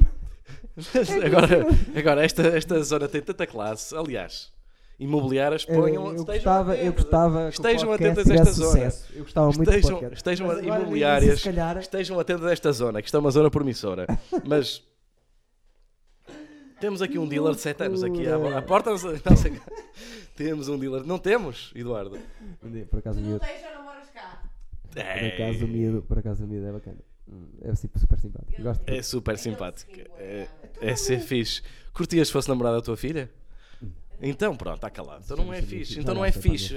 B: Mas agora, agora esta, esta zona tem tanta classe. Aliás, imobiliárias
A: Eu,
B: ponham.
A: eu
B: estejam
A: gostava, eu
B: atentas.
A: gostava
B: Estejam
A: que o podcast
B: atentas a
A: tivesse
B: esta zona.
A: sucesso. Eu gostava muito do
B: Estejam,
A: podcast.
B: estejam
A: Mas agora,
B: imobiliárias.
A: Se calhar,
B: Estejam atentos a esta zona, que isto é uma zona promissora. Mas. Temos aqui um dealer de 7 anos aqui à, à porta. da nossa casa. temos um dealer. Não temos, Eduardo.
A: por acaso
C: Tu
A: o
C: não
A: miúdo,
C: tens, já namoras cá.
A: por
B: É,
A: acaso o miúdo, por acaso o miúdo é bacana. Hum, É super, super simpático. Gosto.
B: é super simpático. É, é ser fixe. Curtias se fosse namorada da tua filha? Então, pronto, está calado. Então não é
A: Tá
B: fixe. Então não é fixe.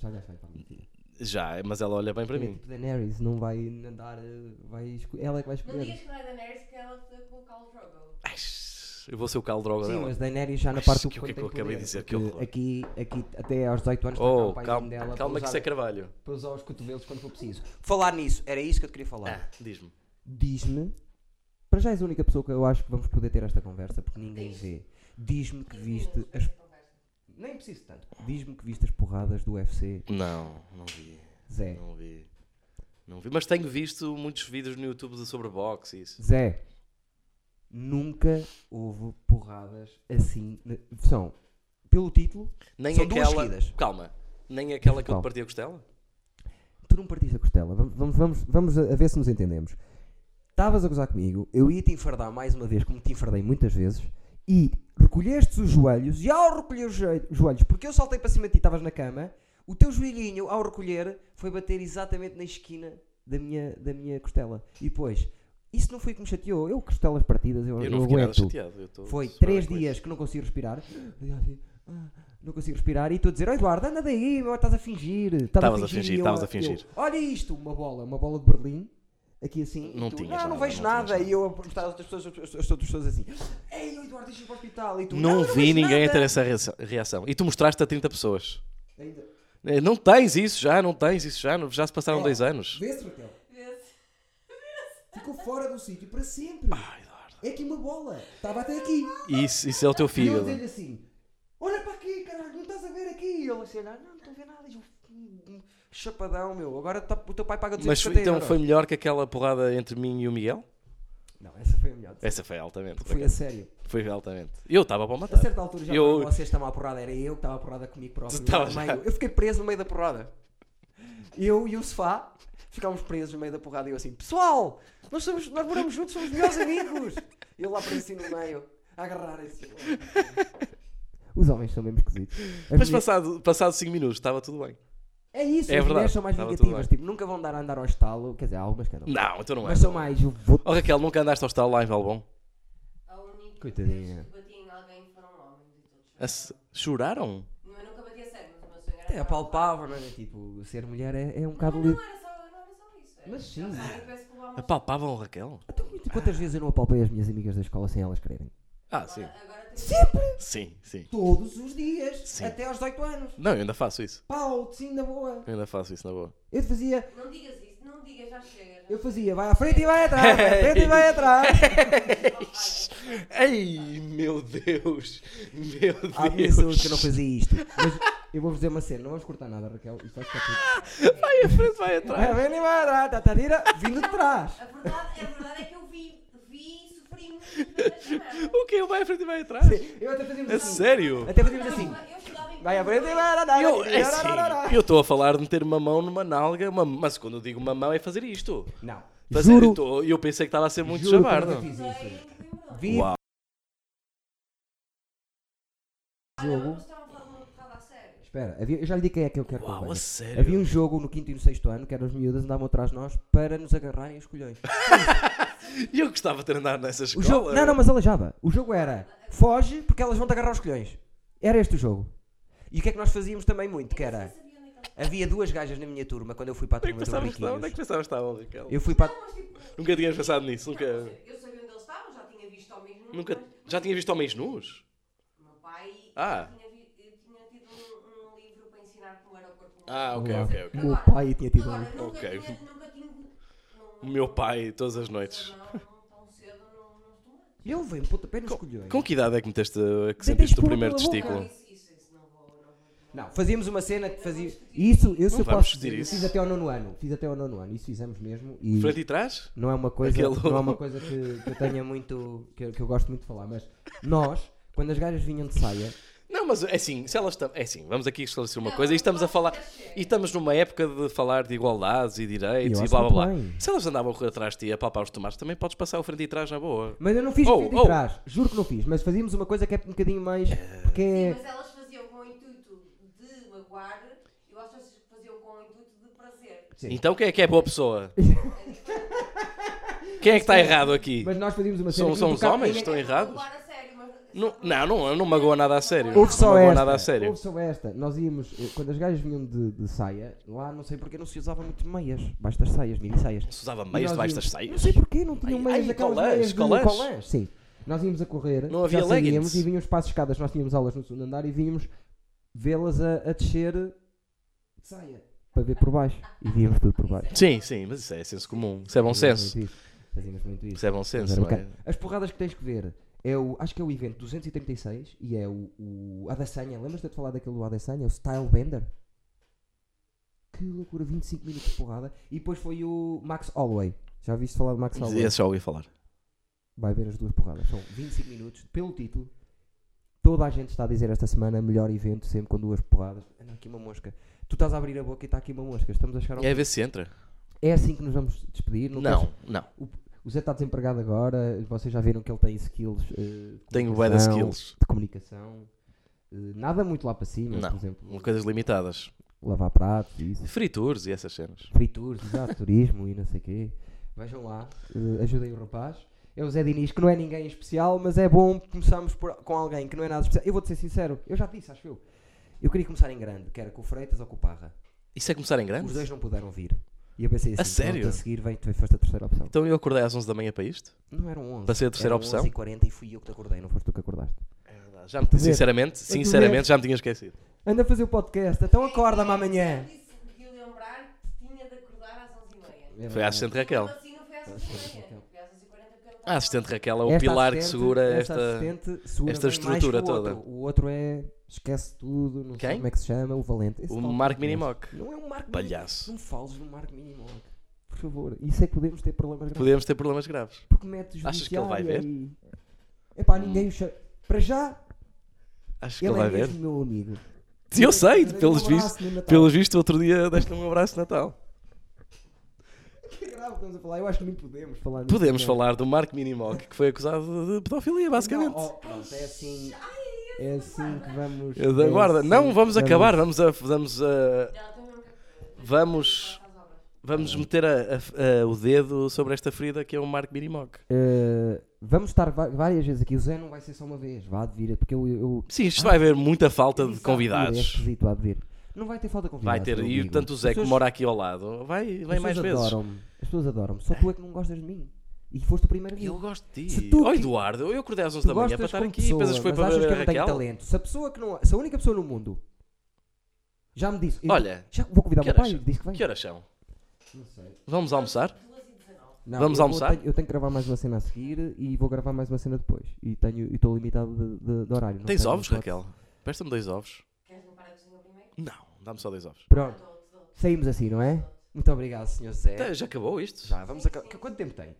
A: Já gastei para a minha filha.
B: Já, mas ela olha bem para
A: É
B: mim.
A: tipo Daenerys, não vai andar. eh, Vai esco- Ela é que vai
C: Não digas
A: escolher.
C: que não é da Nerds que ela te coloca o Drogo.
B: Ai, Eu vou ser o calo droga
A: Sim,
B: dela.
A: mas Daenerys já na
B: Mas
A: parte do
B: que- o que é que eu
A: contém
B: acabei de
A: poder,
B: dizer? Que
A: porque
B: horror.
A: Aqui, aqui até aos 18 anos está cá
B: Oh,
A: o pai
B: calma,
A: dela. para
B: calma que
A: usar-
B: isso é carvalho.
A: para usar os cotovelos quando for preciso. Falar nisso, era isso que eu te queria falar.
B: Ah, diz-me.
A: Diz-me, para já és a única pessoa que eu acho que vamos poder ter esta conversa, porque ninguém vê. Diz-me que viste as. Nem preciso tanto. Diz-me que viste as porradas do UFC,
B: Não, não vi.
A: Zé.
B: Não vi. Não vi. Mas tenho visto muitos vídeos no YouTube de- sobre boxe e isso.
A: Zé, nunca houve porradas assim. na- São, pelo título,
B: Nem
A: São duas
B: aquela.
A: seguidas.
B: Calma. Nem aquela que eu te
A: Calma.
B: parti a costela?
A: tu não partiste a um costela. Vamos, vamos, vamos, vamos a a ver se nos entendemos. Estavas a gozar comigo, eu ia te enfardar mais uma vez, como te enfardei muitas vezes, e recolheste os joelhos, e ao recolher os joel- joelhos, porque eu saltei para cima de ti, estavas na cama, o teu joelhinho, ao recolher, foi bater exatamente na esquina da minha, da minha costela. E depois, isso não foi o que me chateou, eu costelas partidas, eu,
B: Eu
A: eu
B: não fiquei nada
A: aguento.
B: chateado. eu tô
A: Foi
B: super
A: três
B: bem com
A: dias que não consigo respirar. Olha assim, ah, Não consigo respirar. E estou a dizer, oh Eduardo, anda daí, meu, estás a fingir. estás
B: Estavas a fingir,
A: E eu-
B: estavas a
A: eu,
B: fingir.
A: Olha isto, uma bola, uma bola de Berlim. Aqui assim. e
B: Não
A: tu,
B: tinhas
A: não, não
B: nada,
A: vejo
B: não tinhas
A: nada.
B: nada.
A: E eu a perguntar às outras pessoas, as- as outras pessoas assim, ei, oh, Eduardo, deixa-me para o hospital. E tu,
B: isso. Não, vi
A: vejo
B: ninguém
A: nada."
B: ter essa reação- reação. E tu mostraste a 30 pessoas.
A: Ainda-
B: Eh, Não tens isso já, não tens isso já. não- Já se passaram
A: Oh,
B: dois anos.
A: Vê-se, Raquel.
C: Vê-se.
A: Ficou fora do sítio para sempre.
B: Ai, Eduardo.
A: É aqui uma bola. Estava até aqui.
B: Isso, isso é o teu
A: E eu
B: fígado.
A: dizia-lhe assim: Olha para aqui, caralho, não estás a ver aqui? E ele assim: olhar, Não, não estou a ver nada. E eu, "Hum, Chapadão, meu. Agora tá- o teu pai paga
B: Mas
A: 250
B: foi- então
A: euros."
B: foi melhor que aquela porrada entre mim e o Miguel?
A: Não, essa foi a melhor.
B: Essa foi altamente. por
A: Foi a
B: acaso.
A: sério.
B: Foi altamente. Eu estava para
A: A
B: matar.
A: certa altura já
B: Ah, Eu-
A: eu... vocês estavam à porrada, era eu que estava à porrada comigo próprio.
B: Tu estavas
A: no
B: já.
A: meio. Eu fiquei preso no meio da porrada. Eu e o Sofá ficámos presos no meio da porrada e eu assim, pessoal, nós, somos, nós moramos juntos, somos melhores amigos. E eu lá preso assim no meio, a agarrarem-se. Os homens são mesmo esquisitos.
B: Mas passado 5 minutos estava tudo bem.
A: É isso,
B: É
A: as
B: verdade,
A: mulheres são mais
B: tava tudo
A: vingativas,
B: bem.
A: tipo, nunca vão dar a andar ao estalo, quer dizer, há algumas que andam.
B: Não, então não é.
A: mas são mais, eu vou...
B: Oh Raquel, nunca andaste ao estalo lá em Valbom?
C: A única
A: Coitadinha.
C: vez que bati em alguém foram homens e todos.
B: A se- Choraram?
C: Não, eu nunca bati a sério, mas o meu sonho era.
A: É palpável, não é? Tipo, ser mulher é, é um bocado...
C: Não,
A: li-
C: não era só, não era só isso. Era
A: Mas sim.
C: Eu penso
B: É
C: que levavam-
B: Apalpavam Raquel?
A: Então, tipo, quantas vezes eu não apalpei as minhas amigas da escola sem elas quererem?
B: Ah, sim.
C: Agora, agora tenho-
B: Sim, sim.
A: Todos os dias,
B: Sim.
A: até aos 18 anos.
B: Não, eu ainda faço isso.
A: Pau, sim, na boa.
B: Eu ainda faço isso na boa.
A: Eu fazia,
C: Não digas isso, não digas, já chega. Já
A: eu fazia, vai à frente e vai atrás, vai à frente e vai atrás.
B: Ei, meu Deus! Meu
A: Há a minha saúde que eu não fazia isto. Mas eu vou dizer uma cena, não vamos cortar nada, Raquel. Isto vai ficar tudo.
B: Vai à frente, vai
A: Vai à
B: atrás.
A: frente e vai atrás, tatarira, vindo de trás.
C: A verdade, a verdade é que eu vi, vi e sofri muito na chamada.
B: O quê? Vai à frente e vai atrás?
A: Eu até fazíamos
B: É
A: assim.
B: sério?
A: Até fazíamos assim.
C: Eu chegava em
A: Vai à frente e vai
B: Eu é
A: atrás.
B: assim, eu estou a falar de meter uma mão numa nalga, uma- mas quando eu digo uma mão é fazer isto.
A: Não.
B: Fazer, eu,
A: Juro.
B: Então, assim, tô- eu pensei que estava a ser muito
A: Juro que
B: jabardo.
A: nunca fiz isso.
C: Olha,
A: Vi
B: Uau.
C: eu
A: jogo.
C: estava a falar de uma porrada a sério.
A: Espera, havia- eu já lhe digo quem é que eu quero que eu
B: Uau,
A: venha.
B: a sério.
A: Havia um jogo no quinto e no sexto ano que eram as miúdas andavam atrás de nós para nos agarrarem os colhões.
B: E eu gostava de ter andado nessa
A: O
B: escola.
A: jogo, não, não, mas aleijava. O jogo era foge porque elas vão te agarrar os colhões. Era este o jogo. E o que é que nós fazíamos também muito? Que era.
C: Sabia onde é que ela
A: Havia duas gajas na minha turma quando eu fui para a
B: Onde é que
A: turma do
B: pensavas que estavam? Onde é
A: Brinquinhos.
B: que pensavas que estavam, Raquel?
A: Eu fui para.
C: estava, mas tipo,
B: Nunca tinhas pensado nisso, nunca.
C: Eu sabia onde eles estavam, já tinha visto homens nus.
B: nunca...
C: mas
B: Já tinha visto homens nus?
C: O meu pai
B: Ah.
C: tinha, vi- tinha tido um, um livro para ensinar como era o corpo humano.
B: Ah, ok,
A: Uau.
B: ok, ok.
A: O meu pai tinha tido um
C: Agora,
A: livro.
C: nunca
B: Ok.
C: tinha- nunca tinha- não-
B: O meu pai, todas as noites.
C: Não, não, tão cedo, não- não estou antes.
A: Eu veio um pontapé nos colhões.
B: Com que idade é que meteste é que
A: Deitei
B: sentiste o
A: espuma
B: primeiro
A: pela boca.
C: Não,
B: testículo?
C: isso, isso, isso, não vou, não vou.
A: Não, fazíamos uma cena que fazia. Isso, eu se eu
B: Não vamos
A: posso
B: discutir
A: dizer, eu
B: isso.
A: fiz até ao nono ano. Fiz até ao nono ano. Isso fizemos mesmo. E
B: Frente e trás?
A: não é uma coisa,
B: Aquele-
A: não é uma coisa que, que eu tenha muito. Que eu, que eu gosto muito de falar. Mas nós, quando as gajas vinham de saia,
B: Não, mas é assim, se elas estão. É assim, vamos aqui esclarecer uma
C: Não,
B: coisa e estamos a
C: acho
B: falar.
C: que chega.
B: E estamos numa época de falar de igualdades e direitos
A: Eu
B: e
A: acho
B: blá blá
A: muito
B: blá.
A: bem.
B: Se elas andavam a correr atrás de ti a palpar os tomates, também podes passar o frente e trás na boa.
A: Mas eu não fiz
B: Oh,
A: frente
B: oh. Eh,
A: e trás, juro que não fiz, mas fazíamos uma coisa que é um bocadinho mais. Porque
C: Sim,
A: é.
C: mas elas faziam com o intuito de magoar, eu acho que elas faziam com o intuito de prazer.
A: Sim.
B: Então quem é que é boa pessoa? quem é que está errado aqui?
A: Mas nós fazíamos uma cena.
B: São-
A: que
B: são
A: não
B: os
A: tocava-
B: homens?
A: ninguém-
B: Estão
C: Não
B: errados?
C: magoar a sério, mas-
B: Não, não, não, não magoou nada a sério.
A: Houve
B: não
A: só
B: magoou
A: esta.
B: nada a sério.
A: Houve só esta. Nós íamos, eh, quando as gajas vinham de, de saia, lá não sei porque não se usava muito meias, baixo das saias, mini saias.
B: Se usava
A: E
B: meias
A: nós
B: debaixo
A: íamos-
B: das
A: Não
B: saias.
A: sei porquê, não tinham
B: Ai,
A: meias
B: ai,
A: daquelas
B: colãs,
A: meias de
B: colãs.
A: colãs. Sim. Nós íamos a correr,
B: Não havia
A: já sabíamos,
B: leggings.
A: e vinham os passos de escadas, nós tínhamos aulas no segundo andar e vínhamos vê-las a, a descer de saia para ver por baixo. E víamos tudo por baixo.
B: Sim, sim, mas isso é senso comum. Isso é bom senso.
A: Fazíamos muito isso. Fazíamos muito isso.
B: Isso é bom
A: Mas
B: senso,
A: era um
B: não é?
A: bacana. As porradas que tens que ver É o, acho que é o evento 236 e é o, o Adesanya. Lembras-te de eu te falar daquele do Adesanya? O Style Bender? Que loucura, 25 minutos de porrada. E depois foi o Max Holloway. Já ouviste falar do Max Holloway?
B: Esse já ouvi falar.
A: Vai ver as duas porradas. São 25 minutos, pelo título. Toda a gente está a dizer esta semana melhor evento, sempre com duas porradas. Anda aqui uma mosca. Tu estás a abrir a boca e está aqui uma mosca. Estamos a chegar ao...
B: É a ver se entra.
A: É assim que nos vamos despedir?
B: Não,
A: tens-
B: não.
A: O Zé está desempregado agora. Vocês já viram que ele tem skills. eh, de
B: Tenho bué de
A: comunicação,
B: skills.
A: De comunicação. Eh, nada muito lá para cima,
B: Não.
A: por exemplo.
B: Coisas limitadas.
A: Lavar pratos e isso.
B: Frituras e essas cenas.
A: frituras, exato, turismo e não sei o quê. Vejam lá, eh, ajudem o rapaz. É o Zé Diniz, que não é ninguém especial, mas é bom começarmos por- com alguém que não é nada especial. Eu vou-te ser sincero, eu já te disse, acho eu. Eu queria começar em grande, que era com o Freitas ou com o Parra.
B: Isso é começar em grande?
A: Os dois não puderam vir. E eu pensei assim,
B: A sério?
A: pronto, a seguir vem, tu foste a terceira opção.
B: Então eu acordei às 11 da manhã para isto?
A: Não um eram 11.
B: Para ser a terceira
A: eram
B: opção?
A: 11 e 40 e fui eu que te acordei, não foste tu que acordaste.
B: É verdade. Já me, sinceramente,
A: ver.
B: sinceramente, já me tinha esquecido.
A: Anda a fazer o podcast, então acorda-me amanhã.
C: Eu disse que ia lembrar que tinha de acordar às 11h30.
B: Foi a assistente Raquel.
C: Assim não foi às 11h30. Foi às 11h40 porque eu não
B: A
C: estava-
B: assistente Raquel é o
A: Esta
B: pilar que
A: assistente-
B: segura
A: esta
B: esta.
A: assistente segura
B: esta
A: bem mais
B: estrutura
A: que o
B: toda.
A: outro. O outro é esquece tudo, não sei
B: Quem?
A: como é que se chama, o Valente. Esse
B: O
A: tal que
B: Marco
A: eu conheço.
B: Minimoc.
A: Não é um Marco
B: Palhaço.
A: Minimoc. Não fales no Marco Minimoc. Por favor, isso é que podemos ter problemas graves.
B: Podemos ter problemas graves.
A: Porque metes
B: Achas que ele vai ver?
A: E... Epá, ninguém o chama. Para já,
B: Acho que
A: ele
B: ele vai
A: é
B: ver.
A: mesmo meu amigo.
B: Eu sei,
A: Dei-lhe um
B: pelos
A: abraço
B: vistos.
A: no Natal.
B: Pelos vistos, outro dia deste um abraço de Natal.
A: Que grave estamos a falar. Eu acho que nem podemos falar nisso,
B: Podemos
A: não é?
B: falar do Marco Minimoc, que foi acusado de pedofilia, basicamente.
A: Não, oh, pronto, é assim. É assim que vamos.
B: Eu da- Guarda,
A: é assim
B: não, vamos
A: que
B: acabar, vamos a, vamos a-
C: Ela também não quer-
B: vamos,
C: às obras.
B: vamos meter a- a- a- o dedo sobre esta ferida que é o Marco Minimoc.
A: Uh, vamos estar va- várias vezes aqui. O Zé não vai ser só uma vez, vá de vir, porque eu. eu
B: Sim, isto vai haver muita falta de
A: É
B: convidados.
A: esquisito, há de vir. Não vai ter falta de convidados.
B: Vai ter,
A: é eu
B: e
A: digo.
B: tanto o Zé
A: As
B: que
A: pessoas-
B: mora aqui ao lado, vai, vai
A: as
B: mais
A: pessoas
B: vezes.
A: adoram-me. As pessoas adoram-me, só tu é que não gostas de mim. E foste o primeiro a vir.
B: Eu gosto de
A: Se
B: ti.
A: tu
B: Oh,
A: que-
B: Eduardo, eu acordei às 11
A: Tu
B: da manhã é para
A: gostas
B: estar
A: como
B: aqui
A: pessoa,
B: pensas que foi
A: mas
B: para
A: achas
B: ver
A: que
B: a
A: eu não tenho
B: Raquel?
A: talento. Se a pessoa que não. Se a única pessoa no mundo. Já me disse. eu-
B: Olha,
A: Já vou convidar o
B: que
A: meu
B: horas
A: pai,
B: são?
A: diz que vem.
B: Que horas são?
A: Não sei.
B: Vamos almoçar?
C: 2h19.
A: Não, eu
B: Vamos
A: vou-
B: almoçar?
A: tenho- eu tenho que gravar mais uma cena a seguir e vou gravar mais uma cena depois. E tenho- e estou limitado de, de- de horário. não
B: Tens
A: tenho
B: ovos,
A: hipótese.
B: Raquel? Presta-me dois ovos.
C: Queres
A: um
C: limpar a cozinha primeiro?
B: Não, dá-me só dois ovos.
A: Pronto,
C: Dou-te, dou-te.
A: saímos assim, não é? Muito obrigado, Sr. Zé.
B: Tá, Já acabou isto?
A: Então, Já, vamos acabar. Qu- Quanto tempo tem?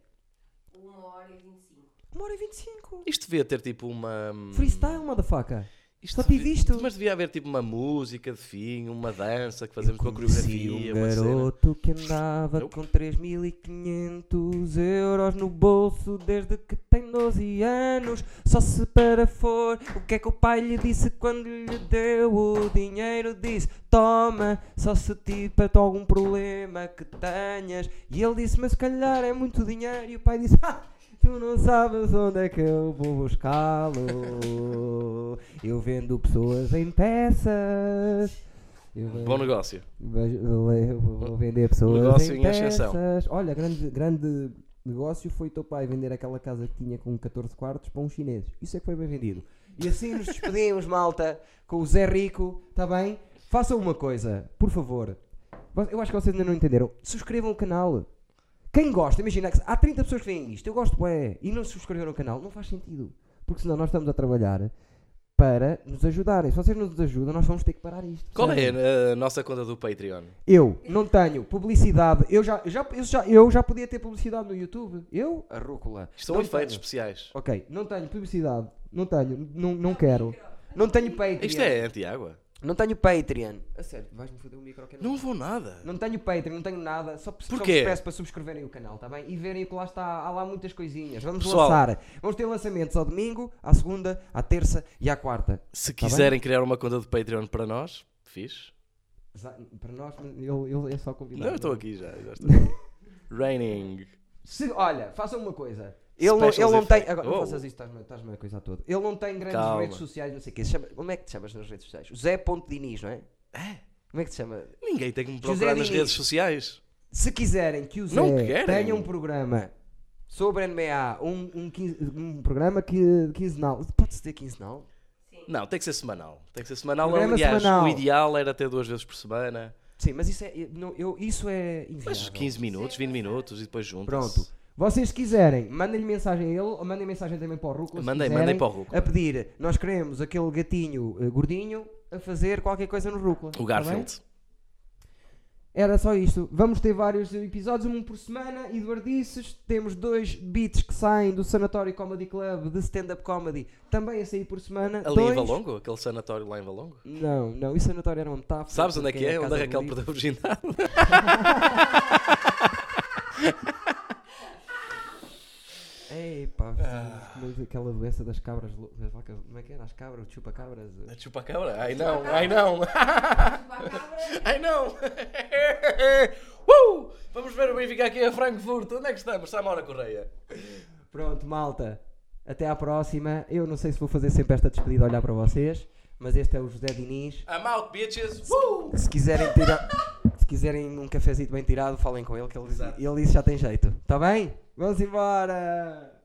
C: Uma hora e 25.
A: 1 hora e 25.
B: Isto devia ter tipo uma. hum,
A: Freestyle, motherfucker.
B: Isto
A: Só tive
B: devia-
A: isto.
B: Mas devia haver tipo uma música de fim, uma dança que fazemos com a coreografia.
A: um
B: uma cena.
A: garoto que andava
B: Nope.
A: com 3.500 euros no bolso desde que tem 12 anos. Só se para for o que é que o pai lhe disse quando lhe deu o dinheiro. Disse: Toma, só se tipa algum problema que tenhas. E ele disse: Mas se calhar é muito dinheiro. E o pai disse: "Ah, Tu não sabes onde é que eu vou buscá-lo. Eu vendo pessoas em peças. Eu
B: Bom negócio.
A: Vejo- le- Vou vou vender pessoas
B: Negócio
A: em
B: em ascensão.
A: peças. Olha, grande, grande negócio foi o teu pai vender aquela casa que tinha com 14 quartos para uns chineses. Isso é que foi bem vendido. E assim nos despedimos, malta, com o Zé Rico, está bem? Façam uma coisa, por favor. Vo- Eu acho que vocês ainda não entenderam. Subscrevam o canal. Quem gosta, imagina que há 30 pessoas que veem isto, eu gosto bué, e não se subscreveram o canal, não faz sentido. Porque senão nós estamos a trabalhar para nos ajudarem. Se vocês não nos ajudam, nós vamos ter que parar isto.
B: Qual
A: percebem?
B: é a nossa conta do Patreon?
A: Eu não tenho publicidade. Eu já, eu já, eu já, eu já podia ter publicidade no YouTube. Eu? A rúcula.
B: Isto são
A: Não
B: efeitos
A: tenho.
B: especiais.
A: Ok, não tenho publicidade. Não tenho. Não, não quero. Não tenho Patreon.
B: Isto é anti-água.
A: Não tenho Patreon. A sério, vais-me foder o micro que eu não.
B: Não vou nada.
A: Não tenho Patreon, não tenho nada. Só, pe- só vos
B: Porquê?
A: peço para subscreverem o canal, tá bem? E verem que lá está. Há lá muitas coisinhas. Vamos
B: Pessoal.
A: lançar. Vamos ter lançamentos ao domingo, à segunda, à terça e à quarta.
B: Se
A: Tá bem?
B: quiserem criar uma conta de Patreon para nós, fixe.
A: Exa- Para nós, ele, ele é só convidado.
B: Não, eu estou aqui já. já estou aqui. Raining.
A: Se, olha, façam uma coisa. Ele não, ele
B: Specials
A: não tem.
B: effect.
A: Agora, não
B: Oh.
A: faças isso, estás-me estás a coisa toda. Ele não tem grandes
B: Calma.
A: redes sociais, não sei o quê. Se chama- como é que te chamas nas redes sociais? José Ponto Diniz, não é? Como é que te chama?
B: Ninguém tem que me
A: José
B: procurar nas
A: Diniz.
B: redes sociais.
A: Se quiserem que o Zé
B: Não querem.
A: tenha um programa sobre NBA, um, um, quin- um programa que, quinzenal. Pode-se ter quinzenal?
B: Não, tem que ser semanal. Tem que ser semanal.
A: Programa
B: Aliás,
A: semanal.
B: o ideal era ter duas vezes por semana.
A: Sim, mas isso é, não, eu, isso é inviável.
B: Mas 15 minutos, 20 minutos e depois juntos.
A: Pronto. Tá Vocês se quiserem, mandem-lhe mensagem a ele ou mandem mensagem também para o Rúcula. se
B: Mandem,
A: quiserem,
B: mandem para o Rúcula.
A: A pedir, nós queremos aquele gatinho eh, gordinho a fazer qualquer coisa no Rúcula.
B: O
A: tá bem?
B: Garfield.
A: Era só isto. Vamos ter vários episódios, um por semana. Eduardices, temos dois beats que saem do Sanatório Comedy Club de stand-up comedy, também a sair por semana.
B: Ali
A: dois...
B: em Valongo, aquele sanatório lá em Valongo.
A: Não, não, isso sanatório era uma metáfora.
B: Sabes onde é que
A: porque
B: é? Onde a
A: casa do
B: Raquel
A: livro.
B: perdeu a virgindade?
A: Ei, pá, mas aquela doença das cabras, lou- das vacas, como é que era? As cabras, chupa-cabras. eh.
B: A chupacabra? Ai não, ai não.
C: Chupacabra.
B: Ai não. Uh! Vamos ver o Benfica aqui a Frankfurt. Onde é que estamos? Samora Correia.
A: Pronto, malta, até à próxima. Eu não sei se vou fazer sempre esta despedida olhar para vocês, mas este é o José Diniz.
B: I'm out, bitches. Uh! Woo!
A: Se quiserem tirar, se quiserem um cafezinho bem tirado, falem com ele, que ele,
B: Exato.
A: ele isso já tem jeito. Está bem? Vamos embora!